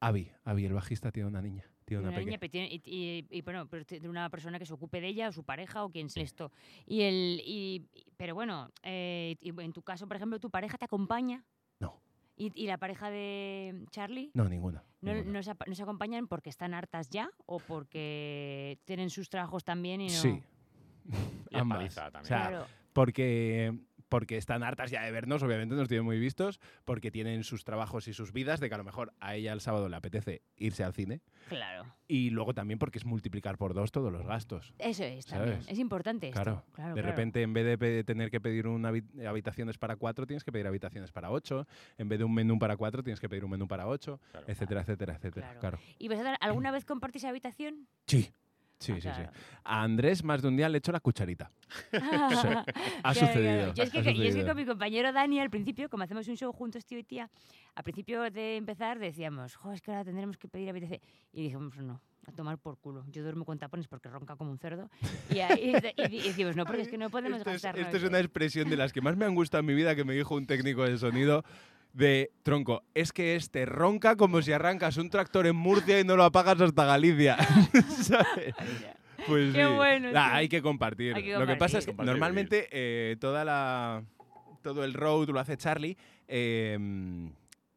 Speaker 6: Avi, Avi, el bajista tiene una niña, tiene una,
Speaker 1: Una niña,
Speaker 6: pequeña.
Speaker 1: pero tiene- y, y- y, bueno, pero tiene una persona que se ocupe de ella o su pareja o quien sea esto. Y el, y, y- pero bueno, eh, y en tu caso, por ejemplo, tu pareja te acompaña.
Speaker 6: No.
Speaker 1: ¿Y, y la pareja de Charlie?
Speaker 6: No, ninguna.
Speaker 1: No,
Speaker 6: ninguna.
Speaker 1: no se, apa- no se acompañan porque están hartas ya o porque tienen sus trabajos también y no.
Speaker 6: Sí. Ah.
Speaker 3: Y es paliza también. Mm,
Speaker 6: O sea,
Speaker 1: Claro.
Speaker 6: porque, porque están hartas ya de vernos, obviamente nos tienen muy vistos, porque tienen sus trabajos y sus vidas, de que a lo mejor a ella el sábado le apetece irse al cine,
Speaker 1: Claro.
Speaker 6: y luego también porque es multiplicar por dos todos los gastos.
Speaker 1: Eso es también.
Speaker 6: ¿Sabes?
Speaker 1: Es importante esto.
Speaker 6: Claro.
Speaker 1: claro
Speaker 6: de
Speaker 1: claro.
Speaker 6: repente, en vez de pe- tener que pedir una habi- habitaciones para cuatro, tienes que pedir habitaciones para ocho. En vez de un menú para cuatro, tienes que pedir un menú para ocho,
Speaker 3: Claro.
Speaker 6: etcétera, etcétera, etcétera.
Speaker 1: Claro.
Speaker 6: Claro.
Speaker 1: ¿Y vosotros alguna vez compartís habitación?
Speaker 6: Sí. Sí,
Speaker 1: Ah,
Speaker 6: sí,
Speaker 1: claro.
Speaker 6: sí. A Andrés más de un día le echo la cucharita. Ha
Speaker 1: Claro,
Speaker 6: sucedido.
Speaker 1: claro. Yo es, que,
Speaker 6: ha
Speaker 1: que- yo es que
Speaker 6: sucedido.
Speaker 1: con mi compañero Dani al principio, como hacemos un show juntos, tío y tía, al principio de empezar decíamos, jo, es que ahora tendremos que pedir habitación. Y dijimos, no, a tomar por culo. Yo duermo con tapones porque ronca como un cerdo. Y, ahí- y, di- y decimos, no, porque es que no podemos
Speaker 6: Esto Este es,
Speaker 1: gastarnos.
Speaker 6: esto es una expresión de las que más me han gustado en mi vida que me dijo un técnico de sonido de tronco. Es que este ronca como si arrancas un tractor en Murcia y no lo apagas hasta Galicia. ¿Sabes? Pues
Speaker 1: Qué
Speaker 6: sí.
Speaker 1: bueno,
Speaker 6: La-
Speaker 1: tío.
Speaker 6: hay que compartir.
Speaker 1: Hay que
Speaker 6: Lo que
Speaker 1: compartir.
Speaker 6: pasa es que
Speaker 3: Compartir,
Speaker 6: normalmente eh, toda la, todo el road lo hace Charlie. eh,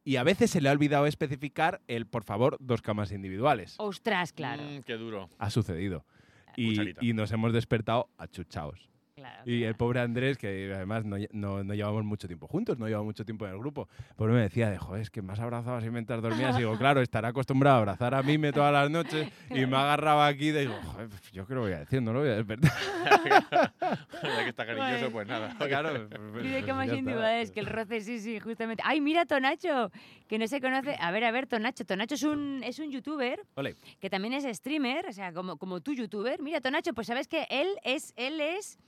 Speaker 6: y a veces se le ha olvidado especificar el, por favor, dos camas individuales.
Speaker 1: Oh. Ostras, claro.
Speaker 3: Mm, qué duro.
Speaker 6: Ha sucedido. Y,
Speaker 3: Cucharita.
Speaker 6: y nos hemos despertado achuchaos.
Speaker 1: claro,
Speaker 6: Y
Speaker 1: claro.
Speaker 6: el pobre Andrés, que además no, lle- no- no llevamos mucho tiempo juntos, no llevamos mucho tiempo en el grupo, pobre me decía, de, joder, es que me has abrazado así mientras dormías. Y digo, claro, estará acostumbrado a abrazar a Mime todas las noches. Y me agarraba aquí y digo, joder, pues, yo qué lo voy a decir, no lo voy a despertar.
Speaker 3: Ya que está
Speaker 1: Bueno.
Speaker 3: cariñoso, pues nada.
Speaker 6: claro,
Speaker 1: Dice que más individuales, que el roce, sí, sí, justamente. ¡Ay, mira Tonacho! Que no se conoce. A ver, a ver, Tonacho. Tonacho es un, es un youtuber
Speaker 6: Ole.
Speaker 1: que también es streamer, o sea, como, como tú youtuber. Mira, Tonacho, pues sabes que él es, él es,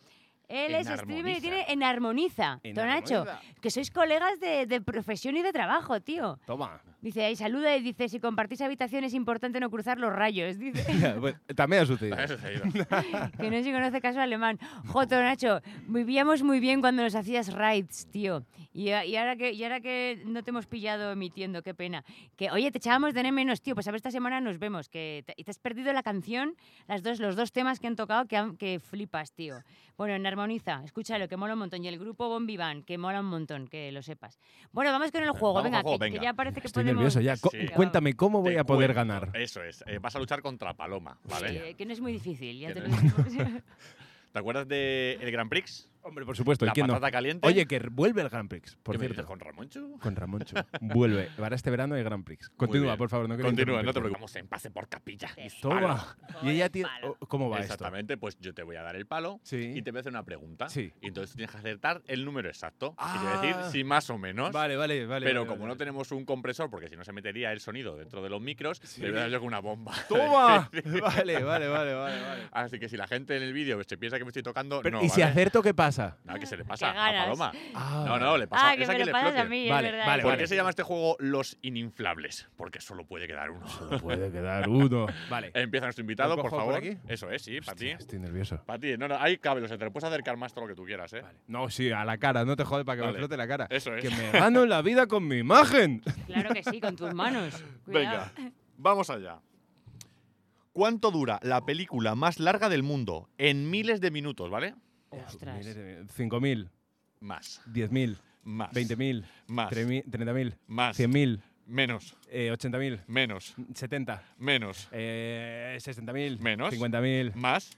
Speaker 1: él es streamer y tiene en Armoniza. Tonacho, que sois colegas de, de profesión y de trabajo, tío.
Speaker 6: Toma.
Speaker 1: Dice, ahí saluda y dice, si compartís habitación es importante no cruzar los rayos. Dice,
Speaker 6: Bueno, Pues, también ha sucedido.
Speaker 3: Eso se ha ido.
Speaker 1: que no se conoce caso alemán. Joto, Nacho, vivíamos muy bien cuando nos hacías raids, tío. Y, a- y ahora que, y ahora que no te hemos pillado emitiendo, qué pena. Que, oye, te echábamos de menos, tío. Pues a ver, esta semana nos vemos. Que te, y te has perdido la canción, las dos, los dos temas que han tocado que, han- que flipas, tío. Bueno, en Armoniza, escúchalo, que mola un montón. Y el grupo Bombi Van, que mola un montón, que lo sepas. Bueno, vamos con el juego,
Speaker 3: Eh, Vamos
Speaker 1: venga,
Speaker 3: al juego,
Speaker 1: que, que
Speaker 3: venga.
Speaker 1: ya parece que
Speaker 6: Estoy
Speaker 1: podemos...
Speaker 6: nervioso ya. Co-
Speaker 3: Sí.
Speaker 6: Cuéntame, ¿cómo voy
Speaker 3: Te
Speaker 6: a poder
Speaker 3: cuento.
Speaker 6: ganar?
Speaker 3: Eso es. Eh, vas a luchar contra Paloma, ¿vale?
Speaker 1: Sí, que no es muy difícil, ya
Speaker 3: Que
Speaker 1: te lo Ah,
Speaker 3: no es-
Speaker 1: digo.
Speaker 3: ¿Te acuerdas del el Grand Prix?
Speaker 6: Hombre, por supuesto, ¿y
Speaker 3: la
Speaker 6: quién no?
Speaker 3: patata caliente.
Speaker 6: Oye, que vuelve el Grand Prix, por
Speaker 3: ¿Qué me dices,
Speaker 6: cierto.
Speaker 3: ¿Con Ramoncho?
Speaker 6: Con Ramoncho. Vuelve. Para este verano hay Grand Prix. Continúa,
Speaker 3: bien.
Speaker 6: por favor. No quiero
Speaker 3: Continúa, no te
Speaker 6: interrumpirte.
Speaker 3: preocupes. Vamos en pase por capilla.
Speaker 6: Toma. Y
Speaker 1: Joder,
Speaker 6: ella tiene.
Speaker 1: palo.
Speaker 6: oh, ¿Cómo va esto?
Speaker 3: Exactamente, pues yo te voy a dar el palo
Speaker 6: Sí.
Speaker 3: y te voy a hacer una pregunta.
Speaker 6: Sí.
Speaker 3: Y entonces tú tienes que acertar el número exacto. Y te voy a
Speaker 6: Ah.
Speaker 3: decir si más o menos.
Speaker 6: Vale, vale, vale.
Speaker 3: Pero
Speaker 6: vale,
Speaker 3: como
Speaker 6: vale.
Speaker 3: no tenemos un compresor, porque si no se metería el sonido dentro de los micros, le voy a dar yo con una bomba.
Speaker 6: ¡Toma! vale, vale, vale, vale. vale.
Speaker 3: Así que si la gente en el vídeo se piensa que me estoy tocando,
Speaker 6: Pero,
Speaker 3: no.
Speaker 6: ¿Y si
Speaker 3: ¿vale?
Speaker 6: acerto, qué pasa?
Speaker 3: Nada, que se le pasa
Speaker 1: Que
Speaker 3: a
Speaker 1: ganas.
Speaker 3: Paloma.
Speaker 6: Ah,
Speaker 3: No, no, le pasa
Speaker 1: Ah, que
Speaker 3: esa
Speaker 1: me
Speaker 3: que
Speaker 1: lo
Speaker 3: le
Speaker 1: pagas a
Speaker 3: explote.
Speaker 1: mí,
Speaker 6: Vale,
Speaker 1: es verdad.
Speaker 6: vale,
Speaker 3: ¿Por
Speaker 6: vale.
Speaker 3: qué se llama este juego Los Ininflables? Porque solo puede quedar uno.
Speaker 6: Solo puede quedar uno. Vale.
Speaker 3: Empieza nuestro invitado,
Speaker 6: ¿Lo
Speaker 3: por
Speaker 6: cojo
Speaker 3: favor.
Speaker 6: por aquí?
Speaker 3: Eso es, sí, Eh, para ti.
Speaker 6: Hostia, estoy nervioso.
Speaker 3: Para ti, no, no, ahí cabe, o sea, te lo puedes acercar más todo lo que tú quieras, ¿eh?
Speaker 6: Vale. No, sí, a la cara, no te jodes para que me
Speaker 3: Vale.
Speaker 6: flote la cara.
Speaker 3: Eso es.
Speaker 6: Que me gano la vida con mi imagen.
Speaker 1: Claro que sí, con tus manos. Cuidado.
Speaker 3: Venga, vamos allá. ¿Cuánto dura la película más larga del mundo? En miles de minutos, ¿vale?
Speaker 1: Ostras.
Speaker 6: Miles de- 5.000,
Speaker 3: Más.
Speaker 6: 10.000,
Speaker 3: Más.
Speaker 6: 20.000,
Speaker 3: Más.
Speaker 6: 3.000, 30.000,
Speaker 3: Más.
Speaker 6: 100.000,
Speaker 3: Menos.
Speaker 6: eh, 80.000,
Speaker 3: Menos.
Speaker 6: 70,
Speaker 3: Menos.
Speaker 6: eh, 60.000,
Speaker 3: Menos.
Speaker 6: 50.000,
Speaker 3: Más.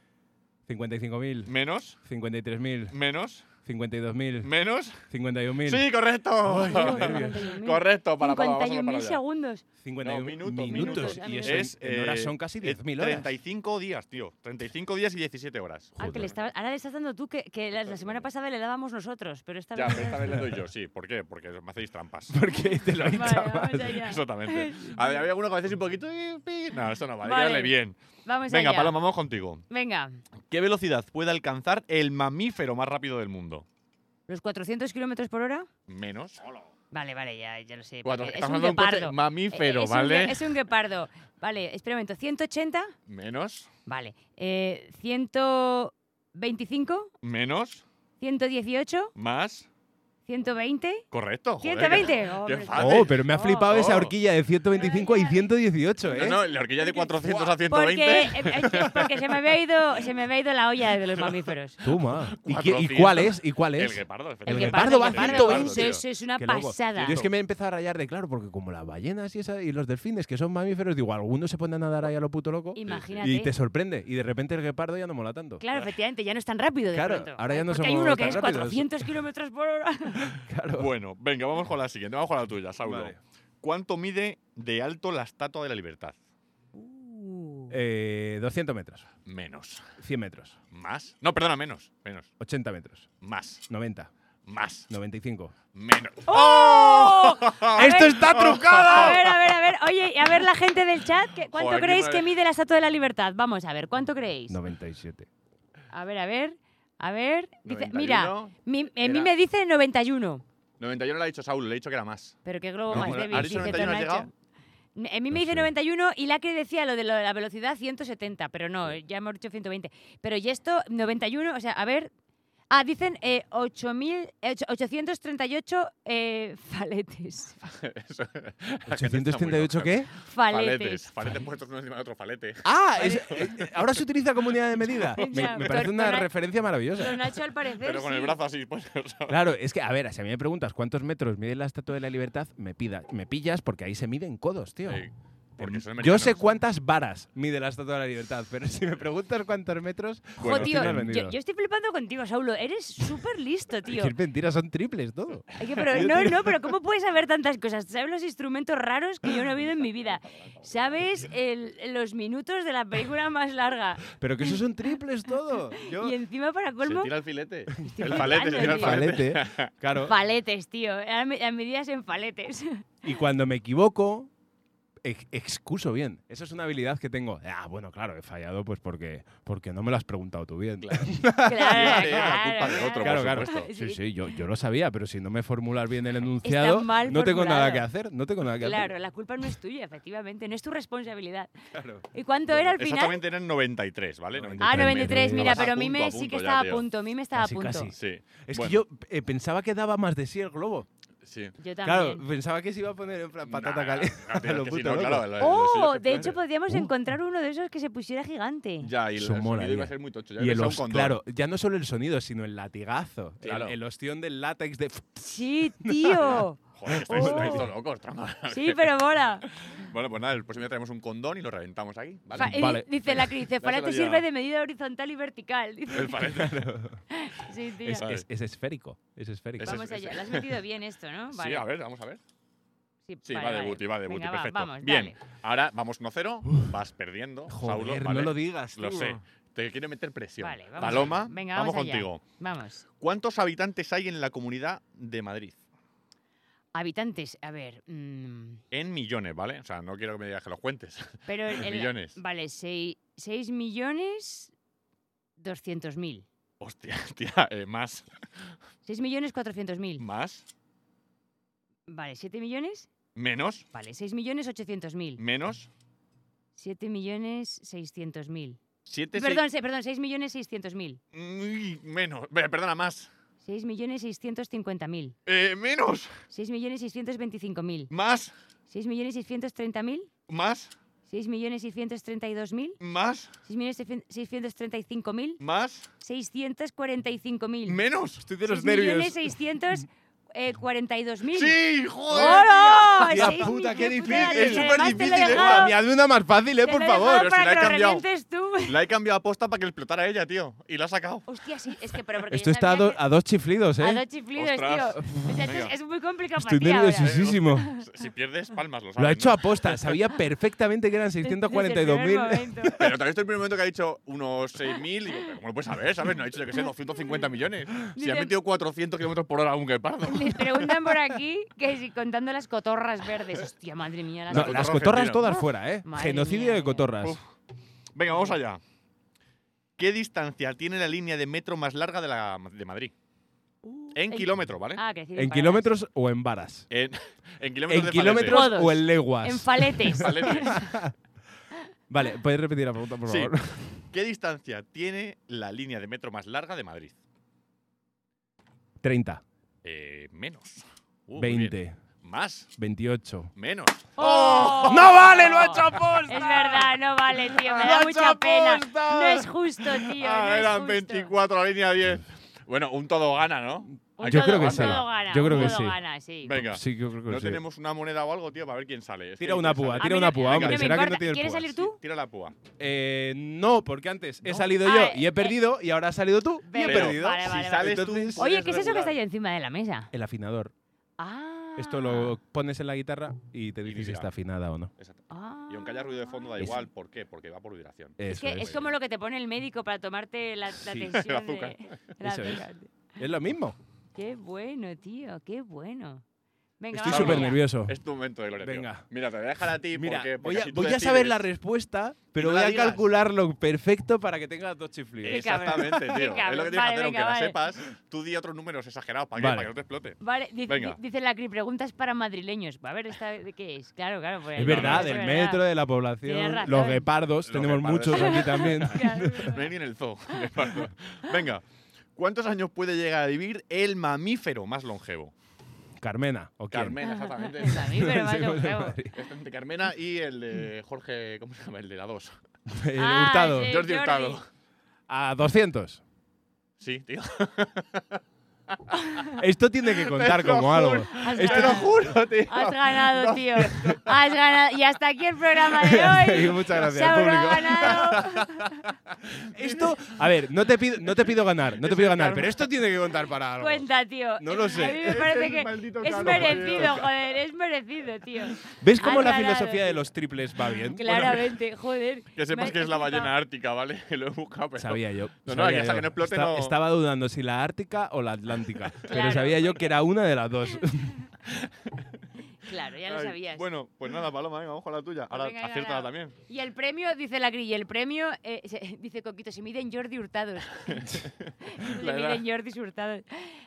Speaker 6: 55.000,
Speaker 3: Menos.
Speaker 6: 53.000,
Speaker 3: Menos.
Speaker 6: 52.000.
Speaker 3: ¿Menos?
Speaker 6: 51.000.
Speaker 3: Sí, correcto.
Speaker 6: Ay, qué nervios.
Speaker 3: correcto, para, para, vamos a para
Speaker 1: 51.000
Speaker 3: allá.
Speaker 1: segundos.
Speaker 6: 51
Speaker 3: No,
Speaker 6: minutos,
Speaker 3: minutos,
Speaker 1: minutos.
Speaker 6: Y eso
Speaker 3: Es,
Speaker 6: en, en horas
Speaker 3: eh,
Speaker 6: son casi
Speaker 3: es
Speaker 6: 10.000 horas.
Speaker 3: 35 días, tío. 35 días y 17 horas.
Speaker 1: Ah, que le estaba- ahora le estás dando tú, que, que la, la semana pasada le dábamos nosotros, pero esta
Speaker 3: Ya,
Speaker 1: vez...
Speaker 3: pero esta vez le doy yo, sí. ¿Por qué? Porque me hacéis trampas.
Speaker 6: Porque te lo he
Speaker 1: Vale,
Speaker 6: dicho
Speaker 1: vamos allá.
Speaker 3: Exactamente. A ver, había alguno que a veces un poquito. eh, pi. No, eso no vale. hay que
Speaker 1: Vale.
Speaker 3: darle bien.
Speaker 1: Vamos
Speaker 3: Venga,
Speaker 1: allá.
Speaker 3: Paloma, vamos contigo.
Speaker 1: Venga,
Speaker 3: ¿Qué velocidad puede alcanzar el mamífero más rápido del mundo?
Speaker 1: ¿los 400 kilómetros por hora?
Speaker 3: Menos.
Speaker 1: Vale, vale, ya, ya lo sé.
Speaker 3: Cuatro-
Speaker 1: porque es
Speaker 3: estamos
Speaker 1: un
Speaker 3: hablando de un coche
Speaker 1: guepardo.
Speaker 3: mamífero,
Speaker 1: Eh, es un
Speaker 3: ¿vale?
Speaker 1: gue- es un guepardo. Vale, espera un momento. ¿180?
Speaker 3: Menos.
Speaker 1: Vale. Eh, ¿125?
Speaker 3: Menos.
Speaker 1: ¿118?
Speaker 3: Más.
Speaker 1: ¿120?
Speaker 3: Correcto. joder,
Speaker 1: ¿120?
Speaker 3: qué-
Speaker 1: Oh,
Speaker 3: qué
Speaker 1: hombre,
Speaker 3: fácil.
Speaker 6: Oh, pero me ha
Speaker 1: Oh.
Speaker 6: flipado esa
Speaker 3: Oh.
Speaker 6: horquilla de 125 y
Speaker 3: No,
Speaker 6: 118, ¿eh?
Speaker 3: no, la horquilla de 400 a 120.
Speaker 1: Porque, eh, eh, porque se, me había ido, se me había ido la olla de los mamíferos.
Speaker 6: Toma. ¿Y, qué- y
Speaker 3: 400.
Speaker 6: cuál es? ¿Y cuál
Speaker 3: El
Speaker 6: es?
Speaker 3: guepardo,
Speaker 6: El
Speaker 3: efectivamente.
Speaker 6: guepardo va a
Speaker 1: guepardo,
Speaker 6: 120.
Speaker 1: eso- Eso es una
Speaker 6: Qué loco.
Speaker 1: pasada.
Speaker 6: Yo es que me he empezado a rayar de claro, porque como las ballenas y, esa, y los delfines, que son mamíferos, digo, algunos se ponen a nadar ahí a lo puto loco.
Speaker 1: Imagínate.
Speaker 6: Y te sorprende. Y de repente el guepardo ya no mola tanto.
Speaker 1: Claro, efectivamente, ya no es tan rápido de
Speaker 6: Claro,
Speaker 1: pronto.
Speaker 6: ahora ya no
Speaker 1: Porque hay
Speaker 6: somos
Speaker 1: uno que
Speaker 6: tan
Speaker 1: es
Speaker 6: rápidos.
Speaker 1: 400 kilómetros por hora.
Speaker 6: Claro.
Speaker 3: Bueno, venga, vamos con la siguiente. Vamos con la tuya, Saulo.
Speaker 6: Vale.
Speaker 3: ¿Cuánto mide de alto la Estatua de la Libertad?
Speaker 1: Uh,
Speaker 6: Eh, 200 metros,
Speaker 3: Menos.
Speaker 6: 100 metros,
Speaker 3: ¿Más? No, perdona, menos. Menos.
Speaker 6: 80 metros,
Speaker 3: Más.
Speaker 6: 90,
Speaker 3: Más.
Speaker 6: 95.
Speaker 3: Menos.
Speaker 1: ¡Oh! A ver, A
Speaker 3: trucado!
Speaker 1: ver, a ver, a ver. Oye, y a ver la gente del chat. ¿qué- ¿Cuánto
Speaker 3: Joder, qué
Speaker 1: creéis que
Speaker 3: maravilla.
Speaker 1: mide la Estatua de la Libertad? Vamos a ver, ¿cuánto creéis?
Speaker 6: 97.
Speaker 1: A ver, a ver, a ver. Dice, mira,
Speaker 3: 91,
Speaker 1: mi- a mí
Speaker 3: era-
Speaker 1: me dice 91.
Speaker 3: 91 le ha dicho Saulo, le he dicho que era más.
Speaker 1: Pero qué globo más
Speaker 3: bueno,
Speaker 1: débil.
Speaker 3: ¿has dicho
Speaker 1: dice
Speaker 3: 91 has
Speaker 1: Nacho.
Speaker 3: llegado?
Speaker 1: N- A mí me
Speaker 6: No
Speaker 1: dice
Speaker 6: sé.
Speaker 1: 91 y la que decía lo de, lo de la velocidad 170, pero no, ya hemos dicho 120. Pero y esto, 91, o sea, a ver. Ah, dicen eh, 8.000, eh, 838 eh, faletes.
Speaker 3: Eso- la gente está muy
Speaker 6: 838
Speaker 3: loca.
Speaker 6: qué?
Speaker 1: Faletes.
Speaker 3: Faletes puestos uno encima de otro falete.
Speaker 6: Ah, es- eh, ahora se utiliza como unidad de medida. Me,
Speaker 1: Ya,
Speaker 6: me parece
Speaker 1: don-
Speaker 6: una
Speaker 1: don-
Speaker 6: referencia maravillosa.
Speaker 1: Don Nacho, al parecer.
Speaker 3: Pero con el
Speaker 1: sí.
Speaker 3: brazo así. pues, ¿sabes?
Speaker 6: Claro, es que, a ver, si a mí me preguntas cuántos metros mide la Estatua de la Libertad, me, pida, me pillas porque ahí se miden codos, tío.
Speaker 3: Sí, Porque son
Speaker 6: Yo
Speaker 3: americanos.
Speaker 6: sé cuántas varas mide la Estatua de la Libertad, pero si me preguntas cuántos metros,
Speaker 1: Jo,
Speaker 6: bueno,
Speaker 1: Oh, tío,
Speaker 6: estoy mal
Speaker 1: yo,
Speaker 6: vendido.
Speaker 1: yo estoy flipando contigo, Saulo. Eres súper listo, tío.
Speaker 6: Decir mentiras son triples todo.
Speaker 1: Ay, que, pero,
Speaker 6: Yo,
Speaker 1: no,
Speaker 6: tío.
Speaker 1: no, pero ¿cómo puedes saber tantas cosas? Sabes los instrumentos raros que yo no he oído en mi vida. Sabes el- los minutos de la película más larga.
Speaker 6: Pero que eso son triples todo. Yo,
Speaker 1: Y encima, para
Speaker 3: Se
Speaker 1: colmo,
Speaker 3: tira el filete.
Speaker 1: Estoy
Speaker 3: El falete, se
Speaker 1: flipando,
Speaker 3: tira el
Speaker 1: tío.
Speaker 3: falete.
Speaker 6: falete, claro.
Speaker 1: faletes, tío. Ahora me- Las medidas en faletes.
Speaker 6: Y cuando me equivoco, ex- excuso bien. Eso es una habilidad que tengo. Ah, bueno, claro, he fallado pues porque, porque no me lo has preguntado tú bien. Claro,
Speaker 1: Claro,
Speaker 3: Sí, la culpa de otro,
Speaker 6: claro.
Speaker 3: por supuesto.
Speaker 6: Sí, sí, yo, yo lo sabía, pero si no me formulas bien el enunciado,
Speaker 1: Está mal
Speaker 6: no tengo nada
Speaker 1: formulado.
Speaker 6: que hacer. No tengo nada que
Speaker 1: Claro,
Speaker 6: hacer.
Speaker 1: la culpa no es tuya, efectivamente. No es tu responsabilidad.
Speaker 6: Claro.
Speaker 1: ¿Y cuánto era al final?
Speaker 3: Exactamente eran 93, ¿vale?
Speaker 1: Ah, 93,
Speaker 6: metros.
Speaker 1: mira,
Speaker 3: Estabas
Speaker 1: pero
Speaker 3: a
Speaker 1: a mí
Speaker 3: punto,
Speaker 1: me
Speaker 3: a
Speaker 1: sí que
Speaker 3: punto ya,
Speaker 1: estaba a
Speaker 3: tío.
Speaker 1: punto, a mí me estaba
Speaker 6: Casi,
Speaker 1: a punto.
Speaker 6: casi.
Speaker 3: Sí.
Speaker 6: Es
Speaker 3: Bueno,
Speaker 6: que yo eh, pensaba que daba más de sí el globo.
Speaker 3: Sí.
Speaker 1: Yo también.
Speaker 6: Claro, pensaba que se iba a poner en plan patata
Speaker 3: Nah,
Speaker 6: caliente.
Speaker 3: nah, tío,
Speaker 6: a lo
Speaker 3: es que si
Speaker 6: puto
Speaker 3: no,
Speaker 6: loco.
Speaker 3: claro, lo- lo- lo-
Speaker 1: Oh,
Speaker 3: lo-
Speaker 1: de hecho podríamos
Speaker 6: Uh.
Speaker 1: encontrar uno de esos que se pusiera gigante.
Speaker 3: Ya, y el
Speaker 6: Eso
Speaker 3: sonido
Speaker 6: mola,
Speaker 3: iba a
Speaker 6: tío.
Speaker 3: ser muy tocho. Ya
Speaker 6: Y el
Speaker 3: pensaba un
Speaker 6: os-
Speaker 3: condón.
Speaker 6: claro, ya no solo el sonido, sino el latigazo. El-
Speaker 3: Claro.
Speaker 6: El, ostión del látex de.
Speaker 1: Sí, tío.
Speaker 3: Joder, que estáis,
Speaker 1: Oh.
Speaker 3: estáis todos locos, trama.
Speaker 1: Sí, pero mola.
Speaker 3: Bueno, pues nada, el próximo día traemos un condón y lo reventamos aquí.
Speaker 1: Fa-
Speaker 3: ¿vale?
Speaker 1: y
Speaker 6: Vale.
Speaker 1: Dice la Cris,
Speaker 3: Dásela
Speaker 1: falete
Speaker 3: ya.
Speaker 1: sirve de medida horizontal y vertical. Dice.
Speaker 3: El falete.
Speaker 1: Sí, tío.
Speaker 6: Es,
Speaker 3: Vale.
Speaker 6: es- es esférico. Es esférico.
Speaker 3: ese es-
Speaker 1: Vamos allá.
Speaker 3: ese-
Speaker 1: Lo has metido bien esto, ¿no?
Speaker 3: Sí, a ver, vamos a ver.
Speaker 1: vale,
Speaker 3: Sí, va de
Speaker 1: vale.
Speaker 3: booty, va de booty,
Speaker 1: Venga, va,
Speaker 3: perfecto.
Speaker 1: vamos,
Speaker 3: Bien,
Speaker 1: dale.
Speaker 3: ahora vamos 1-0, vas perdiendo, Saulo,
Speaker 6: Joder,
Speaker 3: ¿vale?
Speaker 6: no lo digas.
Speaker 3: Lo
Speaker 6: tío.
Speaker 3: sé, te quiere meter presión.
Speaker 1: Vale, vamos
Speaker 3: Paloma,
Speaker 1: allá. Venga,
Speaker 3: vamos,
Speaker 1: vamos allá.
Speaker 3: contigo.
Speaker 1: Vamos.
Speaker 3: ¿Cuántos habitantes hay en la comunidad de Madrid?
Speaker 1: Habitantes, a ver. mm,
Speaker 3: En millones, ¿vale? O sea, no quiero que me digas que los cuentes.
Speaker 1: pero el- el-
Speaker 3: Millones.
Speaker 1: Vale, 6, millones 200 mil.
Speaker 3: Hostia, tía, eh, más,
Speaker 1: 6 millones 400 mil.
Speaker 3: más,
Speaker 1: Vale, 7 millones.
Speaker 3: menos,
Speaker 1: Vale, 6 millones 800 mil.
Speaker 3: menos,
Speaker 1: 7 millones 600 mil.
Speaker 3: siete, seis-
Speaker 1: Perdón, se- perdón, 6 millones 600 mil.
Speaker 3: Uy, menos, Ve, perdona, más,
Speaker 1: 6 millones 650 mil.
Speaker 3: Eh, menos,
Speaker 1: 6.625.000,
Speaker 3: más,
Speaker 1: 6.630.000,
Speaker 3: más,
Speaker 1: 6.632.000,
Speaker 3: más,
Speaker 1: 6.635.000,
Speaker 3: más,
Speaker 1: 645.000.
Speaker 3: menos.
Speaker 6: Estoy de los nervios.
Speaker 1: 6.600.000. eh, 42.000.
Speaker 3: ¡Sí, joder!
Speaker 1: ¡Hola!
Speaker 6: Tía
Speaker 1: Sí,
Speaker 6: puta, qué
Speaker 1: hijo de
Speaker 6: difícil.
Speaker 1: puta,
Speaker 6: Es
Speaker 1: y
Speaker 6: súper
Speaker 1: además te lo he
Speaker 6: difícil, eh.
Speaker 1: dejado-
Speaker 6: Para mí hazme una más fácil, eh,
Speaker 1: te
Speaker 6: por
Speaker 1: lo he
Speaker 6: favor.
Speaker 1: dejado
Speaker 3: pero si
Speaker 1: para
Speaker 3: la he
Speaker 1: que lo
Speaker 3: cambiado.
Speaker 1: revientes tú.
Speaker 3: La he cambiado aposta para que le explotara ella, tío. Y la ha sacado.
Speaker 1: Hostia, sí, es que pero porque
Speaker 6: Esto
Speaker 1: yo
Speaker 6: está a,
Speaker 1: sabía
Speaker 6: do- a dos chiflidos,
Speaker 1: que- a
Speaker 6: ¿eh?
Speaker 1: dos chiflidos,
Speaker 3: Ostras.
Speaker 1: tío. O sea, esto es,
Speaker 3: Venga.
Speaker 1: es muy complicado
Speaker 6: Estoy
Speaker 1: para ti ahora.
Speaker 6: nerviosísimo.
Speaker 3: Si pierdes, palmas, lo sabes.
Speaker 6: Lo ha hecho
Speaker 3: ¿no?
Speaker 6: aposta. Sabía perfectamente que eran
Speaker 1: Desde el primer
Speaker 6: 642.000.
Speaker 1: momento.
Speaker 3: Pero también estoy en el primer momento que ha dicho unos 6.000. y Digo, pero ¿cómo lo puedes saber? ¿Sabes? No ha dicho, yo que sé, 250 millones. Si
Speaker 1: Dice-
Speaker 3: ha metido 400 kilómetros por hora a un guepardo.
Speaker 1: Les preguntan por aquí que si contando las cotorras verdes. Hostia, madre mía. Las
Speaker 6: No,
Speaker 3: cotorra
Speaker 6: las
Speaker 3: argentina.
Speaker 6: cotorras todas fuera, ¿eh?
Speaker 1: Madre
Speaker 6: Genocidio
Speaker 1: mía.
Speaker 6: de cotorras.
Speaker 3: Uf. Venga, vamos allá. ¿Qué distancia tiene la línea de metro más larga de, la, de Madrid? En
Speaker 1: Uh, en-
Speaker 3: kilómetros, ¿vale?
Speaker 1: Ah, que sí,
Speaker 6: ¿En
Speaker 1: para-
Speaker 6: kilómetros o en varas?
Speaker 3: En, en kilómetros
Speaker 6: ¿En
Speaker 3: de
Speaker 6: kilómetros
Speaker 1: Todos.
Speaker 6: o en leguas?
Speaker 1: En faletes.
Speaker 3: Falete. Falete.
Speaker 6: Vale, podéis repetir la pregunta, por
Speaker 3: Sí.
Speaker 6: favor.
Speaker 3: ¿Qué distancia tiene la línea de metro más larga de Madrid?
Speaker 6: 30,
Speaker 3: Eh, menos. Uh, muy bien.
Speaker 6: 20,
Speaker 3: Más.
Speaker 6: 28.
Speaker 3: Menos.
Speaker 1: ¡Oh!
Speaker 6: ¡No vale! ¡Lo ha hecho aposta!
Speaker 1: Es
Speaker 3: Ah.
Speaker 1: verdad, no vale, tío. Me
Speaker 6: Lo ha
Speaker 1: da
Speaker 6: hecho
Speaker 1: mucha pena.
Speaker 6: aposta.
Speaker 1: No es justo, tío.
Speaker 3: Ah,
Speaker 1: no es
Speaker 3: eran
Speaker 1: justo.
Speaker 3: 24 la línea 10. Bueno, un todo gana, ¿no?
Speaker 1: Un
Speaker 6: Yo
Speaker 1: todo-
Speaker 6: creo que
Speaker 1: un
Speaker 6: sí.
Speaker 1: todo gana,
Speaker 6: Yo
Speaker 1: un
Speaker 6: creo que
Speaker 1: todo
Speaker 6: sí.
Speaker 1: gana, sí.
Speaker 3: Venga.
Speaker 6: Sí, yo creo que
Speaker 3: no
Speaker 6: Pues sí.
Speaker 3: tenemos una moneda o algo, tío, para ver quién sale. Es que
Speaker 6: Tira
Speaker 3: me
Speaker 6: una
Speaker 3: interesa.
Speaker 6: púa,
Speaker 1: A
Speaker 6: tira
Speaker 1: mí
Speaker 6: una
Speaker 1: no- a
Speaker 6: púa,
Speaker 1: mí
Speaker 6: hombre.
Speaker 1: no me
Speaker 6: ¿Será que no
Speaker 1: importa.
Speaker 6: tiene el
Speaker 1: ¿Quieres
Speaker 6: púa?
Speaker 1: salir tú?
Speaker 3: Tira la púa.
Speaker 6: Eh, no, porque antes he
Speaker 3: ¿No?
Speaker 6: salido
Speaker 1: Ah,
Speaker 6: yo
Speaker 1: eh,
Speaker 6: y he
Speaker 1: eh,
Speaker 6: perdido y ahora has salido tú y he
Speaker 1: pero-
Speaker 6: perdido.
Speaker 1: vale, vale,
Speaker 6: si
Speaker 1: vale.
Speaker 6: sales tú,
Speaker 3: Entonces-
Speaker 1: Oye,
Speaker 3: puedes
Speaker 1: ¿qué es eso que
Speaker 3: regular.
Speaker 1: está ahí encima de la mesa?
Speaker 6: el afinador.
Speaker 1: Ah.
Speaker 6: Esto lo pones en la guitarra y te
Speaker 3: Y
Speaker 6: dice si
Speaker 3: dirá.
Speaker 6: está afinada o no.
Speaker 3: Exacto.
Speaker 1: Ah.
Speaker 3: Y aunque haya ruido de fondo, da
Speaker 6: Es-
Speaker 3: igual. ¿Por qué? Porque va por vibración.
Speaker 1: Es
Speaker 6: Eso
Speaker 1: que es
Speaker 6: es.
Speaker 1: como lo que te pone el médico para tomarte la, la
Speaker 6: Sí, el
Speaker 1: tensión.
Speaker 3: azúcar.
Speaker 1: de- el
Speaker 6: Eso es.
Speaker 1: azúcar.
Speaker 6: Es lo mismo.
Speaker 1: Qué bueno, tío, qué bueno. Venga,
Speaker 6: Estoy
Speaker 1: vamos
Speaker 6: súper
Speaker 1: allá.
Speaker 6: nervioso.
Speaker 3: Es tu momento de gloria. tío.
Speaker 6: Venga.
Speaker 3: Mira, te voy a dejar a ti.
Speaker 6: Mira,
Speaker 3: porque,
Speaker 6: voy
Speaker 3: porque
Speaker 6: a,
Speaker 3: así tú
Speaker 6: voy a saber
Speaker 3: decides.
Speaker 6: la respuesta, pero
Speaker 3: no
Speaker 6: voy
Speaker 3: la
Speaker 6: a
Speaker 3: digas.
Speaker 6: calcularlo perfecto para que tengas dos chiflidos.
Speaker 1: Qué cabrón.
Speaker 3: Exactamente,
Speaker 1: Qué
Speaker 3: tío. Es lo
Speaker 1: cabrón.
Speaker 3: que tienes que
Speaker 1: Vale,
Speaker 3: hacer, aunque
Speaker 1: venga,
Speaker 3: la
Speaker 1: vale.
Speaker 3: sepas, tú di otros números exagerados para,
Speaker 6: Vale.
Speaker 3: que, para que no te explote.
Speaker 1: Vale, di-
Speaker 3: Venga.
Speaker 1: di- dice la cri preguntas para madrileños. Va a ver esta de qué es. Claro, claro. por
Speaker 6: Es
Speaker 1: el
Speaker 6: verdad,
Speaker 1: nombre,
Speaker 6: del
Speaker 1: es
Speaker 6: metro, de
Speaker 1: Tienes
Speaker 6: la población,
Speaker 1: razón.
Speaker 6: los guepardos,
Speaker 3: Los
Speaker 6: tenemos
Speaker 3: guepardos.
Speaker 6: muchos aquí también.
Speaker 1: Claro.
Speaker 3: No hay ni en el zoo. de paso. Venga. ¿Cuántos años puede llegar a vivir el mamífero más longevo?
Speaker 6: Carmena, o quién?
Speaker 3: Carmena,
Speaker 1: Ah,
Speaker 3: exactamente.
Speaker 1: Es a mí, pero más
Speaker 6: Sí,
Speaker 1: lo
Speaker 6: bueno,
Speaker 1: creo.
Speaker 6: Madrid.
Speaker 3: Este entre Carmena y el de Jorge, ¿cómo se llama? El de la 2.
Speaker 6: El
Speaker 1: Ah,
Speaker 6: Hurtado.
Speaker 1: sí. Eh,
Speaker 3: Jordi
Speaker 1: Jordi.
Speaker 3: Hurtado.
Speaker 6: A 200.
Speaker 3: Sí, tío.
Speaker 6: Esto tiene que contar como algo.
Speaker 1: Has
Speaker 3: Te lo
Speaker 1: ganado.
Speaker 3: juro, tío.
Speaker 1: Has ganado, tío. Has ganado. Y hasta aquí el programa de
Speaker 6: Y
Speaker 1: hoy.
Speaker 6: muchas gracias,
Speaker 1: Sauro ha
Speaker 6: público.
Speaker 1: ganado.
Speaker 6: Esto, a ver, no te pido, no te pido ganar, no te pido ganar, pero esto tiene que contar para algo.
Speaker 1: Cuenta, tío.
Speaker 6: No lo sé.
Speaker 1: A mí me parece que es
Speaker 6: ¿eh?
Speaker 1: merecido, joder. Es merecido, tío.
Speaker 6: ¿Ves cómo
Speaker 1: Has
Speaker 6: la
Speaker 1: ganado,
Speaker 6: filosofía de
Speaker 1: tío.
Speaker 6: los triples va bien?
Speaker 1: Claramente, joder.
Speaker 3: Que sepas
Speaker 1: Me-
Speaker 3: que es la
Speaker 1: he flipado.
Speaker 3: ballena ártica, ¿vale? Lo he buscado, pero.
Speaker 6: Bueno, sabía yo.
Speaker 3: No, no,
Speaker 6: sabía
Speaker 3: hasta
Speaker 6: yo.
Speaker 3: que no explote,
Speaker 6: Esta-
Speaker 3: no-
Speaker 6: Estaba dudando si la ártica o la atlántica, pero
Speaker 1: Claro.
Speaker 6: sabía yo que era una de las dos.
Speaker 1: Claro, ya lo
Speaker 3: Ay,
Speaker 1: sabías.
Speaker 3: Bueno, pues nada, Paloma, venga, vamos con la tuya. Ahora
Speaker 1: Venga,
Speaker 3: aciértala
Speaker 1: ganado.
Speaker 3: también.
Speaker 1: Y el premio, dice la grilla, el premio, eh, se- dice Coquito, se miden Jordi Hurtados. se
Speaker 3: La edad.
Speaker 1: miden Jordi Hurtados.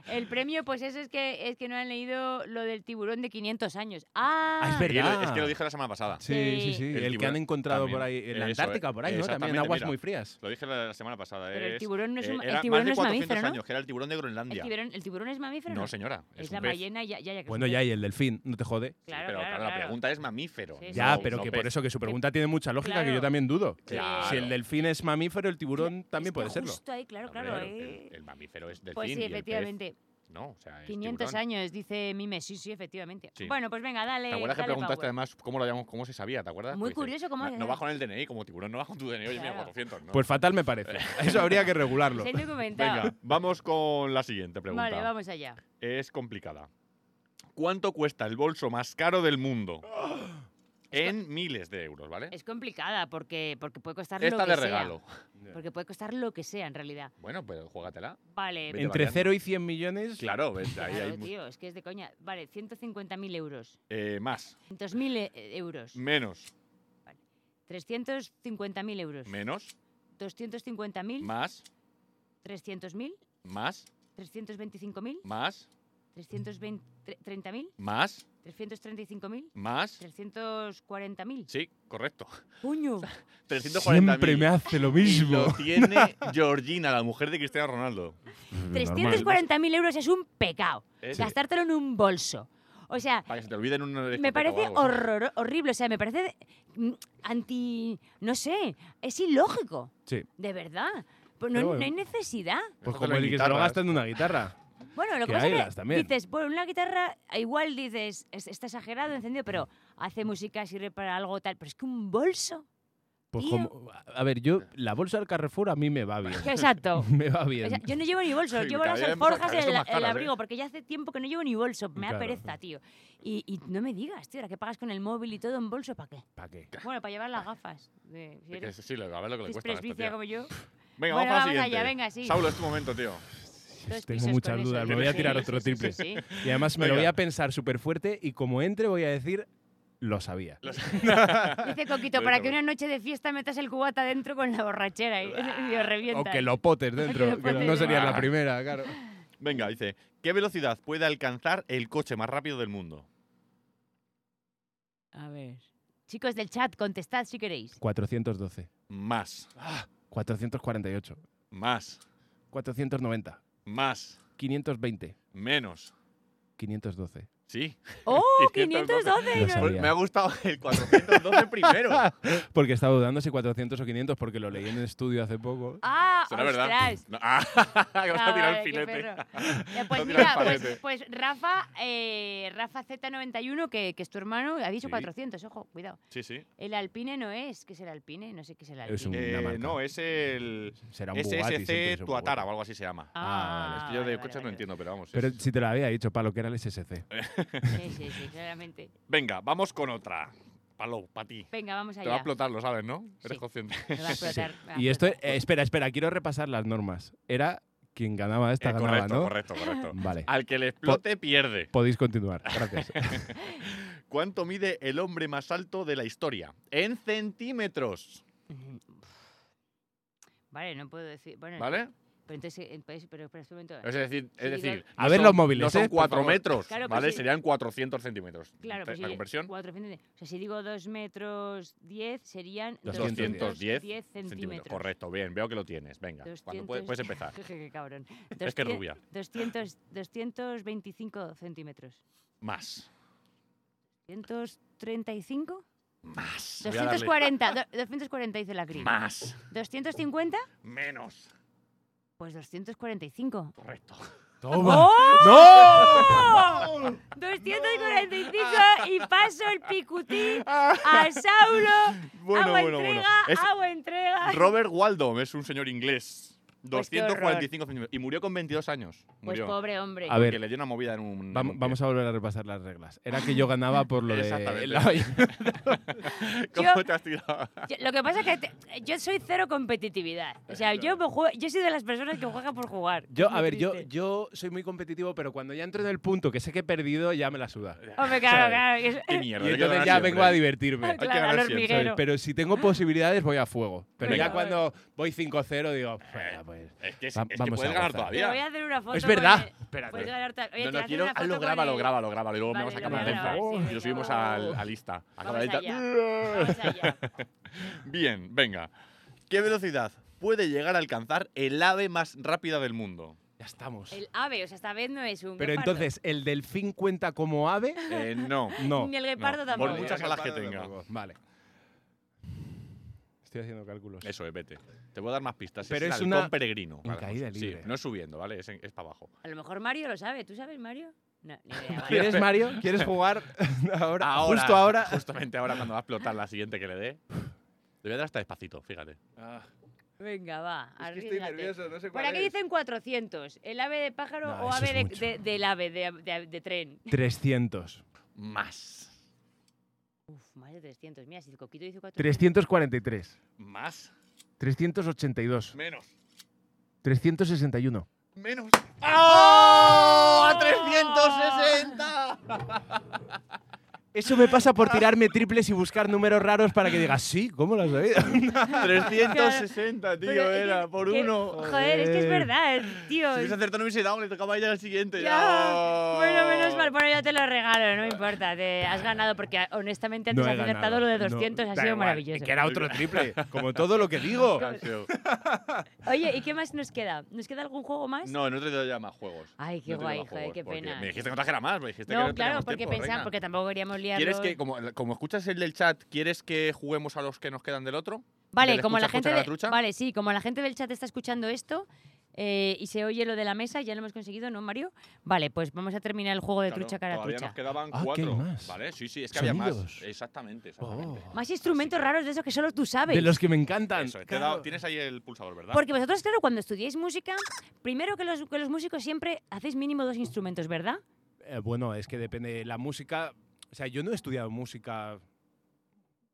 Speaker 1: El premio, pues eso es que, es que no han leído lo del tiburón de 500 años. ¡Ah!
Speaker 6: Ah, es verdad.
Speaker 3: Y lo- es que lo dije la semana pasada.
Speaker 6: Sí, sí, sí.
Speaker 1: El
Speaker 6: El, que
Speaker 3: tiburón
Speaker 6: han encontrado
Speaker 3: también.
Speaker 6: por ahí, en la
Speaker 3: Eso,
Speaker 6: Antártica,
Speaker 3: eh,
Speaker 6: por ahí, ¿no? También en
Speaker 3: exactamente,
Speaker 6: aguas
Speaker 3: mira.
Speaker 6: muy frías.
Speaker 3: Lo dije la semana pasada.
Speaker 1: Pero el
Speaker 3: es- eh,
Speaker 1: tiburón no es un- el
Speaker 3: era
Speaker 1: tiburón
Speaker 3: más de
Speaker 1: no es
Speaker 3: 400
Speaker 1: mamífero, ¿no?
Speaker 3: años, que era el tiburón de
Speaker 1: ¿El
Speaker 3: Groenlandia.
Speaker 1: tiburón, el tiburón es mamífero?
Speaker 3: No, señora. Es,
Speaker 1: Es,
Speaker 3: un
Speaker 1: la
Speaker 3: pez.
Speaker 1: ballena, ya, ya, ya. que
Speaker 6: Bueno,
Speaker 1: es un
Speaker 6: ya,
Speaker 1: pez.
Speaker 6: y el delfín, no te jode.
Speaker 1: Claro, claro,
Speaker 3: pero claro, la
Speaker 1: claro.
Speaker 3: pregunta es mamífero.
Speaker 1: Sí, sí.
Speaker 6: Ya,
Speaker 1: No,
Speaker 6: pero que por
Speaker 3: pez.
Speaker 6: eso, que su pregunta tiene mucha lógica, que
Speaker 1: Claro.
Speaker 6: yo también dudo.
Speaker 3: Claro.
Speaker 6: Si el delfín es mamífero, el tiburón también
Speaker 1: Es que
Speaker 6: puede serlo.
Speaker 1: Justo ahí, claro,
Speaker 3: Hombre,
Speaker 1: claro.
Speaker 3: el-
Speaker 1: eh.
Speaker 3: El, el mamífero es delfín.
Speaker 1: Pues
Speaker 3: y
Speaker 1: sí,
Speaker 3: el pez,
Speaker 1: efectivamente.
Speaker 3: No, o sea, es
Speaker 1: 500
Speaker 3: tiburón.
Speaker 1: años, dice Mime. Sí, sí, efectivamente.
Speaker 3: Sí.
Speaker 1: Bueno, pues venga, dale.
Speaker 3: ¿Te acuerdas que
Speaker 1: dale
Speaker 3: preguntaste
Speaker 1: power.
Speaker 3: además cómo lo llamamos, cómo se sabía? ¿Te acuerdas? Pues
Speaker 1: Muy
Speaker 3: Dices,
Speaker 1: curioso cómo
Speaker 3: "No-
Speaker 1: era".
Speaker 3: No vas con el DNI como tiburón, no vas con tu DNI, oye, mira,
Speaker 1: Claro.
Speaker 3: 400. ¿no?
Speaker 6: Pues fatal me parece. Eso habría que regularlo.
Speaker 1: Se han documentado.
Speaker 3: Venga, vamos con la siguiente pregunta.
Speaker 1: Vale, vamos allá.
Speaker 3: Es complicada. ¿Cuánto cuesta el bolso más caro del mundo? en miles de euros, ¿vale?
Speaker 1: Es complicada porque, porque puede costar lo
Speaker 3: Esta
Speaker 1: que
Speaker 3: de
Speaker 1: sea.
Speaker 3: regalo.
Speaker 1: Porque puede costar lo que sea en realidad.
Speaker 3: Bueno, pero juégatela.
Speaker 1: Vale.
Speaker 3: Vete
Speaker 6: Entre
Speaker 3: variando.
Speaker 6: 0 y 100 millones.
Speaker 3: Claro, ves, ahí
Speaker 1: claro,
Speaker 3: hay mu-
Speaker 1: tío, es que es de coña. Vale, 150.000 euros.
Speaker 3: eh, más,
Speaker 1: 200.000 e- euros.
Speaker 3: menos,
Speaker 1: 350.000 euros.
Speaker 3: menos,
Speaker 1: 250.000.
Speaker 3: más,
Speaker 1: 300.000.
Speaker 3: más,
Speaker 1: 325.000.
Speaker 3: más,
Speaker 1: 320 30.000.
Speaker 3: más,
Speaker 1: 335.000.
Speaker 3: más.
Speaker 1: 340.000.
Speaker 3: Sí, correcto.
Speaker 1: ¡Puño!
Speaker 3: 340
Speaker 6: Siempre me hace lo mismo.
Speaker 3: Lo tiene Georgina, la mujer de Cristiano Ronaldo.
Speaker 1: 340.000 euros es un pecado.
Speaker 3: Es-
Speaker 1: Gastártelo en un bolso. O sea,
Speaker 3: Para que se te olviden un
Speaker 1: Me parece horror, horrible, o sea, me parece mm, anti... no sé, es ilógico,
Speaker 6: Sí.
Speaker 1: de verdad. Pues
Speaker 6: Pero
Speaker 1: No,
Speaker 6: bueno.
Speaker 1: no hay necesidad.
Speaker 6: Pues
Speaker 3: Déjatelo
Speaker 6: como
Speaker 3: en
Speaker 6: el que se lo
Speaker 3: guitarras.
Speaker 6: gasta en una guitarra.
Speaker 1: Bueno, lo que,
Speaker 6: Que
Speaker 1: pasa
Speaker 6: hay
Speaker 1: es
Speaker 6: las
Speaker 1: que
Speaker 6: también.
Speaker 1: dices, bueno, una guitarra igual dices, "Es- está exagerado, encendido, pero hace música, sirve para algo tal. Pero es que un bolso.
Speaker 6: Pues
Speaker 1: Tío.
Speaker 6: como, a ver, yo la bolsa del Carrefour a mí me va bien.
Speaker 1: Exacto.
Speaker 6: me va
Speaker 1: O
Speaker 6: bien.
Speaker 1: sea, yo no llevo ni bolso,
Speaker 3: Sí,
Speaker 1: llevo
Speaker 3: cada
Speaker 1: las
Speaker 3: día vemos
Speaker 1: alforjas
Speaker 3: cada
Speaker 1: y
Speaker 3: vez son
Speaker 1: el,
Speaker 3: más
Speaker 1: el
Speaker 3: caras, ¿eh?
Speaker 1: abrigo, porque ya hace tiempo que no llevo ni bolso, me
Speaker 6: Claro.
Speaker 1: da pereza, tío. Y, y no me digas, tío, ahora que pagas con el móvil y todo en bolso, ¿para qué?
Speaker 6: ¿Para qué?
Speaker 1: Bueno, para llevar las gafas. de- si
Speaker 3: Es que
Speaker 1: eres
Speaker 3: Sí, lo- a ver lo que le cuesta. a este esta
Speaker 1: dispresbicia
Speaker 3: tía.
Speaker 1: como yo, Bueno,
Speaker 3: Venga, vamos
Speaker 1: vamos
Speaker 3: para la siguiente.
Speaker 1: allá, venga, sí.
Speaker 3: Saulo, es tu momento, tío.
Speaker 1: dos
Speaker 6: Tengo
Speaker 1: pisos
Speaker 6: muchas
Speaker 1: con eso,
Speaker 6: dudas, me
Speaker 1: tío.
Speaker 6: voy a tirar
Speaker 1: Sí,
Speaker 6: otro
Speaker 1: sí, sí,
Speaker 6: triple.
Speaker 1: sí, sí.
Speaker 6: Y además me lo
Speaker 3: Venga.
Speaker 6: voy a pensar súper fuerte y como entre voy a decir, lo sabía.
Speaker 1: Dice Coquito,
Speaker 3: Lo
Speaker 1: para
Speaker 3: dice
Speaker 1: que una noche de fiesta metas el cubata dentro con la borrachera y, y os
Speaker 6: O
Speaker 1: revientas.
Speaker 6: que lo potes dentro,
Speaker 1: lo
Speaker 6: que no
Speaker 1: potes
Speaker 6: sería la
Speaker 3: dentro.
Speaker 6: primera, claro.
Speaker 3: Venga, dice, ¿qué velocidad puede alcanzar el coche más rápido del mundo?
Speaker 1: A ver. Chicos del chat, contestad si queréis.
Speaker 6: 412,
Speaker 3: Más,
Speaker 6: 448,
Speaker 3: más,
Speaker 6: 490,
Speaker 3: más,
Speaker 6: 520,
Speaker 3: menos.
Speaker 6: 512.
Speaker 3: Sí.
Speaker 1: ¡Oh,
Speaker 3: 512.
Speaker 1: 512!
Speaker 6: Lo
Speaker 1: no-
Speaker 6: sabía.
Speaker 3: Pues me ha gustado el 412 primero.
Speaker 6: Porque estaba dudando si 400 o 500 porque lo leí en el estudio hace poco.
Speaker 1: ¡Ah,
Speaker 3: ¿Será verdad?
Speaker 1: ostras!
Speaker 3: No, ah, que vas
Speaker 1: Ah,
Speaker 3: a tirar
Speaker 1: vale, qué
Speaker 3: el filete.
Speaker 1: perro. Ya, pues
Speaker 3: Vas a tirar
Speaker 1: mira, pues,
Speaker 3: el palete.
Speaker 1: pues Rafa, eh, Rafa Z91, que, que es tu hermano, ha dicho
Speaker 3: Sí.
Speaker 1: 400, ojo, cuidado.
Speaker 3: Sí, sí.
Speaker 1: El alpine no es, ¿qué es el alpine? No sé qué es el alpine.
Speaker 6: un- Una
Speaker 3: Eh,
Speaker 6: marca.
Speaker 3: no, es el
Speaker 6: Será un Bugatti. siempre es
Speaker 3: SSC
Speaker 6: un
Speaker 3: Tuatara o
Speaker 6: Bugatti.
Speaker 3: algo así se llama.
Speaker 6: Ah,
Speaker 3: Es
Speaker 1: Ah,
Speaker 3: que yo de
Speaker 1: vale,
Speaker 3: coches
Speaker 1: vale,
Speaker 3: no
Speaker 1: vale.
Speaker 3: entiendo, pero vamos. sí,
Speaker 6: Pero
Speaker 3: sí,
Speaker 6: si te lo había dicho, Palo, que era el SSC.
Speaker 1: Sí, sí, sí, claramente.
Speaker 3: sí. Venga, vamos con otra. Palo, para ti.
Speaker 1: Venga, vamos
Speaker 3: Te va a
Speaker 1: allá.
Speaker 3: explotar, lo sabes, ¿no? Eres
Speaker 1: Sí.
Speaker 3: consciente.
Speaker 1: Me va a explotar, me va a
Speaker 6: Y esto,
Speaker 1: explotar.
Speaker 6: eh, espera, espera, quiero repasar las normas. Era quien ganaba esta,
Speaker 3: Eh,
Speaker 6: ganaba,
Speaker 3: correcto,
Speaker 6: ¿no?
Speaker 3: correcto, correcto.
Speaker 6: Vale,
Speaker 3: Al que le explote, pierde.
Speaker 6: podéis continuar, gracias.
Speaker 3: ¿Cuánto mide el hombre más alto de la historia? En centímetros.
Speaker 1: Ujú. Vale, no puedo decir. Bueno,
Speaker 3: ¿Vale?
Speaker 1: Pero entonces, eh, pues, pero espera un momento.
Speaker 3: Es decir,
Speaker 1: Eh, Sí,
Speaker 3: es decir
Speaker 6: A
Speaker 3: no
Speaker 6: ver
Speaker 3: son-
Speaker 6: los móviles,
Speaker 3: No son
Speaker 6: eh, por
Speaker 3: 4
Speaker 6: favor.
Speaker 3: metros,
Speaker 1: Claro, pero
Speaker 3: ¿vale?
Speaker 1: sí.
Speaker 3: Serían 400 centímetros.
Speaker 1: Claro, pues
Speaker 3: La
Speaker 1: sí,
Speaker 3: conversión,
Speaker 1: 400. O sea, si digo 2 metros 10, serían
Speaker 6: 210.
Speaker 3: 210
Speaker 1: 210 centímetros.
Speaker 3: Correcto, bien, veo que lo tienes. Venga, cuando puedes,
Speaker 1: 200.
Speaker 3: puedes empezar.
Speaker 1: Jeje, qué cabrón.
Speaker 3: Es que es
Speaker 1: 200
Speaker 3: rubia.
Speaker 1: 200, 225 centímetros.
Speaker 3: Más.
Speaker 1: 235.
Speaker 3: Más. Voy a darle
Speaker 1: 240. do- 240 dice la CRI.
Speaker 3: Más.
Speaker 1: 250.
Speaker 3: Menos.
Speaker 1: Pues 245.
Speaker 3: Correcto.
Speaker 6: ¡Toma!
Speaker 1: ¡No! 245 ¡Oh! y paso el picutín a Saulo.
Speaker 3: Bueno,
Speaker 1: hago
Speaker 3: bueno, bueno.
Speaker 1: Ah, entrega,
Speaker 3: Es
Speaker 1: hago entrega.
Speaker 3: Robert Waldo es un señor inglés.
Speaker 1: Pues qué horror.
Speaker 3: 245 centímetros. Y murió con 22 años.
Speaker 1: Pues
Speaker 3: Murió.
Speaker 1: pobre hombre.
Speaker 6: A ver,
Speaker 3: Que le dio una movida en un.
Speaker 6: vam- vamos a volver a repasar las reglas. Era que yo ganaba por lo de...
Speaker 3: Exactamente.
Speaker 6: la-
Speaker 3: ¿Cómo
Speaker 1: Yo-
Speaker 3: te has tirado?
Speaker 1: Yo- lo que pasa es que te- yo soy cero competitividad. O sea, yo, me jue- yo soy de las personas que juega por jugar.
Speaker 6: Yo,
Speaker 1: Es muy
Speaker 6: a ver, yo,
Speaker 1: triste.
Speaker 6: yo soy muy competitivo, pero cuando ya entro en el punto que sé que he perdido, ya me la suda.
Speaker 1: Hombre, claro, claro. que es-
Speaker 3: Qué
Speaker 6: Y
Speaker 3: mierda. hay que
Speaker 6: entonces
Speaker 3: ganar
Speaker 6: ya
Speaker 3: siempre.
Speaker 6: vengo a divertirme.
Speaker 1: Claro, al
Speaker 3: ganar siempre,
Speaker 1: hormiguero.
Speaker 6: Pero si
Speaker 1: Ah.
Speaker 6: tengo posibilidades, voy a fuego. Pero
Speaker 3: Venga.
Speaker 6: ya cuando voy 5-0, digo, "Venga, pues...
Speaker 3: Es que, es,
Speaker 6: Va-
Speaker 3: es que
Speaker 6: vamos
Speaker 3: puedes
Speaker 6: a
Speaker 3: ganar
Speaker 1: Te
Speaker 6: gozar.
Speaker 1: voy a
Speaker 3: todavía.
Speaker 1: hacer una foto.
Speaker 6: Es
Speaker 1: con
Speaker 6: verdad.
Speaker 1: el-
Speaker 6: Espérate.
Speaker 1: puedes ganar tal- Oye,
Speaker 3: No,
Speaker 1: te
Speaker 3: no
Speaker 1: haces
Speaker 3: quiero.
Speaker 1: una foto
Speaker 3: Hazlo,
Speaker 1: con
Speaker 3: grábalo,
Speaker 1: el-
Speaker 3: grábalo, grábalo. Y luego
Speaker 1: Vale,
Speaker 3: me lo
Speaker 1: lo
Speaker 3: sacamos
Speaker 1: voy
Speaker 3: de
Speaker 1: a grabar, sí,
Speaker 3: y lo
Speaker 1: venga,
Speaker 3: subimos
Speaker 1: va.
Speaker 3: al, a lista. A
Speaker 1: Vamos
Speaker 3: camarita.
Speaker 1: allá. Vamos allá.
Speaker 3: Bien, venga. ¿Qué velocidad puede llegar a alcanzar el ave más rápida del mundo?
Speaker 6: Ya estamos.
Speaker 1: El ave, o sea, esta vez no es un.
Speaker 6: Pero
Speaker 1: guepardo.
Speaker 6: entonces, ¿el delfín cuenta como ave?
Speaker 3: Eh, no.
Speaker 6: No.
Speaker 1: Ni el guepardo
Speaker 3: no.
Speaker 1: tampoco.
Speaker 3: Por muchas alas que tenga.
Speaker 6: Tampoco. Vale. Estoy haciendo cálculos.
Speaker 3: Eso es, vete. Te voy a dar más pistas.
Speaker 6: Pero
Speaker 3: es,
Speaker 6: es
Speaker 3: el
Speaker 6: una-
Speaker 3: halcón peregrino.
Speaker 6: en caída
Speaker 3: Sí,
Speaker 6: libre.
Speaker 3: no es subiendo, ¿vale? Es, en- es para abajo.
Speaker 1: A lo mejor Mario lo sabe. ¿Tú sabes, Mario? No, ni idea. vale.
Speaker 6: ¿Quieres, Mario? ¿Quieres jugar ahora? Justo ahora.
Speaker 3: Justamente ahora, cuando va a explotar la siguiente que le dé. Le voy a dar hasta despacito, fíjate.
Speaker 1: Venga,
Speaker 8: Es
Speaker 1: va.
Speaker 8: que estoy
Speaker 1: arríesgate.
Speaker 8: nervioso, no sé
Speaker 1: Por
Speaker 8: cuál
Speaker 1: aquí
Speaker 8: es.
Speaker 1: dicen 400. ¿El ave de pájaro
Speaker 6: No,
Speaker 1: o
Speaker 6: eso es
Speaker 1: ave de-
Speaker 6: mucho.
Speaker 1: de- del ave, de, de- de tren?
Speaker 6: 300.
Speaker 3: Más.
Speaker 1: Uf, más de 300. Mira, si el coquito dice 400.
Speaker 6: 343.
Speaker 3: Más.
Speaker 6: 382.
Speaker 3: Menos.
Speaker 6: 361.
Speaker 3: Menos. ¡Ah! ¡A 360!
Speaker 6: Eso me pasa por tirarme triples y buscar números raros para que digas, sí, ¿cómo lo has sabido?
Speaker 3: 360, tío,
Speaker 1: Pero es que-
Speaker 3: era, por
Speaker 1: que-
Speaker 3: uno.
Speaker 1: Joder, es que es verdad, tío.
Speaker 3: Si hubiese acertado, no hubiese dado, le tocaba a ella el siguiente.
Speaker 1: Ya.
Speaker 3: ¡No!
Speaker 1: Bueno, menos mal. Bueno, ya te lo regalo, no me importa. Te has ganado porque honestamente antes
Speaker 6: No he
Speaker 1: has acertado
Speaker 6: ganado.
Speaker 1: lo de
Speaker 6: No,
Speaker 1: 200. ha
Speaker 6: da
Speaker 1: sido
Speaker 6: igual,
Speaker 1: maravilloso.
Speaker 6: Que era otro triple, como todo lo que
Speaker 3: Oh,
Speaker 6: digo.
Speaker 1: Oye, ¿y qué más nos queda? ¿Nos queda algún juego más?
Speaker 3: No, no te doy ya más juegos.
Speaker 1: Ay, qué
Speaker 3: No te doy
Speaker 1: guay,
Speaker 3: más
Speaker 1: joder,
Speaker 3: juegos,
Speaker 1: qué
Speaker 3: porque
Speaker 1: pena.
Speaker 3: Me dijiste que no trajera más, me dijiste
Speaker 1: No,
Speaker 3: que no
Speaker 1: claro,
Speaker 3: teníamos
Speaker 1: porque
Speaker 3: tiempo,
Speaker 1: pensamos,
Speaker 3: reina.
Speaker 1: porque tampoco queríamos liarlo.
Speaker 3: ¿Quieres que, como, como escuchas el del chat, ¿quieres que juguemos a los que nos quedan del otro?
Speaker 1: Vale,
Speaker 3: del
Speaker 1: como la
Speaker 3: escucha,
Speaker 1: gente
Speaker 3: escucha la
Speaker 1: de-
Speaker 3: trucha?
Speaker 1: Vale, sí, como la gente del chat está escuchando esto, eh, y se oye lo de la mesa, ya lo hemos conseguido, ¿no, Mario? Vale, pues vamos a terminar el juego de
Speaker 3: Claro,
Speaker 1: trucha
Speaker 3: Todavía
Speaker 1: caratucha.
Speaker 3: nos quedaban
Speaker 6: Ah, ¿qué
Speaker 3: cuatro.
Speaker 6: más?
Speaker 3: ¿Vale? Sí, sí, es que había
Speaker 6: Sonidos.
Speaker 3: más. Exactamente, exactamente.
Speaker 1: Más instrumentos raros de esos que solo tú sabes.
Speaker 6: De los que me encantan.
Speaker 3: Eso, te he dado- tienes ahí el pulsador, ¿verdad?
Speaker 1: Porque vosotros, claro, cuando estudiáis música, primero que los, que los músicos siempre hacéis mínimo dos instrumentos, ¿verdad?
Speaker 6: Eh, bueno, es que depende de la música. O sea, yo no he estudiado música,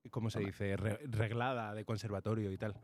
Speaker 6: ¿cómo se dice? Re- reglada de conservatorio y tal.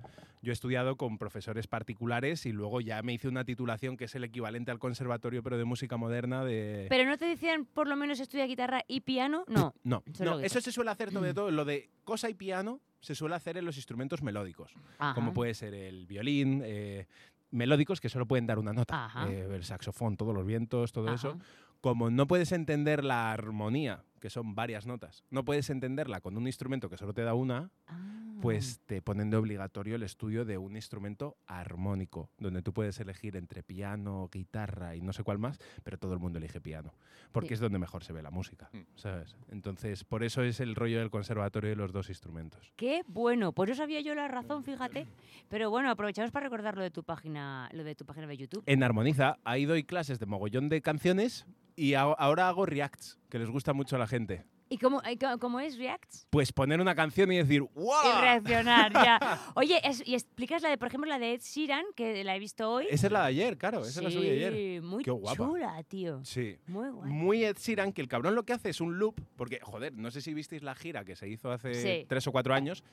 Speaker 6: Yo he estudiado con profesores particulares y luego ya me hice una titulación que es el equivalente al conservatorio, pero de música moderna. De...
Speaker 1: Pero no te decían, por lo menos estudia guitarra y piano, no.
Speaker 6: no,
Speaker 1: solo
Speaker 6: no,
Speaker 1: guitarra.
Speaker 6: eso se suele hacer
Speaker 1: Mm.
Speaker 6: sobre todo. Lo de cosa y piano se suele hacer en los instrumentos melódicos,
Speaker 1: Ajá.
Speaker 6: como puede ser el violín. eh, melódicos que solo pueden dar una nota,
Speaker 1: Ajá.
Speaker 6: eh, el saxofón, todos los vientos, todo
Speaker 1: Ajá.
Speaker 6: eso. como no puedes entender la armonía, que son varias notas, no puedes entenderla con un instrumento que solo te da una,
Speaker 1: Ah.
Speaker 6: pues te ponen de obligatorio el estudio de un instrumento armónico, donde tú puedes elegir entre piano, guitarra y no sé cuál más, pero todo el mundo elige piano, porque
Speaker 1: Sí.
Speaker 6: es donde mejor se ve la música,
Speaker 3: Mm.
Speaker 6: ¿sabes? Entonces, por eso es el rollo del conservatorio de los dos instrumentos.
Speaker 1: Qué bueno, pues no sabía yo la razón, fíjate. Pero bueno, aprovechamos para recordar lo de tu página, lo de tu página de YouTube.
Speaker 6: En Armoniza, ahí doy clases de mogollón de canciones y a- ahora hago reacts, que les gusta mucho a la gente.
Speaker 1: ¿Y cómo, eh, cómo- cómo es React?
Speaker 6: Pues poner una canción y decir, ¡guau!
Speaker 1: Y reaccionar, ya. Oye, es- y explicas la de, por ejemplo, la de Ed Sheeran, que la he visto hoy.
Speaker 6: Esa es la de ayer, claro. Esa
Speaker 1: sí,
Speaker 6: la subí ayer.
Speaker 1: muy
Speaker 6: Qué guapa.
Speaker 1: chula, tío.
Speaker 6: Sí.
Speaker 1: Muy guay.
Speaker 6: Muy Ed Sheeran, que el cabrón lo que hace es un loop, porque, joder, no sé si visteis la gira que se hizo hace
Speaker 1: Sí.
Speaker 6: tres o cuatro años,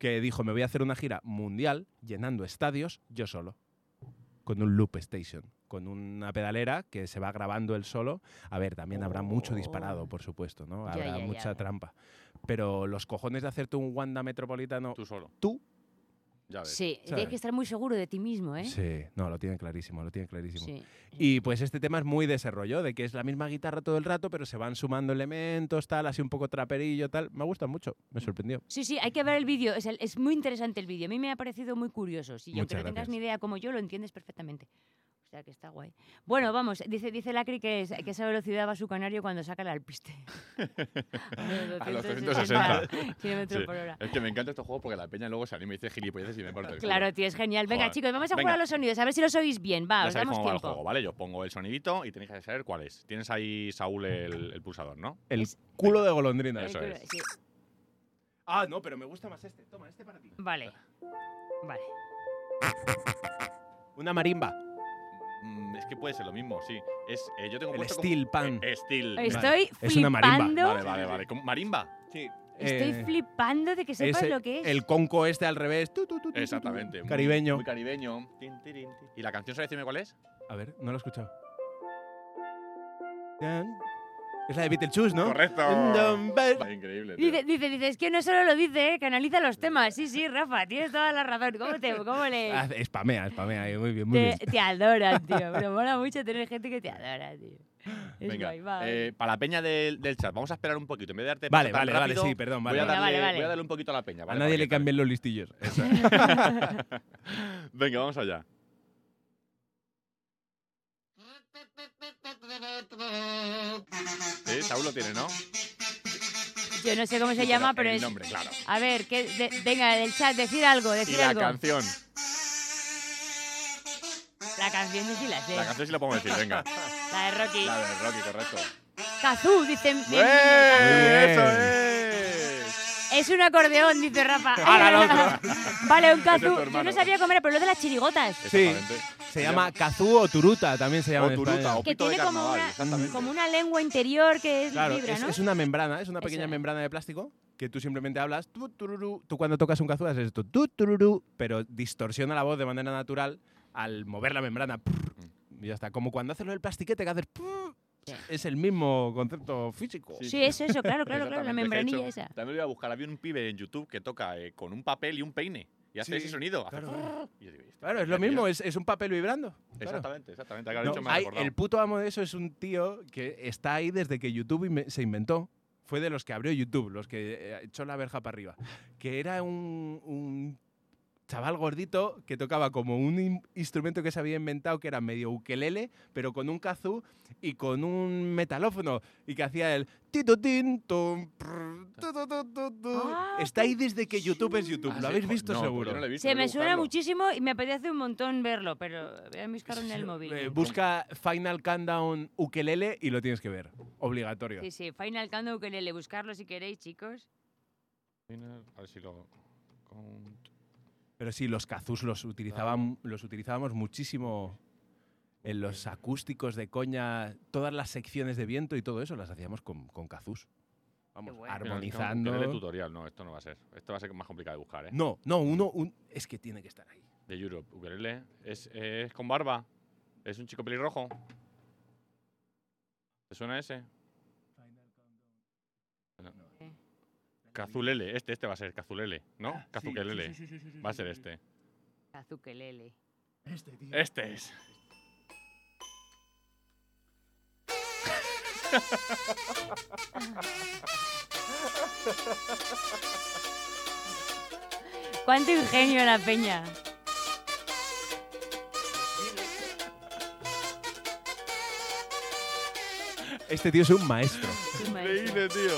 Speaker 6: que dijo, me voy a hacer una gira mundial llenando estadios yo solo, con un loop station, con una pedalera que se va grabando él solo. A ver, también habrá mucho disparado, por supuesto, ¿no?
Speaker 1: Oh. Ya,
Speaker 6: Habrá
Speaker 1: ya, ya,
Speaker 6: mucha
Speaker 1: ya.
Speaker 6: trampa. Pero los cojones de hacerte un Wanda Metropolitano,
Speaker 3: Tú solo.
Speaker 6: ¿Tú?
Speaker 3: Ya ves.
Speaker 1: Sí,
Speaker 6: ¿Sabes?
Speaker 1: tienes que estar muy seguro de ti mismo, ¿eh?
Speaker 6: sí, no, lo tiene clarísimo, lo tiene clarísimo.
Speaker 1: Sí.
Speaker 6: Y pues este tema es muy de ese rollo, de que es la misma guitarra todo el rato, pero se van sumando elementos, tal, así un poco traperillo, tal. Me gusta mucho, me sorprendió.
Speaker 1: Sí, sí, hay que ver el vídeo. Es, el- es muy interesante el vídeo. A mí me ha parecido muy curioso. Si aunque
Speaker 6: Muchas
Speaker 1: no tengas
Speaker 6: gracias.
Speaker 1: ni idea como yo, lo entiendes perfectamente. O sea, que está guay. Bueno, vamos, dice, dice Lacri que, es- que esa velocidad va su canario cuando saca el alpiste.
Speaker 3: A los 360.
Speaker 1: kilómetros
Speaker 3: Sí.
Speaker 1: por hora.
Speaker 3: Es que me encanta este juego porque la peña luego se anima y dice gilipolleces y me parte el culo.
Speaker 1: Claro, tío, es genial. Venga,
Speaker 3: Joder.
Speaker 1: chicos, vamos a jugar
Speaker 3: Venga.
Speaker 1: a los sonidos, a ver si los oís bien. Va,
Speaker 3: Ya
Speaker 1: os
Speaker 3: sabéis
Speaker 1: damos
Speaker 3: cómo va el
Speaker 1: tiempo.
Speaker 3: juego, ¿vale? Yo pongo el sonidito y tenéis que saber cuál es. Tienes ahí, Saúl, el, el pulsador, ¿no?
Speaker 6: El
Speaker 1: Es-
Speaker 6: culo de
Speaker 1: Ay,
Speaker 6: golondrina.
Speaker 3: Eso
Speaker 1: pero-
Speaker 3: es.
Speaker 1: sí.
Speaker 6: Ah, no, pero me gusta más este. Toma, este para ti.
Speaker 1: Vale. Vale.
Speaker 6: Una marimba.
Speaker 3: Mm, es que puede ser lo mismo, sí. Es, eh, yo tengo
Speaker 6: El
Speaker 3: puesto
Speaker 6: steel
Speaker 3: como-
Speaker 6: pan.
Speaker 3: Eh, steel.
Speaker 1: Estoy
Speaker 6: Es una marimba.
Speaker 1: flipando.
Speaker 3: Vale, vale, vale. ¿Cómo- ¿Marimba?
Speaker 6: Sí.
Speaker 1: Estoy
Speaker 3: Eh,
Speaker 1: flipando de que sepas lo que es.
Speaker 6: Eh, El conco este al revés. Tu, tu, tu, tu, tu, tu.
Speaker 3: Exactamente. muy-
Speaker 6: Caribeño.
Speaker 3: Muy caribeño. Tin, tirin, tin. ¿Y la canción sabe decirme cuál es?
Speaker 6: A ver, no lo he escuchado. Tan. Es la de Beetlejuice, ¿no?
Speaker 3: Correcto.
Speaker 6: Dum, ba-
Speaker 3: Increíble. tío.
Speaker 1: Dice, dice, dice, es que no solo lo dice, eh, que analiza los temas. Sí, sí, Rafa, tienes toda la razón. ¿Cómo, te, cómo le...?
Speaker 6: Ah, Spamea, spamea. ahí, Muy bien, muy
Speaker 1: Te,
Speaker 6: bien.
Speaker 1: te adoran, tío. Pero mola mucho tener gente que te adora, tío. Es
Speaker 3: Venga,
Speaker 1: guay, va.
Speaker 3: eh, para la peña del, del chat, vamos a esperar un poquito. En vez de darte
Speaker 6: Vale,
Speaker 3: paso tan
Speaker 6: vale, vale,
Speaker 3: rápido,
Speaker 6: sí, perdón, vale.
Speaker 3: Voy a,
Speaker 1: Venga,
Speaker 3: darle,
Speaker 1: vale, vale.
Speaker 3: voy a darle un poquito a la peña.
Speaker 6: A
Speaker 3: ¿vale?
Speaker 6: nadie le
Speaker 3: Porque-
Speaker 6: cambien los listillos.
Speaker 3: Venga, vamos allá. Sí, Saúl lo tiene, ¿no?
Speaker 1: Yo no sé cómo se
Speaker 3: Sí,
Speaker 1: llama, pero
Speaker 3: el
Speaker 1: es...
Speaker 3: nombre, claro.
Speaker 1: A ver, que de- venga, del chat, decir algo,
Speaker 3: Y
Speaker 1: decir
Speaker 3: la
Speaker 1: algo.
Speaker 3: canción.
Speaker 1: La canción de Silas,
Speaker 3: La canción sí la podemos decir, venga.
Speaker 1: La de Rocky.
Speaker 3: La de Rocky, correcto.
Speaker 1: Kazoo, dicen.
Speaker 3: ¡Bien! ¡Eso es!
Speaker 1: Es un acordeón, dice Rafa.
Speaker 3: Ah, la
Speaker 1: vale, un
Speaker 3: Ese es tu
Speaker 1: kazoo. Yo no
Speaker 3: hermano.
Speaker 1: sabía comer, pero lo de las chirigotas.
Speaker 6: Sí.
Speaker 3: Exactamente.
Speaker 6: Se llama Kazú o Turuta, también se llama.
Speaker 3: O
Speaker 6: en
Speaker 3: turuta,
Speaker 6: España.
Speaker 3: o-
Speaker 1: que
Speaker 3: Pito de
Speaker 1: tiene como
Speaker 3: carnaval,
Speaker 1: una,
Speaker 3: exactamente.
Speaker 1: como una lengua interior que es
Speaker 6: Claro,
Speaker 1: vibra,
Speaker 6: es,
Speaker 1: ¿no?
Speaker 6: es una membrana, es una pequeña
Speaker 1: Eso es.
Speaker 6: membrana de plástico que tú simplemente hablas. tu, tururú. Tú cuando tocas un kazú haces esto, tu, tururú, pero distorsiona la voz de manera natural al mover la membrana. Prr, Y ya está. Como cuando haces lo del plastiquete que haces. prr,
Speaker 1: Sí.
Speaker 6: Es el mismo concepto físico.
Speaker 3: Sí.
Speaker 1: Sí, eso, eso, claro, claro, claro, la
Speaker 3: Exactamente, que he
Speaker 1: membranilla
Speaker 3: hecho-
Speaker 1: esa.
Speaker 3: También lo iba a buscar. Había un pibe en YouTube que toca eh, con un papel y un peine. Y hace
Speaker 6: Sí,
Speaker 3: ese sonido. hace
Speaker 6: claro,
Speaker 3: frrrr.
Speaker 6: claro.
Speaker 3: Y yo digo, "Este
Speaker 6: Claro, es
Speaker 3: tío,
Speaker 6: lo mismo, es, es un papel vibrando. Claro.
Speaker 3: Exactamente, exactamente. Ahora
Speaker 6: No,
Speaker 3: he dicho, me has
Speaker 6: hay-
Speaker 3: recordado.
Speaker 6: el puto amo de eso es un tío que está ahí desde que YouTube inve- se inventó. Fue de los que abrió YouTube, los que eh, echó la verja para arriba. Que era un, un chaval gordito que tocaba como un in- instrumento que se había inventado que era medio ukelele, pero con un kazoo y con un metalófono y que hacía el tito tin tum, prr, tu, tu, tu, tu, tu. Está ahí desde que YouTube es YouTube,
Speaker 3: Ah,
Speaker 6: lo
Speaker 3: sí,
Speaker 6: habéis
Speaker 3: jo-
Speaker 6: visto
Speaker 3: no, pues
Speaker 6: seguro.
Speaker 3: yo no lo he
Speaker 1: Se
Speaker 3: visto, voy a
Speaker 1: me suena
Speaker 3: buscarlo.
Speaker 1: muchísimo y me apetece un montón verlo, pero voy a buscarlo en el móvil.
Speaker 6: Eh, busca Final Countdown ukelele y lo tienes que ver, obligatorio.
Speaker 1: Sí, sí, Final Countdown Ukelele, buscarlo si queréis, chicos.
Speaker 3: A ver si lo. count.
Speaker 6: Pero sí, los kazus los, utilizaban, los utilizábamos muchísimo en los acústicos de coña, todas las secciones de viento y todo eso las hacíamos con, con kazus. Vamos,
Speaker 1: bueno.
Speaker 3: Mira,
Speaker 6: armonizando.
Speaker 3: tengo que ponerle tutorial, no, esto no va a ser. Esto va a ser más complicado de buscar, ¿eh?
Speaker 6: No, no, uno un- es que tiene que estar ahí.
Speaker 3: De Europe, ukelele. Es, eh, es con barba. Es un chico pelirrojo. ¿Te suena ese? No.
Speaker 1: Eh.
Speaker 3: Cazulele, este, este va a ser Cazulele, ¿no? Cazuquelele. Va a ser este.
Speaker 1: Azukelele.
Speaker 3: Este es.
Speaker 1: ¡Cuánto ingenio la peña!
Speaker 6: Este tío es un maestro.
Speaker 1: Qué maravilla.
Speaker 3: tío.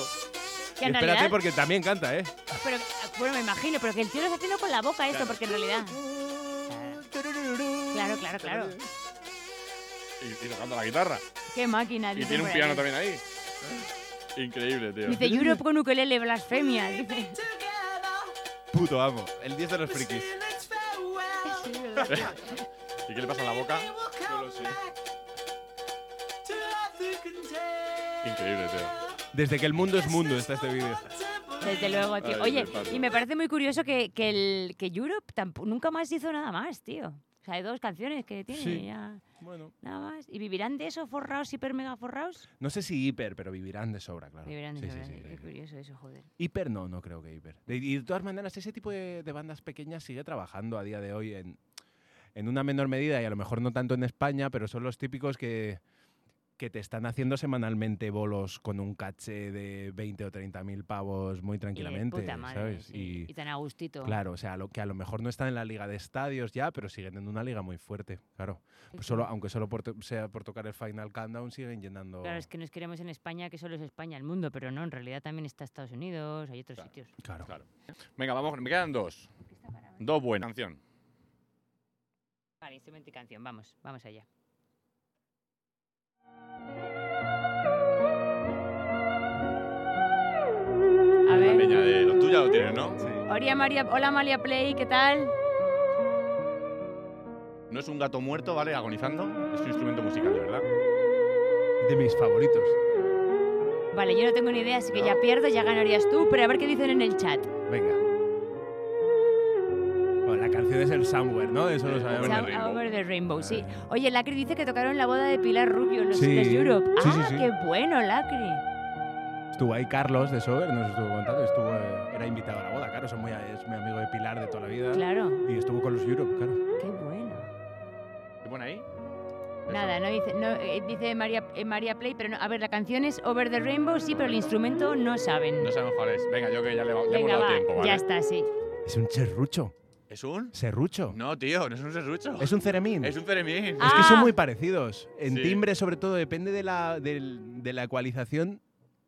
Speaker 1: Que en
Speaker 6: Espérate
Speaker 1: realidad,
Speaker 6: porque también canta, ¿eh?
Speaker 1: pero, bueno, me imagino, pero que el tío lo está haciendo con la boca esto, porque en realidad... Claro, claro, claro.
Speaker 3: Y, y tocando la guitarra.
Speaker 1: Qué máquina,
Speaker 3: Y
Speaker 1: dice
Speaker 3: tiene un
Speaker 1: por
Speaker 3: piano
Speaker 1: ahí.
Speaker 3: también ahí. Increíble, tío.
Speaker 1: Dice Europe con ukelele, blasfemia. Dice.
Speaker 6: Puto amo. El 10 de los frikis.
Speaker 3: ¿Y qué le pasa en la boca? Increíble, tío.
Speaker 6: Desde que el mundo es mundo está este vídeo.
Speaker 1: Desde luego, tío.
Speaker 3: Ay,
Speaker 1: Oye,
Speaker 3: me parto.
Speaker 1: y me parece muy curioso que, que, el, que Europe tampo- nunca más hizo nada más, tío. O sea, hay dos canciones que tiene
Speaker 6: Sí.
Speaker 1: y ya
Speaker 6: Bueno.
Speaker 1: nada más. ¿Y vivirán de eso forrados, hiper mega forrados?
Speaker 6: No sé si hiper, pero vivirán de sobra, claro.
Speaker 1: Vivirán de
Speaker 6: Sí,
Speaker 1: eso,
Speaker 6: sí, sí,
Speaker 1: ¿verdad?
Speaker 6: sí,
Speaker 1: Qué
Speaker 6: sí.
Speaker 1: curioso eso, joder.
Speaker 6: Hiper no, no creo que hiper. De- Y de todas maneras, ese tipo de, de bandas pequeñas sigue trabajando a día de hoy en, en una menor medida y a lo mejor no tanto en España, pero son los típicos que, que te están haciendo semanalmente bolos con un caché de 20 o 30 mil pavos muy
Speaker 1: Y de
Speaker 6: tranquilamente,
Speaker 1: puta madre,
Speaker 6: ¿sabes?
Speaker 1: sí.
Speaker 6: Y,
Speaker 1: Y tan a gustito.
Speaker 6: claro, o sea, lo, que a lo mejor no están en la liga de estadios ya, pero siguen en una liga muy fuerte, claro. Pues solo, aunque solo por to- sea por tocar el Final Countdown, siguen llenando...
Speaker 1: Claro, es que nos queremos en España, que solo es España el mundo, pero no, en realidad también está Estados Unidos, hay otros sitios.
Speaker 6: Claro.
Speaker 3: Claro. Venga, vamos, me quedan dos.
Speaker 1: ¿eh?
Speaker 3: Dos buenas. Canción.
Speaker 1: Vale, instrumento y canción, vamos, vamos allá. A
Speaker 3: La
Speaker 1: ver.
Speaker 3: peña de lo tuyo lo tienes, ¿no?
Speaker 1: Hola María, hola María Play, ¿qué tal?
Speaker 3: No es un gato muerto, ¿vale? Agonizando. Es un instrumento musical, de verdad.
Speaker 6: De mis favoritos.
Speaker 1: Vale, yo no tengo ni idea, así que ya pierdo, ya ganarías tú, pero a ver qué dicen en el chat.
Speaker 6: Venga. Bueno, la canción es el Somewhere, ¿no? Eso lo sabemos.
Speaker 1: Sound Over the Rainbow, sí. Oye, Lacri dice que tocaron la boda de Pilar Rubio, los,
Speaker 6: Sí.
Speaker 1: los Europe.
Speaker 6: Sí, sí,
Speaker 1: ah,
Speaker 6: sí.
Speaker 1: qué bueno, Lacri.
Speaker 6: Estuvo ahí Carlos de Sober, nos estuvo contando, estuvo, eh, era invitado a la boda, claro, son muy, es mi amigo de Pilar de toda la vida.
Speaker 1: Claro,
Speaker 6: Y estuvo con los Europe, claro.
Speaker 1: qué bueno.
Speaker 3: ¿Qué pone ahí?
Speaker 1: Nada, no dice, no, eh, dice María, eh, María Play, pero no, a ver, la canción es Over the Rainbow, sí, pero el instrumento no saben.
Speaker 3: No sabemos cuál es. Venga, yo que ya le, ya hemos
Speaker 1: Venga,
Speaker 3: dado
Speaker 1: va,
Speaker 3: tiempo, ¿vale?
Speaker 1: ya está, sí.
Speaker 6: Es un cherrucho,
Speaker 3: ¿Es un?
Speaker 6: serrucho.
Speaker 3: No, tío, no es un serrucho.
Speaker 6: Es un ceremín.
Speaker 3: Es un ceremín.
Speaker 1: Ah.
Speaker 6: Es que son muy parecidos. En
Speaker 3: Sí.
Speaker 6: timbre, sobre todo, depende de la, del- de la ecualización.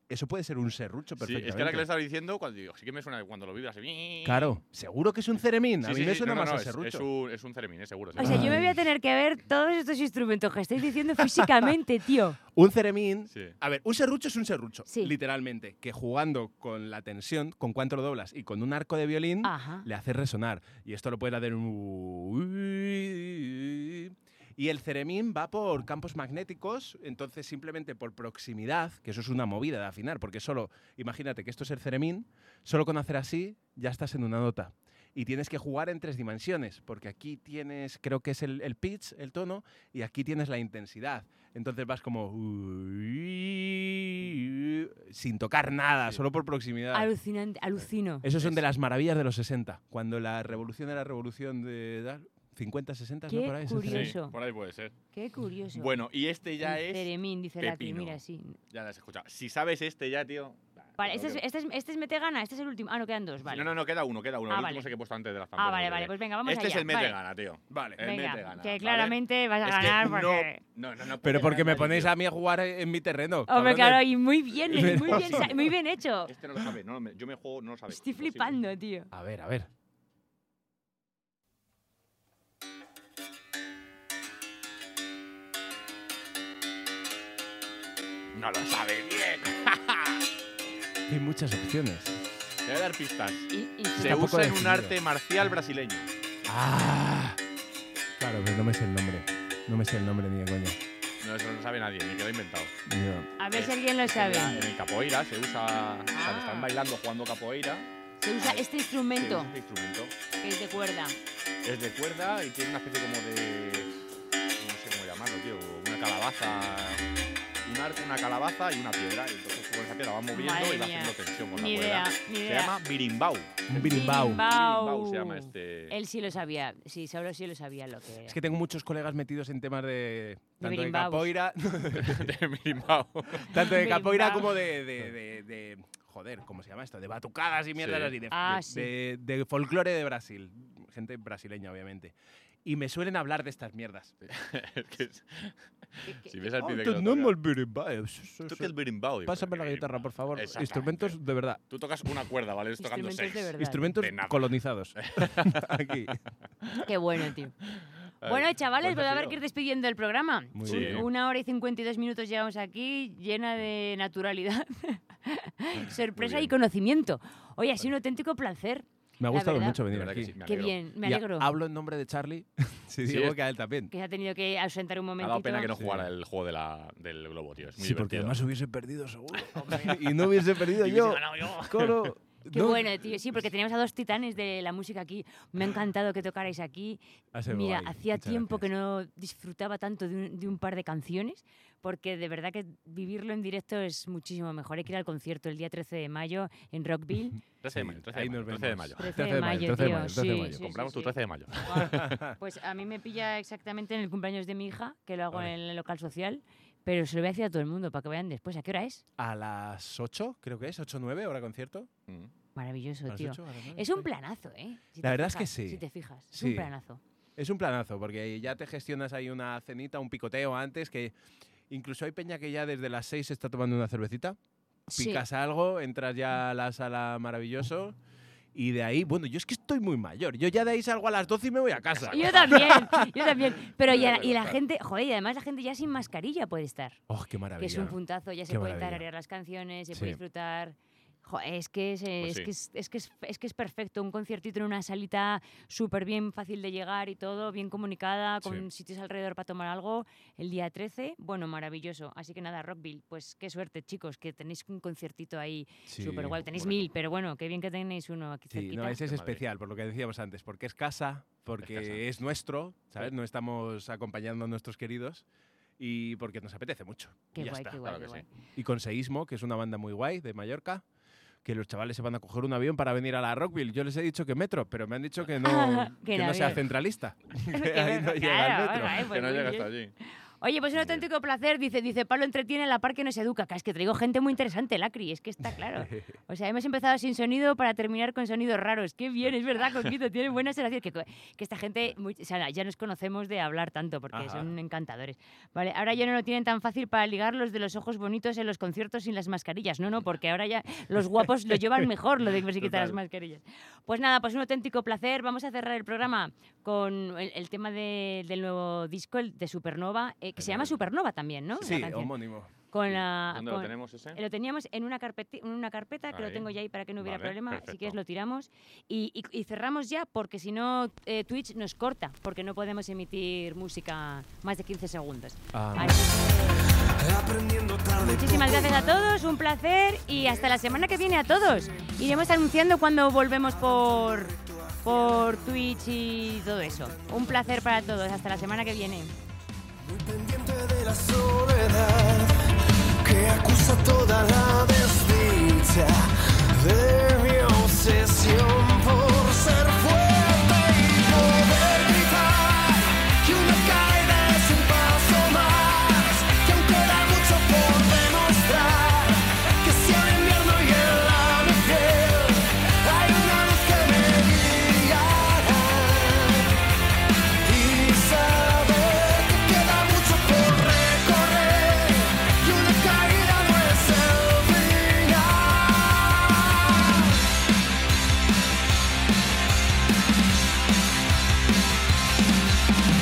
Speaker 6: Eso puede ser un serrucho
Speaker 3: Sí,
Speaker 6: perfectamente.
Speaker 3: es que ahora que lo estaba diciendo, cuando digo, sí que me suena cuando lo vibras. así.
Speaker 6: Claro, seguro que es un ceremín. A
Speaker 3: Sí,
Speaker 6: mí
Speaker 3: sí,
Speaker 6: me
Speaker 3: sí, no,
Speaker 6: suena
Speaker 3: no,
Speaker 6: más
Speaker 3: no,
Speaker 6: a
Speaker 3: es-
Speaker 6: serrucho.
Speaker 3: Es un, es un ceremín, es seguro.
Speaker 1: O sea, yo me voy a
Speaker 6: Ay.
Speaker 1: tener que ver todos estos instrumentos que estáis diciendo físicamente, tío.
Speaker 6: Un ceremín.
Speaker 3: Sí.
Speaker 6: A ver, un serrucho es un serrucho,
Speaker 1: Sí.
Speaker 6: literalmente, que jugando con la tensión, con cuatro doblas y con un arco de violín,
Speaker 1: Ajá.
Speaker 6: le hace resonar. Y esto lo puede hacer un... Y el ceremín va por campos magnéticos, entonces simplemente por proximidad, que eso es una movida de afinar, porque solo, imagínate que esto es el ceremín, solo con hacer así ya estás en una nota. Y tienes que jugar en tres dimensiones, porque aquí tienes, creo que es el, el pitch, el tono, y aquí tienes la intensidad. Entonces vas como... sin tocar nada, solo por proximidad.
Speaker 1: Alucinante, alucino.
Speaker 6: Eso son de las maravillas de los 60, cuando la revolución era revolución de tal, 50, 60, ¿no?
Speaker 1: Qué
Speaker 6: Por ahí,
Speaker 1: curioso.
Speaker 3: Sí,
Speaker 6: 60.
Speaker 1: Eso.
Speaker 3: por ahí puede ser.
Speaker 1: Qué curioso.
Speaker 3: Bueno, y este ya
Speaker 1: El
Speaker 3: es.
Speaker 1: Ceremín, dice Lacri,
Speaker 3: pepino.
Speaker 1: mira, sí.
Speaker 3: Ya lo has escuchado. Si sabes este ya, tío. bah,
Speaker 1: Vale, este es, este, es, este es Metegana, este es el último. Ah, no, quedan dos, vale.
Speaker 3: No, no, no, queda uno, queda uno.
Speaker 1: Ah,
Speaker 3: el
Speaker 1: vale.
Speaker 3: último es el que he puesto antes de las
Speaker 1: Ah,
Speaker 3: fanboys.
Speaker 1: vale, vale, pues venga, vamos
Speaker 3: Este
Speaker 1: allá.
Speaker 3: es el mes
Speaker 1: vale.
Speaker 3: de gana, tío.
Speaker 8: Vale.
Speaker 3: El
Speaker 1: Venga,
Speaker 3: mes de gana.
Speaker 1: que
Speaker 3: ¿vale?
Speaker 1: claramente vas a
Speaker 3: Es que
Speaker 1: ganar
Speaker 3: no-
Speaker 1: porque...
Speaker 3: No, no, no, puede
Speaker 6: Pero porque
Speaker 3: ganar
Speaker 6: me
Speaker 3: nadie,
Speaker 6: ponéis
Speaker 3: tío.
Speaker 6: a mí a jugar en mi terreno.
Speaker 1: Hombre,
Speaker 6: cabrones.
Speaker 1: claro, y muy bien, muy bien, sa- muy bien hecho.
Speaker 3: Este no lo sabe, no, me- yo me juego, no lo sabe.
Speaker 1: Estoy
Speaker 3: Imposible.
Speaker 1: flipando, tío.
Speaker 6: A ver, a ver.
Speaker 3: No lo sabe bien.
Speaker 6: Hay muchas opciones.
Speaker 3: Te voy a dar pistas.
Speaker 1: Y- y-
Speaker 3: Se
Speaker 6: Tampoco
Speaker 3: usa en un
Speaker 6: definido.
Speaker 3: arte marcial brasileño.
Speaker 6: Ah. Claro, pero no me sé el nombre. No me sé el nombre ni de coña.
Speaker 3: No, eso no lo sabe nadie, ni que lo he inventado.
Speaker 6: No.
Speaker 1: A ver si alguien lo sabe.
Speaker 3: En el capoeira se usa. o sea,
Speaker 1: Ah.
Speaker 3: están bailando jugando capoeira.
Speaker 1: Se usa este instrumento,
Speaker 3: Es un instrumento.
Speaker 1: que es de cuerda.
Speaker 3: Es de cuerda y tiene una especie como de. No sé cómo llamarlo, tío. Una calabaza. Un arco, una calabaza y una piedra. Y entonces tú con esa piedra vas moviendo
Speaker 1: Madre
Speaker 3: y vas
Speaker 1: mía.
Speaker 3: haciendo tensión con
Speaker 1: Ni
Speaker 3: la
Speaker 1: idea,
Speaker 3: cuerda.
Speaker 1: ni
Speaker 3: Se
Speaker 1: idea.
Speaker 3: llama birimbau.
Speaker 6: Un birimbau.
Speaker 1: Birimbau.
Speaker 3: se llama este.
Speaker 1: Él sí lo sabía, sí, solo sí lo sabía lo que era.
Speaker 6: Es que tengo muchos colegas metidos en temas de. Tanto de
Speaker 1: birimbaus.
Speaker 6: capoeira.
Speaker 3: de birimbau.
Speaker 6: tanto de capoeira
Speaker 1: Birimbaus.
Speaker 6: como de, de, de- de- Joder, ¿cómo se llama esto? De batucadas y mierdas
Speaker 3: Sí.
Speaker 6: así. De,
Speaker 1: Ah,
Speaker 6: de-
Speaker 1: sí.
Speaker 6: de- de folclore de Brasil. Gente brasileña, obviamente. Y me suelen hablar de estas mierdas.
Speaker 3: Es que es-
Speaker 1: ¿Qué- qué-
Speaker 3: si ves al
Speaker 6: Ah,
Speaker 3: pibe que lo
Speaker 6: tenemos
Speaker 3: toca-
Speaker 6: birimbau.
Speaker 3: Toca el birimbau. digo,
Speaker 6: Pásame la
Speaker 3: "Birimbau".
Speaker 6: guitarra, por favor.
Speaker 3: Exactamente.
Speaker 6: Instrumentos de verdad.
Speaker 3: Tú tocas una cuerda, ¿vale? Yo Estoy tocando
Speaker 1: Instrumentos
Speaker 3: seis.
Speaker 1: de verdad.
Speaker 6: Instrumentos
Speaker 3: De nada.
Speaker 6: colonizados. Aquí.
Speaker 1: Qué bueno, tío.
Speaker 3: Ay,
Speaker 1: Bueno, chavales,
Speaker 3: pues
Speaker 1: voy a
Speaker 3: ha
Speaker 1: haber
Speaker 3: sido.
Speaker 1: que ir despidiendo el programa.
Speaker 6: Muy
Speaker 1: Un-
Speaker 3: bien.
Speaker 1: Una hora y 52 minutos llevamos aquí, llena de naturalidad, sorpresa y
Speaker 3: bien.
Speaker 1: conocimiento. Oye, ha sido un auténtico placer.
Speaker 6: Me ha
Speaker 1: La
Speaker 6: gustado
Speaker 1: verdad.
Speaker 3: De
Speaker 6: mucho venir
Speaker 3: verdad
Speaker 6: aquí.
Speaker 3: que sí, me
Speaker 1: Qué
Speaker 3: alegro.
Speaker 1: bien, me
Speaker 6: Y a-
Speaker 1: alegro.
Speaker 6: hablo en nombre de Charlie. Si digo
Speaker 3: es-
Speaker 6: que a él también.
Speaker 1: Que se ha tenido que ausentar un
Speaker 3: Me
Speaker 1: momentito.
Speaker 3: ha dado pena que no
Speaker 6: Sí.
Speaker 3: jugara el juego de la, del globo, tío. Es muy
Speaker 6: Sí, porque
Speaker 3: divertido.
Speaker 6: además hubiese perdido seguro. y no hubiese perdido
Speaker 3: Y hubiese
Speaker 6: yo.
Speaker 3: ganado yo.
Speaker 6: Coro.
Speaker 1: Qué
Speaker 6: No.
Speaker 1: bueno, tío. Sí, porque teníamos a dos titanes de la música aquí. Me ha encantado que tocarais aquí.
Speaker 6: Ha sido
Speaker 1: Mira,
Speaker 6: Ah. guay.
Speaker 1: hacía
Speaker 6: Muchas
Speaker 1: tiempo
Speaker 6: gracias.
Speaker 1: que no disfrutaba tanto de un, de un par de canciones, porque de verdad que vivirlo en directo es muchísimo mejor. Hay que ir al concierto el día 13 de mayo en Rockville.
Speaker 3: 13 de mayo. 13 de
Speaker 6: Ahí
Speaker 3: mayo.
Speaker 6: nos
Speaker 3: 13 de
Speaker 6: vemos.
Speaker 3: mayo.
Speaker 1: 13
Speaker 6: 13
Speaker 1: de
Speaker 6: de
Speaker 1: mayo,
Speaker 6: mayo, 13 de
Speaker 1: tío.
Speaker 6: mayo, 13 de
Speaker 1: sí,
Speaker 6: mayo.
Speaker 1: sí, sí,
Speaker 3: Compramos tu
Speaker 1: sí.
Speaker 3: 13 de mayo.
Speaker 1: Guau. Pues a mí me pilla exactamente en el cumpleaños de mi hija, que lo hago en el local social, pero se lo voy a decir a todo el mundo para que vean después. ¿A qué hora es?
Speaker 6: A las 8, creo que es, 8 o 9, hora concierto.
Speaker 3: Mm.
Speaker 1: Maravilloso,
Speaker 6: A las
Speaker 1: tío.
Speaker 6: 8, a las 9,
Speaker 1: Es un
Speaker 6: sí.
Speaker 1: planazo, ¿eh? Si
Speaker 6: La
Speaker 1: te
Speaker 6: verdad es que
Speaker 1: fijas,
Speaker 6: sí.
Speaker 1: Si te fijas, es un
Speaker 6: Sí.
Speaker 1: planazo.
Speaker 6: Es un planazo, porque ya te gestionas ahí una cenita, un picoteo antes, que incluso hay peña que ya desde las 6 está tomando una cervecita.
Speaker 1: Sí.
Speaker 6: Picas algo, entras ya a la sala maravilloso. Y de ahí, bueno, yo es que estoy muy mayor. Yo ya de ahí salgo a las 12 y me voy a casa.
Speaker 1: Yo también, yo también. Pero y, a- y la gente, joder, y además la gente ya sin mascarilla puede estar.
Speaker 6: ¡Oh, qué
Speaker 1: Que
Speaker 6: maravilla!
Speaker 1: es un puntazo, ya se
Speaker 6: Qué
Speaker 1: pueden
Speaker 6: maravilla.
Speaker 1: tararear las canciones, se
Speaker 6: Sí.
Speaker 1: puede disfrutar. Jo, es que es, eh,
Speaker 3: Pues
Speaker 1: es, que es, es que es, es que es perfecto, un conciertito en una salita súper bien, fácil de llegar y todo, bien comunicada,
Speaker 6: Sí.
Speaker 1: con sitios alrededor para tomar algo, el día 13, bueno, maravilloso. Así que nada, Rockville, pues qué suerte chicos, que tenéis un conciertito ahí
Speaker 6: Sí.
Speaker 1: súper guay, tenéis
Speaker 3: Correcto.
Speaker 1: mil, pero bueno, qué bien que tenéis uno aquí
Speaker 6: Sí,
Speaker 1: cerquita.
Speaker 6: no, ese es
Speaker 3: De Madrid.
Speaker 6: especial, por lo que decíamos antes, porque es casa, porque es,
Speaker 3: casa.
Speaker 6: nuestro, ¿sabes? No estamos acompañando a nuestros queridos y porque nos apetece mucho.
Speaker 1: Qué
Speaker 6: Y ya
Speaker 1: guay,
Speaker 6: está.
Speaker 1: qué guay, qué
Speaker 3: claro que
Speaker 1: guay.
Speaker 6: Y con Seísmo, que es una banda muy guay de Mallorca, que los chavales se van a coger un avión para venir a la Rockville. Yo les he dicho que metro, pero me han dicho que no,
Speaker 1: Que
Speaker 6: que
Speaker 1: en
Speaker 6: no sea
Speaker 1: avión.
Speaker 6: centralista.
Speaker 1: Que
Speaker 6: que ahí
Speaker 1: no-
Speaker 6: no llega el
Speaker 1: claro,
Speaker 6: metro.
Speaker 1: bueno, eh, pues
Speaker 3: que no
Speaker 1: muy
Speaker 3: llega
Speaker 1: bien.
Speaker 3: hasta allí.
Speaker 1: Oye, pues un auténtico placer. Dice, dice Pablo entretiene en la par que no se educa. Que es que traigo gente muy interesante, Lacri. Es que está claro. O sea, hemos empezado sin sonido para terminar con sonidos raros. Qué bien, es verdad, Coquito. Tiene buenas sensaciones. Que, co- que esta gente, muy- o sea, ya nos conocemos de hablar tanto porque
Speaker 6: Ajá.
Speaker 1: son encantadores. Vale, ahora ya no lo tienen tan fácil para ligar los de los ojos bonitos en los conciertos sin las mascarillas. No, no, porque ahora ya los guapos lo llevan mejor, lo de que se quitan las mascarillas. Pues nada, pues un auténtico placer. Vamos a cerrar el programa con el, el tema de- del nuevo disco, el de Supernova, eh, que se llama Supernova también, ¿no? La
Speaker 6: Sí,
Speaker 1: canción.
Speaker 6: homónimo.
Speaker 1: Con la-
Speaker 3: ¿Dónde lo
Speaker 1: con-
Speaker 3: tenemos ese?
Speaker 1: eh, Lo teníamos en una, carpeti- en una carpeta, que lo
Speaker 3: Ahí.
Speaker 1: tengo ya ahí para que no hubiera
Speaker 3: Vale,
Speaker 1: problema, así que
Speaker 3: perfecto.
Speaker 1: lo tiramos. Y, y- y cerramos ya, porque si no, eh, Twitch nos corta, porque no podemos emitir música más de 15 segundos.
Speaker 3: Ah.
Speaker 1: Así
Speaker 4: Aprendiendo tarde.
Speaker 1: que muchísimas gracias a todos, un placer y hasta la semana que viene a todos. Iremos anunciando cuando volvemos por, por Twitch y todo eso. Un placer para todos, hasta la semana que viene.
Speaker 4: Muy pendiente de las horas.